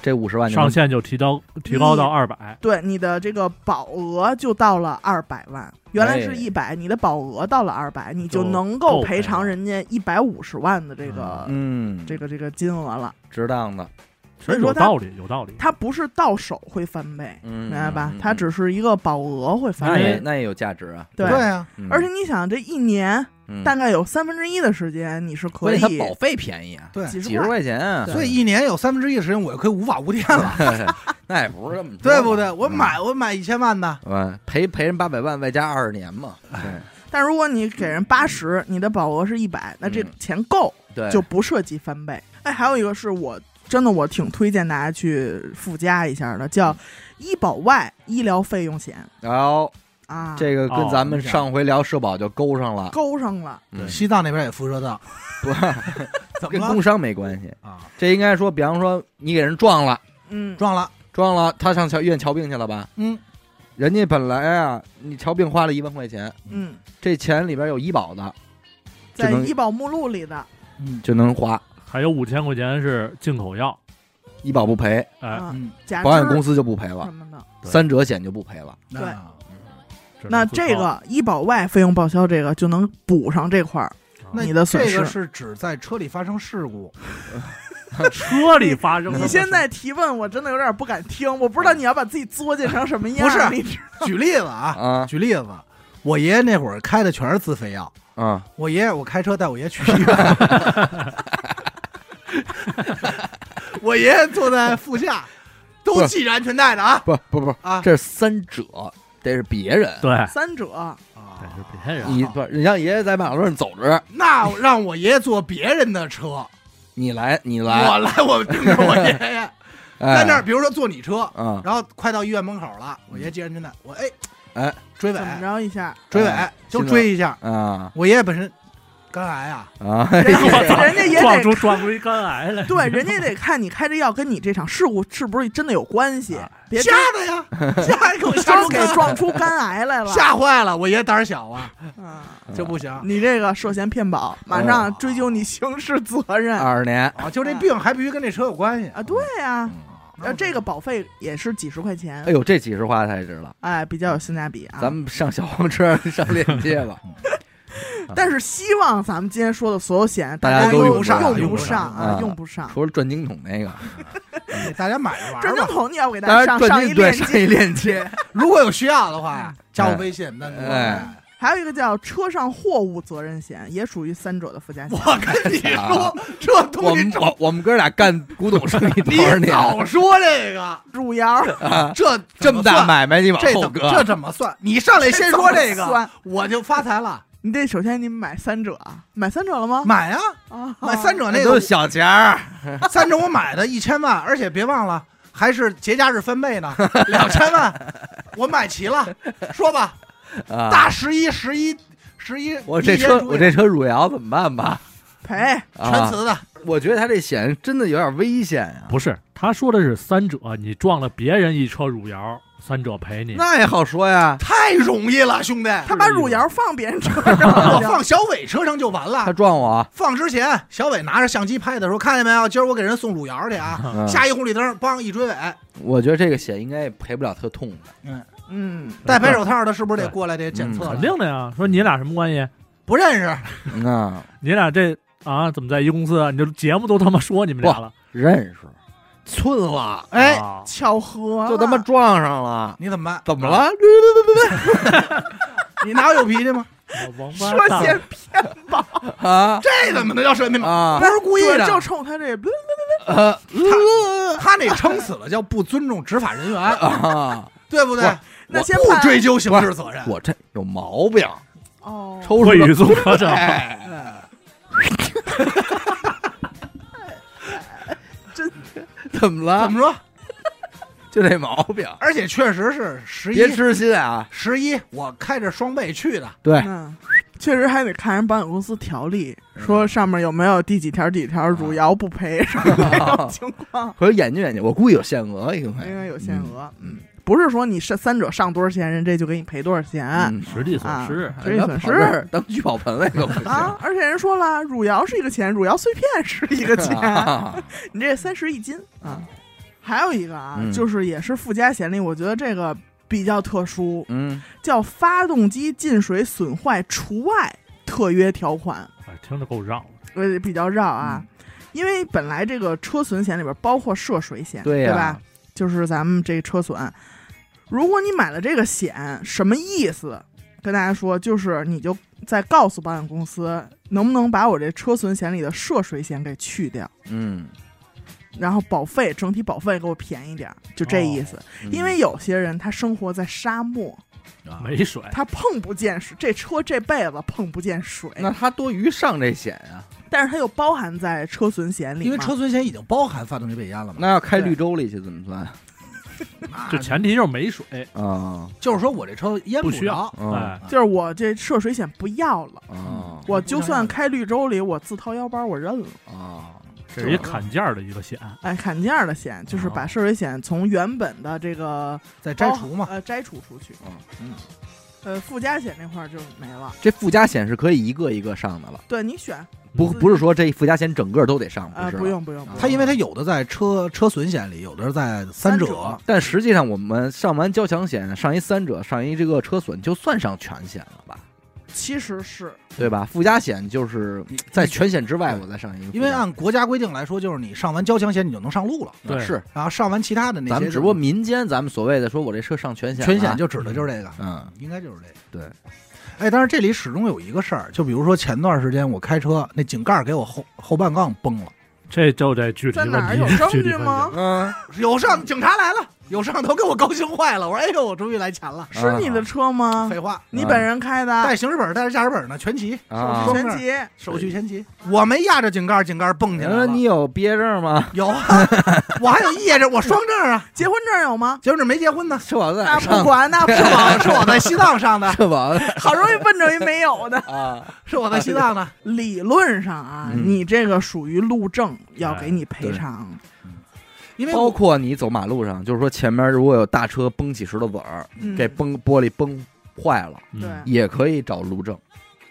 Speaker 1: 这五十万就
Speaker 4: 上限就提高提高到二百，
Speaker 3: 对你的这个保额就到了二百万，原来是
Speaker 1: 哎
Speaker 3: 一百，你的保额到了二百，你就
Speaker 4: 就
Speaker 3: 能够
Speaker 4: 够
Speaker 3: 赔
Speaker 4: 赔
Speaker 3: 偿
Speaker 4: 了
Speaker 3: 人家一百五十万的这个、
Speaker 1: 嗯，
Speaker 3: 这个这个金额了。
Speaker 1: 值当的，
Speaker 4: 其
Speaker 3: 所以
Speaker 4: 实
Speaker 3: 说
Speaker 4: 有
Speaker 3: 它
Speaker 4: 道理，有道理。
Speaker 3: 它不是到手会翻倍，
Speaker 1: 嗯，
Speaker 3: 明白吧？
Speaker 1: 嗯
Speaker 3: 它只是一个保额会翻
Speaker 1: 那也嗯
Speaker 3: 倍。
Speaker 1: 那也有价值啊，
Speaker 3: 对
Speaker 2: 对啊，
Speaker 1: 嗯
Speaker 3: 而且你想，这一年
Speaker 1: 嗯
Speaker 3: 大概有三分之一的时间你是可
Speaker 1: 关
Speaker 3: 以
Speaker 1: 键它保费便宜啊，
Speaker 2: 对，
Speaker 3: 几
Speaker 1: 几
Speaker 3: 十
Speaker 1: 十
Speaker 3: 块，
Speaker 1: 块钱啊，
Speaker 2: 所以一年有三分之一的时间我就可以无法无天 了，
Speaker 1: 那也不是这么说嘛
Speaker 2: 对不对？我买我买一千万的，
Speaker 1: 嗯，赔赔人八百万，外加二十年嘛，对
Speaker 3: 但如果你给人八十，你的保额是一百，那这
Speaker 1: 嗯
Speaker 3: 钱够，
Speaker 1: 对，
Speaker 3: 就不涉及翻倍。哎，还有一个是我真的我挺推荐大家去附加一下的，
Speaker 1: 嗯
Speaker 3: 叫医保外医疗费用险
Speaker 1: 然后
Speaker 3: 啊，
Speaker 1: 这个跟
Speaker 4: 哦
Speaker 1: 咱们
Speaker 2: 你想
Speaker 1: 上回聊社保就勾上了，
Speaker 3: 勾上了。
Speaker 1: 嗯
Speaker 2: 西藏那边也辐射到，
Speaker 1: 不是
Speaker 2: 怎
Speaker 1: 跟
Speaker 2: 么
Speaker 1: 工
Speaker 2: 了
Speaker 1: 伤没关系，
Speaker 2: 啊？
Speaker 1: 这应该说，比方说你给人撞了，
Speaker 3: 嗯，
Speaker 2: 撞了，
Speaker 1: 撞了，他上瞧医院瞧病去了吧？
Speaker 2: 嗯，
Speaker 1: 人家本来啊，你瞧病花了一万块钱，
Speaker 3: 嗯，
Speaker 1: 这钱里边有医保的
Speaker 3: 在
Speaker 1: 能
Speaker 3: 医保目录里的，
Speaker 2: 嗯
Speaker 1: 就能花，
Speaker 4: 还有五千块钱是进口药，
Speaker 1: 医保不赔，
Speaker 4: 哎，
Speaker 3: 嗯，
Speaker 2: 嗯，
Speaker 3: 假
Speaker 1: 保险公
Speaker 3: 肢
Speaker 1: 司就不赔了
Speaker 3: 什，么的，
Speaker 4: 对
Speaker 2: 啊
Speaker 1: 三者险就不赔了。
Speaker 2: 那
Speaker 3: 对
Speaker 4: 只
Speaker 3: 那
Speaker 4: 能自
Speaker 3: 这
Speaker 4: 掏
Speaker 3: 个医保外费用报销，这个就能补上这块儿。
Speaker 2: 那
Speaker 3: 你的损
Speaker 2: 这个
Speaker 3: 失
Speaker 2: 是指在车里发生事故，
Speaker 4: 车里发生的
Speaker 3: 你现在提问，我真的有点不敢听，我不知道你要把自己作践成什么样。
Speaker 2: 不是
Speaker 3: 你知
Speaker 2: 举例子啊，
Speaker 1: 啊
Speaker 2: 举例子，我爷爷那会儿开的全是自费药，
Speaker 1: 啊，
Speaker 2: 我爷爷我开车带我爷去医院，我爷爷坐在副驾，都系着安全带的啊
Speaker 1: 不不不，
Speaker 2: 啊
Speaker 1: 这是三者，得是别人。
Speaker 4: 对，
Speaker 3: 三者，
Speaker 4: 这是别人啊
Speaker 1: 你
Speaker 2: 啊
Speaker 1: 不是，你让爷爷在马路上走着，
Speaker 2: 那让我爷爷坐别人 的车，
Speaker 1: 你来你
Speaker 2: 我
Speaker 1: 来，
Speaker 2: 来我盯着我爷爷，
Speaker 1: 哎
Speaker 2: 在那儿，比如说坐你车，
Speaker 1: 嗯
Speaker 2: 然后快到医院门口了，我爷系安全带，我哎
Speaker 1: 哎
Speaker 2: 追尾
Speaker 3: 怎么着一下？
Speaker 2: 追尾
Speaker 1: 哎
Speaker 2: 就追一下，
Speaker 1: 啊
Speaker 2: 我爷爷本身肝癌啊，
Speaker 1: 啊，
Speaker 3: 人
Speaker 4: 我操
Speaker 3: 家人家也
Speaker 4: 撞
Speaker 3: 得
Speaker 4: 出撞出一肝癌 来，
Speaker 3: 对，人家得看你开这药跟你这场事故是不是真的有关系，别
Speaker 2: 啊吓
Speaker 3: 真
Speaker 2: 的 呀，吓给我吓
Speaker 3: 真
Speaker 2: 出
Speaker 3: 给
Speaker 2: 肝癌
Speaker 3: 撞出肝癌来了。
Speaker 2: 吓坏了，我爷胆儿小啊，
Speaker 3: 嗯
Speaker 2: 就不行
Speaker 3: 你这个涉嫌骗保，马上
Speaker 1: 哦
Speaker 3: 追究你刑事责任
Speaker 1: 二十年，
Speaker 2: 啊，就这病还必须跟这车有关系
Speaker 3: 啊！对呀，
Speaker 2: 那
Speaker 3: 呃，
Speaker 2: 我
Speaker 3: 这个保费也是几十块
Speaker 1: 哎
Speaker 3: 钱，
Speaker 1: 呦，这几十花太值了，
Speaker 3: 哎，比较有性价比啊。
Speaker 1: 咱们上小黄车上链接吧，
Speaker 2: 嗯
Speaker 3: 但是希望咱们今天说的所有险，
Speaker 1: 大家
Speaker 3: 家
Speaker 1: 都
Speaker 3: 用
Speaker 1: 用不上
Speaker 3: 用
Speaker 1: 用不
Speaker 3: 上
Speaker 1: 上
Speaker 3: 啊，
Speaker 1: 嗯
Speaker 3: 用不上。
Speaker 1: 除了转经筒那个，
Speaker 3: 嗯
Speaker 2: 给大家买着玩
Speaker 3: 转
Speaker 2: 儿
Speaker 3: 经
Speaker 2: 吧。
Speaker 3: 筒你要给大
Speaker 1: 当然
Speaker 3: 家上
Speaker 1: 转
Speaker 3: 上一
Speaker 1: 经对
Speaker 3: 链
Speaker 1: 上
Speaker 3: 接
Speaker 1: 一，链 接，
Speaker 2: 如果有需要的话
Speaker 3: 嗯
Speaker 2: 呀，加我
Speaker 1: 哎
Speaker 2: 微信，那你
Speaker 1: 哎
Speaker 3: 还有一个叫车上货物责任险，也属于三者的附加险。
Speaker 2: 我跟你说，这
Speaker 1: 哎我
Speaker 2: 东西
Speaker 1: 们我我们哥俩干古董生意多少 年
Speaker 2: 你
Speaker 1: 了
Speaker 2: 早说这个，
Speaker 3: 汝窑，
Speaker 1: 啊？
Speaker 2: 这
Speaker 1: 这么大
Speaker 2: 买，
Speaker 1: 买卖你往
Speaker 2: 这
Speaker 1: 后
Speaker 2: 怎
Speaker 1: 搁
Speaker 2: 么，这怎么算？你上来先说这个，我就发财了，
Speaker 3: 你得首先你买三者啊，买三者了吗？
Speaker 2: 买啊，
Speaker 3: 啊，
Speaker 2: 买三者
Speaker 1: 那
Speaker 2: 那
Speaker 1: 都
Speaker 2: 个
Speaker 1: 是小钱儿，
Speaker 2: 三种我买的一千万，而且别忘了还是节假日翻倍 呢，两千万，我买齐了，说吧，
Speaker 1: 啊
Speaker 2: 大十一十一十一，
Speaker 1: 我这
Speaker 2: 一
Speaker 1: 车
Speaker 2: 天注意
Speaker 1: 我这车汝窑怎么办吧？
Speaker 3: 赔
Speaker 2: 全
Speaker 1: 啊，
Speaker 2: 瓷的，
Speaker 1: 我觉得他这险真的有点危险呀、
Speaker 4: 不是他说的是三者，你撞了别人一车汝窑，三者赔你。
Speaker 1: 那也好说呀。
Speaker 2: 太容易了，兄弟，
Speaker 1: 啊
Speaker 3: 他把汝窑放别人车上了
Speaker 2: 我
Speaker 3: 就，
Speaker 2: 放小伟车上就完
Speaker 1: 他
Speaker 2: 了。
Speaker 1: 撞我，啊
Speaker 2: 放之前，小伟拿着相机拍的时候，看见没有？今儿我给人送汝窑去啊！
Speaker 1: 嗯、
Speaker 2: 下一红绿灯，梆一追尾，
Speaker 1: 我觉得这个险应该也赔不了特痛快。
Speaker 3: 嗯，
Speaker 2: 戴白手套的是不是得过来得检测了？
Speaker 4: 肯定的呀。说你俩什么关系？
Speaker 2: 不认识，
Speaker 1: 嗯啊，
Speaker 4: 你俩这啊怎么在一公司啊？你这节目都他妈说你们俩了，
Speaker 1: 认识，寸了，
Speaker 2: 哎，
Speaker 4: 啊
Speaker 3: 巧合
Speaker 1: 就他妈
Speaker 3: 了
Speaker 1: 撞上了，
Speaker 2: 你怎么办？
Speaker 1: 怎么了？对对对对
Speaker 2: 你哪有有脾气吗？
Speaker 4: 王八
Speaker 3: 涉
Speaker 4: 蛋
Speaker 3: 嫌
Speaker 1: 对啊
Speaker 2: 这怎么能叫神秘 吗？
Speaker 1: 啊
Speaker 2: 不！是故意
Speaker 3: 对
Speaker 2: 的，
Speaker 3: 就冲他这，
Speaker 1: 呃
Speaker 2: 他那撑死了叫不尊重执法人员，
Speaker 1: 啊，
Speaker 2: 对不对
Speaker 1: 我？
Speaker 3: 那
Speaker 2: 呃我
Speaker 3: 先
Speaker 2: 不
Speaker 3: 判
Speaker 2: 追究刑事责任。
Speaker 1: 我这有毛病，
Speaker 3: 哦，
Speaker 1: 抽
Speaker 4: 会
Speaker 1: 出
Speaker 4: 语综合症。
Speaker 1: 哎，
Speaker 3: 真
Speaker 1: 怎么
Speaker 2: 怎
Speaker 1: 了？
Speaker 2: 么说？
Speaker 1: 就这毛病，
Speaker 2: 啊而且确实是十
Speaker 1: 别
Speaker 2: 一
Speaker 1: 痴心啊！
Speaker 2: 十一，我开着双倍去的，
Speaker 1: 对
Speaker 3: 嗯，确实还得看人保险公司条例，说上面有没有第几条第几条汝窑不赔什么这
Speaker 1: 嗯
Speaker 3: 种情况，
Speaker 1: 回头研究研究，我估计有限额，应该
Speaker 3: 因为有限额，嗯，不是说你上三者上多少钱，人这就给你赔多少钱啊，
Speaker 1: 嗯
Speaker 4: 实际损失，
Speaker 3: 实际损
Speaker 1: 跑这
Speaker 3: 失
Speaker 1: 儿当聚宝盆那个不行。
Speaker 3: 啊而且人说了，汝窑是一个钱，汝窑碎片是 一个钱，
Speaker 1: 啊
Speaker 3: 你这三十一斤啊。还有一个啊，
Speaker 1: 嗯
Speaker 3: 就是也是附加险里，我觉得这个比较特殊，
Speaker 1: 嗯，
Speaker 3: 叫发动机进水损坏除外特约条款。
Speaker 4: 哎，听着够绕的。
Speaker 3: 呃，比较绕啊，
Speaker 1: 嗯
Speaker 3: 因为本来这个车损险里边包括涉水险，
Speaker 1: 对
Speaker 3: 对,、
Speaker 1: 呀
Speaker 3: 吧？就是咱们这车损，如果你买了这个险，什么意思？跟大家说，就是你就再告诉保险公司，能不能把我这车损险里的涉水险给去掉，
Speaker 1: 嗯，
Speaker 3: 然后保费整体保费给我便宜点儿，就这意思。
Speaker 1: 嗯
Speaker 3: 因为有些人他生活在沙漠，
Speaker 1: 啊
Speaker 4: 没水，
Speaker 3: 他碰不见水，这车这辈子碰不见水，
Speaker 1: 那他多余上这险啊，
Speaker 3: 但是它又包含在车损险里嘛，
Speaker 2: 因为车损险已经包含发动机被淹了嘛。
Speaker 1: 那要开绿洲里去怎么算
Speaker 4: 这前提就是没水，
Speaker 1: 啊？
Speaker 2: 就是说我这车淹
Speaker 4: 不需要
Speaker 2: 着。
Speaker 1: 嗯
Speaker 4: 哎，
Speaker 3: 就是我这涉水险不要了，
Speaker 1: 啊
Speaker 3: 我就算开绿洲里，我自掏腰包我认了。
Speaker 1: 啊！
Speaker 4: 这是一砍价的一个险。
Speaker 3: 哎，砍价的险就是把涉水险从原本的这个
Speaker 2: 再摘除嘛
Speaker 3: 包，呃摘除出去。
Speaker 1: 嗯
Speaker 2: 嗯，
Speaker 3: 呃，附加险那块儿就没了。
Speaker 1: 这附加险是可以一个一个上的了，
Speaker 3: 对你选，
Speaker 1: 不
Speaker 3: 嗯
Speaker 1: 不是说这附加险整个都得上，
Speaker 3: 呃，
Speaker 1: 是啊
Speaker 3: 不
Speaker 1: 不
Speaker 3: 用不用，不
Speaker 2: 它
Speaker 3: 用
Speaker 2: 因为它有的在车车损险里，有的是在三
Speaker 3: 三者
Speaker 1: 但实际上，我们上完交强险，上一三者，上一这个车损，就算上全险了吧，
Speaker 3: 嗯其实是
Speaker 1: 对吧？附加险就是
Speaker 3: 嗯
Speaker 1: 在全险之外，
Speaker 2: 对
Speaker 1: 我再上一个附加。
Speaker 2: 因为按国家规定来说，就是你上完交强险你就能上路了，
Speaker 4: 对
Speaker 1: 是
Speaker 2: 然后上完其他的那些，
Speaker 1: 咱们只不过民间，咱们所谓的说我这车上全险了，
Speaker 2: 全险就指的就是这个，
Speaker 1: 嗯，
Speaker 2: 应该就是这个。
Speaker 1: 对，
Speaker 2: 哎，但是这里始终有一个事儿，就比如说前段时间我开车，那井盖给我后后半杠崩了，
Speaker 4: 这就得具体
Speaker 3: 在
Speaker 4: 问
Speaker 3: 哪儿
Speaker 4: 题
Speaker 3: 有证
Speaker 4: 具体
Speaker 3: 据
Speaker 4: 问题
Speaker 3: 吗？？
Speaker 1: 嗯，
Speaker 2: 有上警察来了，有上头给我高兴坏了，我说哎呦，我终于来钱了。
Speaker 1: 啊
Speaker 3: 是你的
Speaker 1: 嗯
Speaker 3: 车吗？
Speaker 2: 废话，
Speaker 3: 你本人开的，
Speaker 2: 嗯带行驶本儿带着驾驶本儿呢，全齐，
Speaker 1: 啊
Speaker 2: 双，
Speaker 3: 全齐。
Speaker 2: 手续全齐。我没压着井盖，井盖蹦起来
Speaker 1: 呃
Speaker 2: 了。
Speaker 1: 你有毕业证吗？
Speaker 2: 有啊，我还有业证，我双证啊，
Speaker 3: 结婚证有吗？
Speaker 2: 结婚证没结婚呢。
Speaker 1: 社保在哪
Speaker 3: 那
Speaker 1: 儿
Speaker 3: 不
Speaker 1: 上？
Speaker 3: 管，那不
Speaker 2: 是
Speaker 3: 管，
Speaker 2: 我是我在西藏 上的，
Speaker 1: 社保在哪
Speaker 3: 好容易奔着一没有的。
Speaker 1: 儿 啊，
Speaker 2: 是我在西 藏的。
Speaker 3: 理论上啊，
Speaker 1: 嗯
Speaker 3: 你这个属于路政，要
Speaker 4: 哎
Speaker 3: 给你赔偿。
Speaker 2: 因为
Speaker 1: 包
Speaker 2: 我
Speaker 1: 括你走马路上，就是说前面如果有大车崩起石头子儿，
Speaker 3: 嗯
Speaker 1: 给崩玻璃崩坏了，
Speaker 4: 嗯
Speaker 3: 对
Speaker 1: 也可以找路政，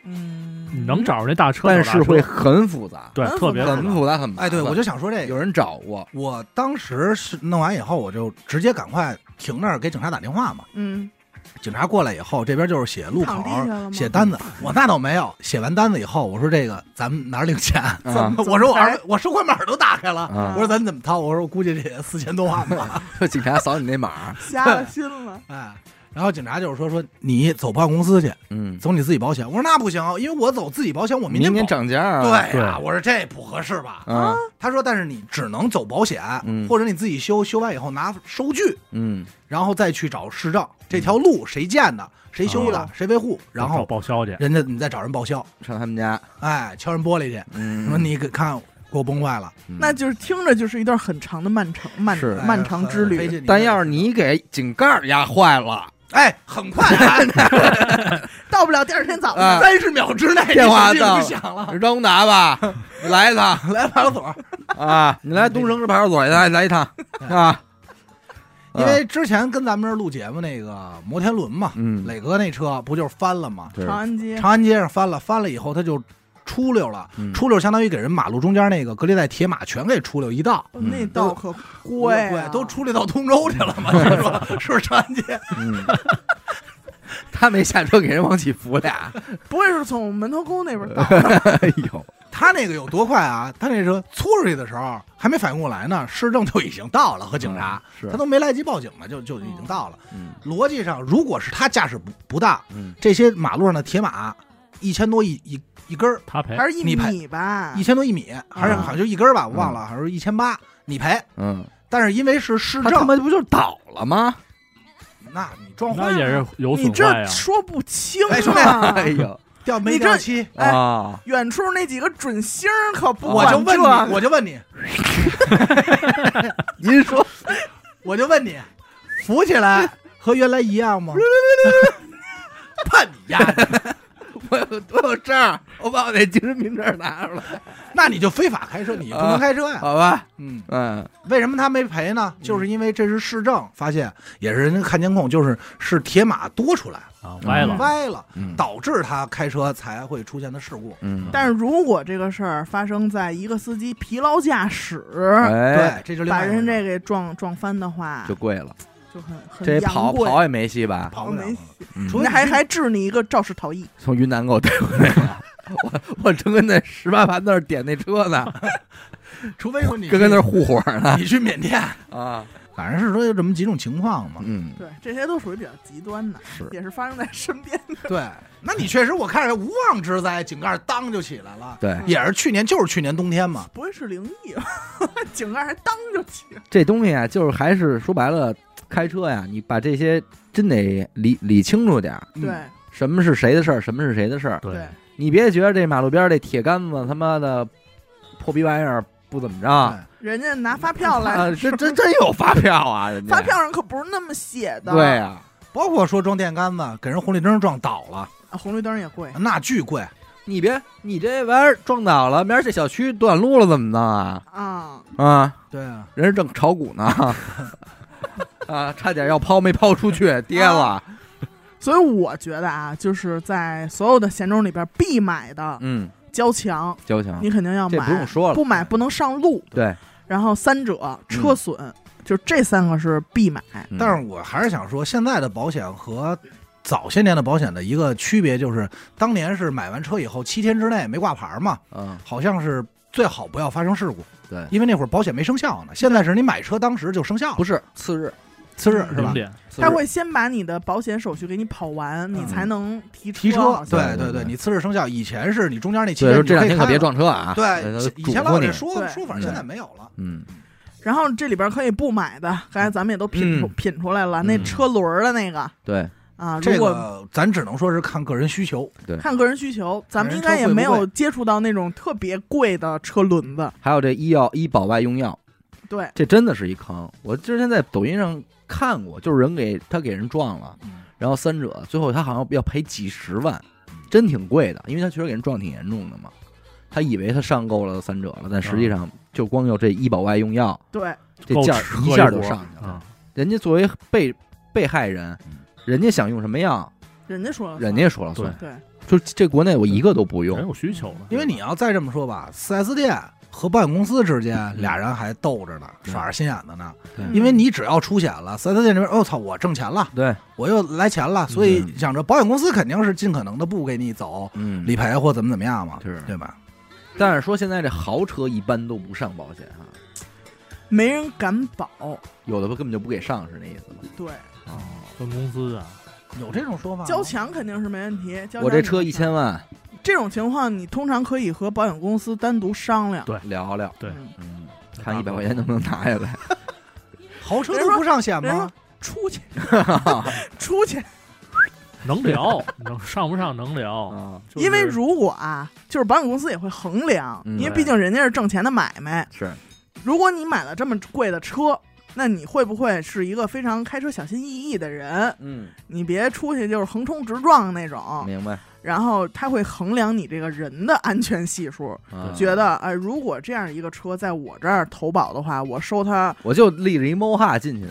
Speaker 4: 你
Speaker 3: 嗯，
Speaker 4: 能找着那大车，
Speaker 1: 但是会
Speaker 4: 找大车
Speaker 1: 很复杂，
Speaker 4: 对
Speaker 3: 很
Speaker 4: 特别
Speaker 3: 复
Speaker 4: 复
Speaker 1: 很
Speaker 4: 杂
Speaker 1: 复杂，很麻烦
Speaker 2: 哎，对，我就想说这
Speaker 1: 有
Speaker 2: 个，
Speaker 1: 人找过，
Speaker 2: 我当时是弄完以后，我就直接赶快停那儿给警察打电话嘛。
Speaker 3: 嗯，
Speaker 2: 警察过来以后，这边就是写路
Speaker 3: 躺
Speaker 2: 口
Speaker 3: 地。下了吗？
Speaker 2: 写单子，我那倒没有。写完单子以后，我说这个咱们哪儿领钱？
Speaker 1: 啊
Speaker 2: 我说我二维我收款码都打开了，
Speaker 1: 啊
Speaker 2: 我说咱怎么掏？我说我估计这四千多万吧。
Speaker 1: 就警察扫你那码儿，
Speaker 3: 瞎了心了。
Speaker 2: 哎，然后警察就是说说你走保险公司去，
Speaker 1: 嗯，
Speaker 2: 走你自己保险。我说那不行，因为我走自己保险，我明
Speaker 1: 明年
Speaker 2: 保。
Speaker 1: 涨价啊，
Speaker 2: 对呀、
Speaker 4: 对
Speaker 2: 我说这不合适吧？
Speaker 1: 啊，
Speaker 2: 他说，但是你只能走保险，
Speaker 1: 嗯
Speaker 2: 或者你自己修，修完以后拿收据，
Speaker 1: 嗯，
Speaker 2: 然后再去找市政。这条路谁建的，谁修的，
Speaker 3: 哦
Speaker 2: 谁维护，然
Speaker 4: 找
Speaker 2: 后
Speaker 4: 报销去，
Speaker 2: 人家你再找人报销，
Speaker 1: 上他们家，
Speaker 2: 哎，敲人玻璃去，
Speaker 1: 嗯，
Speaker 2: 说你给看给我崩坏了，
Speaker 1: 嗯
Speaker 3: 那就是听着就是一段很长的漫长漫
Speaker 1: 是
Speaker 2: 哎
Speaker 3: 漫长之
Speaker 2: 很
Speaker 3: 旅
Speaker 2: 费，劲
Speaker 1: 但要是你给井盖儿压坏了，
Speaker 2: 哎，很快啊，
Speaker 3: 到不了第二天早上
Speaker 1: 啊。
Speaker 2: 三十秒之内
Speaker 1: 电话
Speaker 2: 就
Speaker 1: 到了
Speaker 2: 响了，
Speaker 1: 让我拿吧，你来一趟
Speaker 2: 来派出所。
Speaker 1: 啊，你来东城市派出所来来一趟 啊，
Speaker 2: 因为之前跟咱们这儿录节目那个摩天轮嘛，
Speaker 1: 嗯
Speaker 2: 磊哥那车不就是翻了吗？
Speaker 1: 对
Speaker 3: 长安街
Speaker 2: 长安街上翻了，翻了以后他就出溜了，
Speaker 1: 嗯
Speaker 2: 出溜相当于给人马路中间那个隔离带铁马全给出溜一道。
Speaker 3: 哦那道可贵啊，
Speaker 2: 都出溜到通州去 了嘛？是吧？是不是长安街？
Speaker 1: 嗯， 他没下车给人往起扶俩，
Speaker 3: 不会是从门头沟那边到的？
Speaker 1: 哎呦，
Speaker 2: 他那个有多快啊？他那车搓出去的时候还没反应过来呢，市政就已经到了和警察，
Speaker 1: 嗯是
Speaker 2: 他都没来及报警呢，就就已经到了。
Speaker 1: 嗯
Speaker 2: 逻辑上，如果是他驾驶不不当，
Speaker 1: 嗯，
Speaker 2: 这些马路上的铁马一千多一一一根儿，
Speaker 4: 他赔
Speaker 3: 还是一
Speaker 2: 你拍
Speaker 3: 米吧
Speaker 2: 一？千多一米，还是好像就一根儿吧，我忘了，还是一千八，你赔。
Speaker 1: 嗯，
Speaker 2: 但是因为是市
Speaker 1: 他他
Speaker 2: 政，
Speaker 1: 妈不就是倒了吗？
Speaker 2: 那你撞坏
Speaker 4: 那也是有
Speaker 3: 你
Speaker 4: 损坏啊
Speaker 3: 这
Speaker 4: 呀。
Speaker 3: 说不清
Speaker 2: 哎兄弟
Speaker 3: 啊！
Speaker 1: 哎呦
Speaker 2: 掉没
Speaker 3: 你这
Speaker 2: 掉漆，
Speaker 3: 哎
Speaker 1: 啊，
Speaker 3: 远处那几个准星儿可不
Speaker 2: 我就
Speaker 3: 管
Speaker 2: 问你，
Speaker 3: 这个，
Speaker 2: 我就问你，
Speaker 1: 您说
Speaker 2: 我就问你，扶起来和原来一样 吗？判你丫的，
Speaker 1: 我有我有证儿，我把我那精神病证儿拿出来，
Speaker 2: 那你就非法开车，你不能开车呀。
Speaker 1: 好吧，
Speaker 2: 嗯，
Speaker 1: 嗯
Speaker 2: 为什么他没赔呢？就是因为这是市政发现，也是人家看监控，就是是铁马多出来了
Speaker 4: 啊，歪了，
Speaker 2: 歪了，
Speaker 1: 嗯
Speaker 2: 导致他开车才会出现的事故。
Speaker 1: 嗯，
Speaker 3: 但是如果这个事儿发生在一个司机疲劳驾驶，
Speaker 1: 哎，
Speaker 2: 对，这就另
Speaker 3: 把
Speaker 2: 外一回事
Speaker 3: 人这给撞撞翻的话，
Speaker 1: 就
Speaker 3: 就
Speaker 1: 贵了，
Speaker 3: 很很
Speaker 1: 这
Speaker 3: 洋
Speaker 1: 跑
Speaker 3: 贵
Speaker 1: 跑也没戏吧？
Speaker 2: 跑不了
Speaker 3: 没
Speaker 2: 了。
Speaker 1: 嗯
Speaker 2: 除非
Speaker 3: 那还
Speaker 2: 你
Speaker 3: 还治你一个肇事逃逸，
Speaker 1: 从云南给我带回来了。我我正跟那十八盘那儿点那车呢，
Speaker 2: 除非说你
Speaker 1: 跟跟那儿护火 呢
Speaker 2: 你去缅甸，
Speaker 1: 啊，
Speaker 2: 反正是说有这么几种情况嘛。
Speaker 1: 嗯，
Speaker 3: 对，这些都属于比较极端的，
Speaker 1: 是
Speaker 3: 也是发生在身边 的。
Speaker 2: 对，那你确实我看着无妄之灾，井盖当就起来了。
Speaker 1: 对，
Speaker 2: 也是去年，就是去年冬天嘛。
Speaker 3: 不会是灵异吧？ 井盖还当就起，
Speaker 1: 这东西啊，就是还是说白了，开车呀，你把这些真得理理清楚点儿，
Speaker 2: 嗯
Speaker 3: 对、
Speaker 1: 什么是谁的事儿，什么是谁的事儿，
Speaker 4: 对，
Speaker 1: 你别觉得这马路边儿这铁杆子他妈的破逼玩意儿不怎么着。
Speaker 2: 哎
Speaker 3: 人家拿发票来，
Speaker 1: 啊，这这真有发票啊！人家
Speaker 3: 发票上可不是那么写的。
Speaker 1: 对啊，
Speaker 2: 包括说装电杆子给人红绿灯撞倒了，
Speaker 3: 啊红绿灯也贵，
Speaker 2: 那巨贵。
Speaker 1: 你别你这玩意儿撞倒了，明儿这小区短路了怎么弄啊？
Speaker 3: 啊，
Speaker 1: 啊，
Speaker 2: 对啊，
Speaker 1: 人是正 啊炒股呢，啊，差点要抛没抛出去，跌了，
Speaker 3: 所以我觉得啊，就是在所有的险种里边必买的
Speaker 1: 嗯，
Speaker 3: 交强，
Speaker 1: 交强
Speaker 3: 你肯定要
Speaker 1: 啊这
Speaker 3: 买，
Speaker 1: 不用说了
Speaker 3: 不买不能上路。
Speaker 1: 对，
Speaker 3: 然后三者车损，就这三个是必买。
Speaker 1: 嗯
Speaker 2: 但是我还是想说，现在的保险和早些年的保险的一个区别就是，当年是买完车以后七天之内没挂牌嘛，
Speaker 1: 嗯，
Speaker 2: 好像是最好不要发生事故，
Speaker 1: 对，
Speaker 2: 因为那会儿保险没生效呢。现在是你买车当时就生效了，
Speaker 1: 不是次日，
Speaker 2: 次日是
Speaker 4: 零
Speaker 2: 吧？
Speaker 4: 点，
Speaker 1: 次日
Speaker 3: 他会先把你的保险手续给你跑完，你
Speaker 2: 嗯
Speaker 3: 才能提车。
Speaker 2: 提车，
Speaker 1: 对对
Speaker 2: 对
Speaker 1: 对
Speaker 2: 对，你次日生效，以前是你中间那期
Speaker 1: 所以
Speaker 2: 间
Speaker 1: 说
Speaker 2: 你
Speaker 1: 这两
Speaker 2: 以
Speaker 1: 天可
Speaker 2: 开
Speaker 1: 别
Speaker 2: 了。
Speaker 1: 撞车啊，呃
Speaker 2: 对，以
Speaker 1: 嘱
Speaker 2: 前
Speaker 1: 咐
Speaker 2: 老得
Speaker 1: 你，
Speaker 2: 说
Speaker 3: 对
Speaker 2: 说法，
Speaker 1: 嗯
Speaker 2: 现在没有了。
Speaker 1: 嗯，
Speaker 3: 然后这里边可以不买的，刚才咱们也都品出、
Speaker 1: 嗯
Speaker 3: 品出来了，那
Speaker 4: 嗯
Speaker 3: 车轮儿的那个
Speaker 1: 对，
Speaker 3: 啊，
Speaker 2: 这
Speaker 3: 如果
Speaker 2: 个咱只能说是看个人需求，
Speaker 3: 看个人需求，咱们
Speaker 2: 人
Speaker 3: 应
Speaker 2: 车
Speaker 3: 该也
Speaker 2: 贵不
Speaker 3: 没有
Speaker 2: 贵
Speaker 3: 接触到那种特别贵的车轮子。
Speaker 1: 还有这医药医保外用药，
Speaker 3: 对，
Speaker 1: 这真的是一坑。我之前在抖音上看过，就是人给他给人撞了，
Speaker 2: 嗯
Speaker 1: 然后三者最后他好像要赔几十万，真挺贵的，因为他确实给人撞挺严重的嘛。他以为他上够了三者了，但
Speaker 2: 嗯
Speaker 1: 实际上就光有这医保外用药，
Speaker 3: 对，
Speaker 1: 这
Speaker 4: 够
Speaker 1: 价
Speaker 4: 吃
Speaker 1: 一
Speaker 4: 喝
Speaker 1: 下
Speaker 4: 一
Speaker 1: 就
Speaker 4: 波
Speaker 1: 上去了。
Speaker 4: 啊，
Speaker 1: 人家作为被被害人，
Speaker 2: 嗯
Speaker 1: 人家想用什么药，
Speaker 3: 人家说了算，
Speaker 1: 人家说了算。
Speaker 3: 啊对
Speaker 1: 就这国内我一个都不
Speaker 4: 人
Speaker 1: 用，
Speaker 4: 有需求的，
Speaker 2: 因为你要再这么说吧，四 S 店和保险公司之间俩人还斗着呢，
Speaker 1: 嗯
Speaker 2: 耍着心眼子呢。
Speaker 1: 对
Speaker 2: 因为
Speaker 3: 嗯
Speaker 2: 你只要出险了，四 S 店这边，哦操，我挣钱了，
Speaker 1: 对，
Speaker 2: 我又来钱了，所以想着保险公司肯定是尽可能的不给你走
Speaker 1: 嗯
Speaker 2: 理赔或怎么怎么样嘛，
Speaker 1: 是
Speaker 2: 对吧？
Speaker 1: 但是说现在这豪车一般都不上保险啊，
Speaker 3: 没人敢保。
Speaker 1: 有的根本就不给上，是那意思吧？
Speaker 3: 对，
Speaker 1: 啊，
Speaker 4: 分公司啊，
Speaker 2: 有这种说法吗？
Speaker 3: 交强肯定是没问题。交
Speaker 1: 我这
Speaker 3: 强
Speaker 1: 车
Speaker 3: 你
Speaker 1: 一千万，
Speaker 3: 这种情况，你通常可以和保险公司单独商量。
Speaker 1: 聊聊，
Speaker 4: 对
Speaker 3: 嗯
Speaker 1: 嗯，看一百块钱能不能拿下来。
Speaker 2: 豪车都不上险
Speaker 3: 人说
Speaker 2: 吗？
Speaker 3: 出去，出去，
Speaker 4: 能聊，能上不上能 聊，
Speaker 1: 啊，
Speaker 4: 就是
Speaker 3: 因为如果啊，就是保险公司也会衡量，
Speaker 1: 嗯
Speaker 3: 因为毕竟人家是挣钱的买卖。
Speaker 1: 是，
Speaker 3: 如果你买了这么贵的车，那你会不会是一个非常开车小心翼翼的人？
Speaker 1: 嗯，
Speaker 3: 你别出去就是横冲直撞那种。
Speaker 1: 明白。
Speaker 3: 然后他会衡量你这个人的安全系数，
Speaker 1: 啊
Speaker 3: 觉得呃，如果这样一个车在我这儿投保的话，我收它
Speaker 1: 我就立着一猫哈进 去，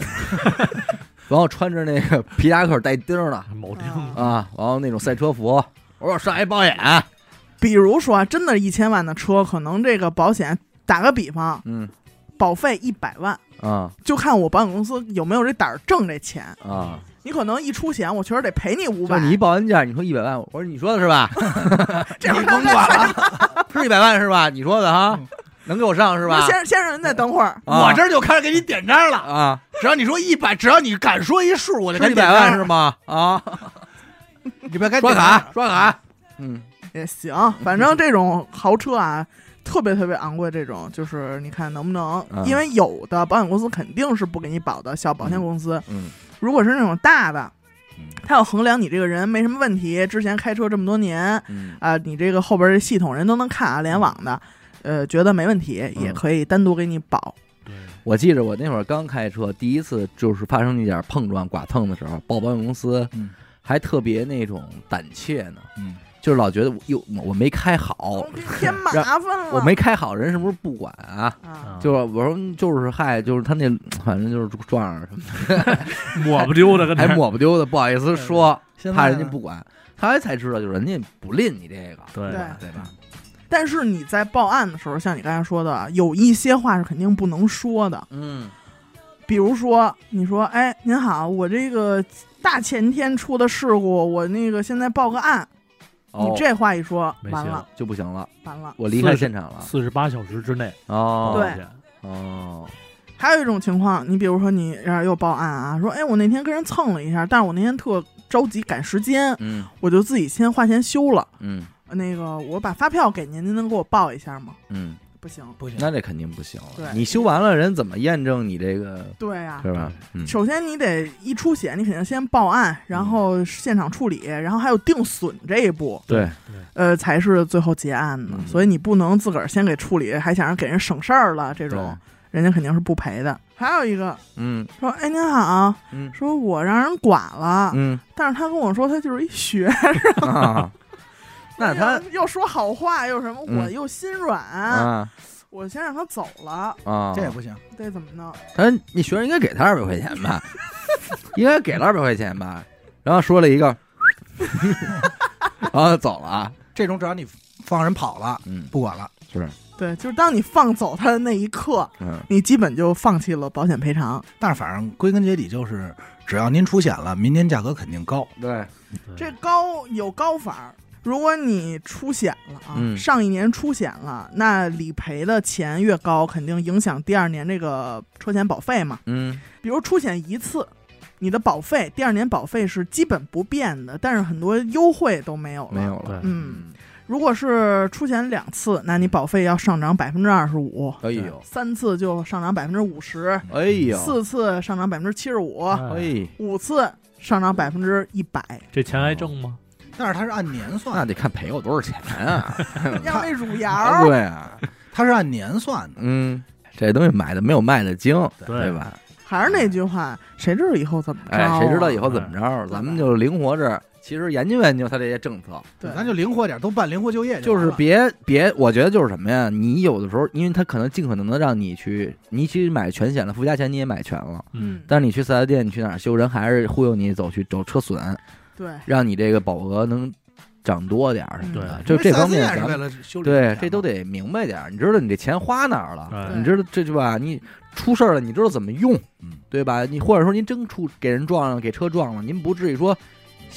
Speaker 1: 然后穿着那个皮夹克带钉儿的
Speaker 4: 铆钉
Speaker 3: 啊
Speaker 1: 啊，然后那种赛车服，我说我上一保险，
Speaker 3: 比如说啊，真的一千万的车，可能这个保险打个比方，
Speaker 1: 嗯
Speaker 3: 保费一百万，
Speaker 1: 啊
Speaker 3: 就看我保险公司有没有这胆儿挣这钱。
Speaker 1: 啊，
Speaker 3: 你可能一出险，我确实得赔你五
Speaker 1: 就
Speaker 3: 百。
Speaker 1: 你一报完价，你说一百万，我说你说的是吧？
Speaker 3: 这样
Speaker 1: 你甭管了，是一百万是吧？你说的哈，能给我上是吧？
Speaker 3: 先先生，您再等会儿。
Speaker 1: 啊
Speaker 2: 儿就开始给你点赞了，
Speaker 1: 啊，
Speaker 2: 只要你说一百，只要你敢说一数，我
Speaker 1: 是一
Speaker 2: 点
Speaker 1: 百万
Speaker 2: 赞
Speaker 1: 是吗？啊，
Speaker 2: 你别该啊
Speaker 1: 刷卡刷卡，嗯，
Speaker 3: 也行，反正这种豪车啊，特别特别昂贵，这种就是你看能不能？
Speaker 1: 嗯
Speaker 3: 因为有的保险公司肯定是不给你保的，小保险公司，
Speaker 1: 嗯
Speaker 3: 如果是那种大的
Speaker 1: 嗯，
Speaker 3: 他要衡量你这个人没什么问题，之前开车这么多年，
Speaker 1: 嗯
Speaker 3: 啊，你这个后边儿这系统人都能看啊，联网的，呃，觉得没问题，也
Speaker 1: 嗯
Speaker 3: 可以单独给你保。
Speaker 4: 对，
Speaker 1: 我记着我那会儿刚开车，第一次就是发生一点碰撞、剐蹭的时候，报保险公司
Speaker 2: 嗯
Speaker 1: 还特别那种胆怯呢，
Speaker 2: 嗯，
Speaker 1: 就是老觉得哟我没开好
Speaker 3: 我，给添麻烦了，
Speaker 1: 我没开好，人是不是不管啊？
Speaker 3: 啊，
Speaker 1: 就是我说嗯就是嗨，就是他那反正就是撞上了什么，
Speaker 4: 抹不丢的跟
Speaker 1: 还
Speaker 4: 那儿
Speaker 1: 抹不丢的，不好意思说，
Speaker 2: 现在
Speaker 1: 怕人家
Speaker 2: 呢
Speaker 1: 不管。后来才知道，就是人家不吝你这个，
Speaker 4: 对
Speaker 3: 对
Speaker 1: 对啊吧？
Speaker 3: 但是你在报案的时候，像你刚才说的，啊有一些话是肯定不能说的，
Speaker 1: 嗯
Speaker 3: 比如说你说，哎，您好，我这个大前天出的事故，我那个现在报个案，
Speaker 1: 哦
Speaker 3: 你，这话一说，
Speaker 4: 没
Speaker 3: 完
Speaker 4: 戏
Speaker 3: 了，
Speaker 1: 就不行了，
Speaker 3: 完了。
Speaker 1: 我离开现场了。
Speaker 4: 四十八小时之内
Speaker 1: 哦，
Speaker 3: 对，
Speaker 1: 哦，
Speaker 3: 还有一种情况，你比如说你这儿又报案啊，说，哎，我那天跟人蹭了一下，但是我那天特着急赶时间，
Speaker 1: 嗯
Speaker 3: 我就自己先花钱修了。
Speaker 1: 嗯
Speaker 3: 那个我把发票给您，您能给我报一下吗？
Speaker 1: 嗯，
Speaker 3: 不行，
Speaker 2: 不行，
Speaker 1: 那这肯定不行了。
Speaker 3: 对
Speaker 1: 你修完了，人怎么验证你这个
Speaker 3: 对啊，
Speaker 1: 是吧？嗯
Speaker 3: 首先你得一出险，你肯定先报案，然后现场处理，然后还有定损这一步，
Speaker 1: 对，
Speaker 3: 呃，才是最后结案的。
Speaker 1: 嗯
Speaker 3: 所以你不能自个儿先给处理，还想着给人省事儿了，这种人家肯定是不赔的。还有一个
Speaker 1: 嗯
Speaker 3: 说，哎，您好，
Speaker 1: 嗯
Speaker 3: 说我让人管了，
Speaker 1: 嗯
Speaker 3: 但是他跟我说他就是一学，
Speaker 1: 啊， 那他
Speaker 3: 又又说好话又什么，
Speaker 1: 嗯
Speaker 3: 我又心软，
Speaker 1: 啊
Speaker 3: 我先让他走了，
Speaker 1: 啊，
Speaker 2: 这也不行，
Speaker 3: 这怎么弄？
Speaker 1: 他那学生应该给他二百块钱吧？应该给了二百块钱吧？然后说了一个，然后走了啊。
Speaker 2: 这种只要你放人跑了，
Speaker 1: 嗯，
Speaker 2: 不管了，
Speaker 1: 是，
Speaker 3: 对，就是当你放走他的那一刻，
Speaker 1: 嗯，
Speaker 3: 你基本就放弃了保险赔偿。
Speaker 2: 但是反正归根结底就是，只要您出险了，明年价格肯定高。
Speaker 1: 对，
Speaker 3: 这高有高法儿，如果你出险了啊，
Speaker 1: 嗯
Speaker 3: 上一年出险了，那理赔的钱越高，肯定影响第二年这个车险保费嘛。
Speaker 1: 嗯，
Speaker 3: 比如出险一次，你的保费第二年保费是基本不变的，但是很多优惠都没有了。
Speaker 1: 没有
Speaker 4: 对
Speaker 1: 了。
Speaker 3: 嗯，，如果是出险两次，那你保费要上涨百分之二十五，
Speaker 1: 哎呦，
Speaker 3: 三次就上涨百分之五十，
Speaker 1: 哎呦，
Speaker 3: 四次上涨百分之七十五，
Speaker 4: 哎，
Speaker 1: 哎，
Speaker 3: 五次上涨百分之一 百。
Speaker 4: 这钱还挣吗？
Speaker 2: 嗯但是它是按年算
Speaker 1: 那，得看赔我多少钱啊？
Speaker 3: 要那乳牙
Speaker 1: 啊
Speaker 3: 儿，
Speaker 1: 对啊，
Speaker 2: 它是按年算的。
Speaker 1: 嗯，这东西买的没有卖的精，对
Speaker 4: 对，
Speaker 1: 吧？
Speaker 3: 还是那句话，谁知道以后怎么着、啊
Speaker 1: 哎，谁知道以
Speaker 3: 后？
Speaker 1: 后怎么着？咱们就灵活着，其实研究研究他这些政策，
Speaker 3: 对，
Speaker 2: 咱就灵活点，都办灵活就业
Speaker 1: 就是
Speaker 2: 完了
Speaker 1: 别别，我觉得就是什么呀？你有的时候，因为他可能尽可能的让你去，你去买全险了，附加险你也买全了，
Speaker 4: 嗯，
Speaker 1: 但是你去四 S 店，你去哪儿修，人还是忽悠你走去走车损，
Speaker 3: 对，
Speaker 1: 让你这个保额能涨多点儿什么的。
Speaker 4: 嗯
Speaker 1: 就这方面
Speaker 2: 因为
Speaker 1: 咱
Speaker 2: 4S 店是为
Speaker 1: 们
Speaker 2: 了啊修理
Speaker 1: 对
Speaker 2: 钱
Speaker 1: 这都
Speaker 2: 嘛
Speaker 1: 得明白点儿，你知道你这钱花哪儿了，
Speaker 4: 哎
Speaker 1: 你知道这句吧？你出事儿了，你知道怎么用，
Speaker 2: 嗯
Speaker 1: 对吧？你或者说您真出给人撞了，给车撞了，您不至于说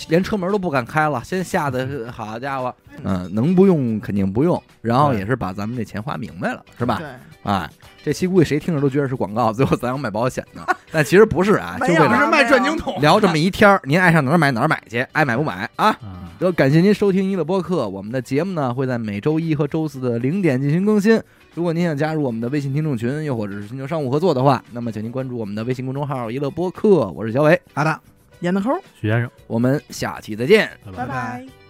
Speaker 1: 连车门都不敢开了，先吓得好家伙，嗯，能不用肯定不用，然后
Speaker 4: 对
Speaker 1: 也是把咱们这钱花明白了，是吧？
Speaker 3: 对，
Speaker 1: 啊，这期估计谁听着都觉得是广告，最后咱要卖保险呢， 但其实不是啊，就
Speaker 3: 没
Speaker 1: 为
Speaker 3: 有
Speaker 2: 不是
Speaker 1: 了
Speaker 3: 啊
Speaker 2: 卖转经筒，
Speaker 1: 聊这么一天儿，您爱上哪儿买哪儿买去，爱买不买啊？
Speaker 4: 啊，
Speaker 1: 得感谢您收听娱乐播客，我们的节目呢会在每周一和周四的零点进行更新。如果您想加入我们的微信听众群，又或者是寻求商务合作的话，那么请您关注我们的微信公众号“娱乐播客”，我是小伟，
Speaker 2: 好的。
Speaker 3: 严的抠儿，
Speaker 4: 许先生，
Speaker 1: 我们下期再见。
Speaker 4: 拜
Speaker 3: 拜
Speaker 2: 拜
Speaker 3: 拜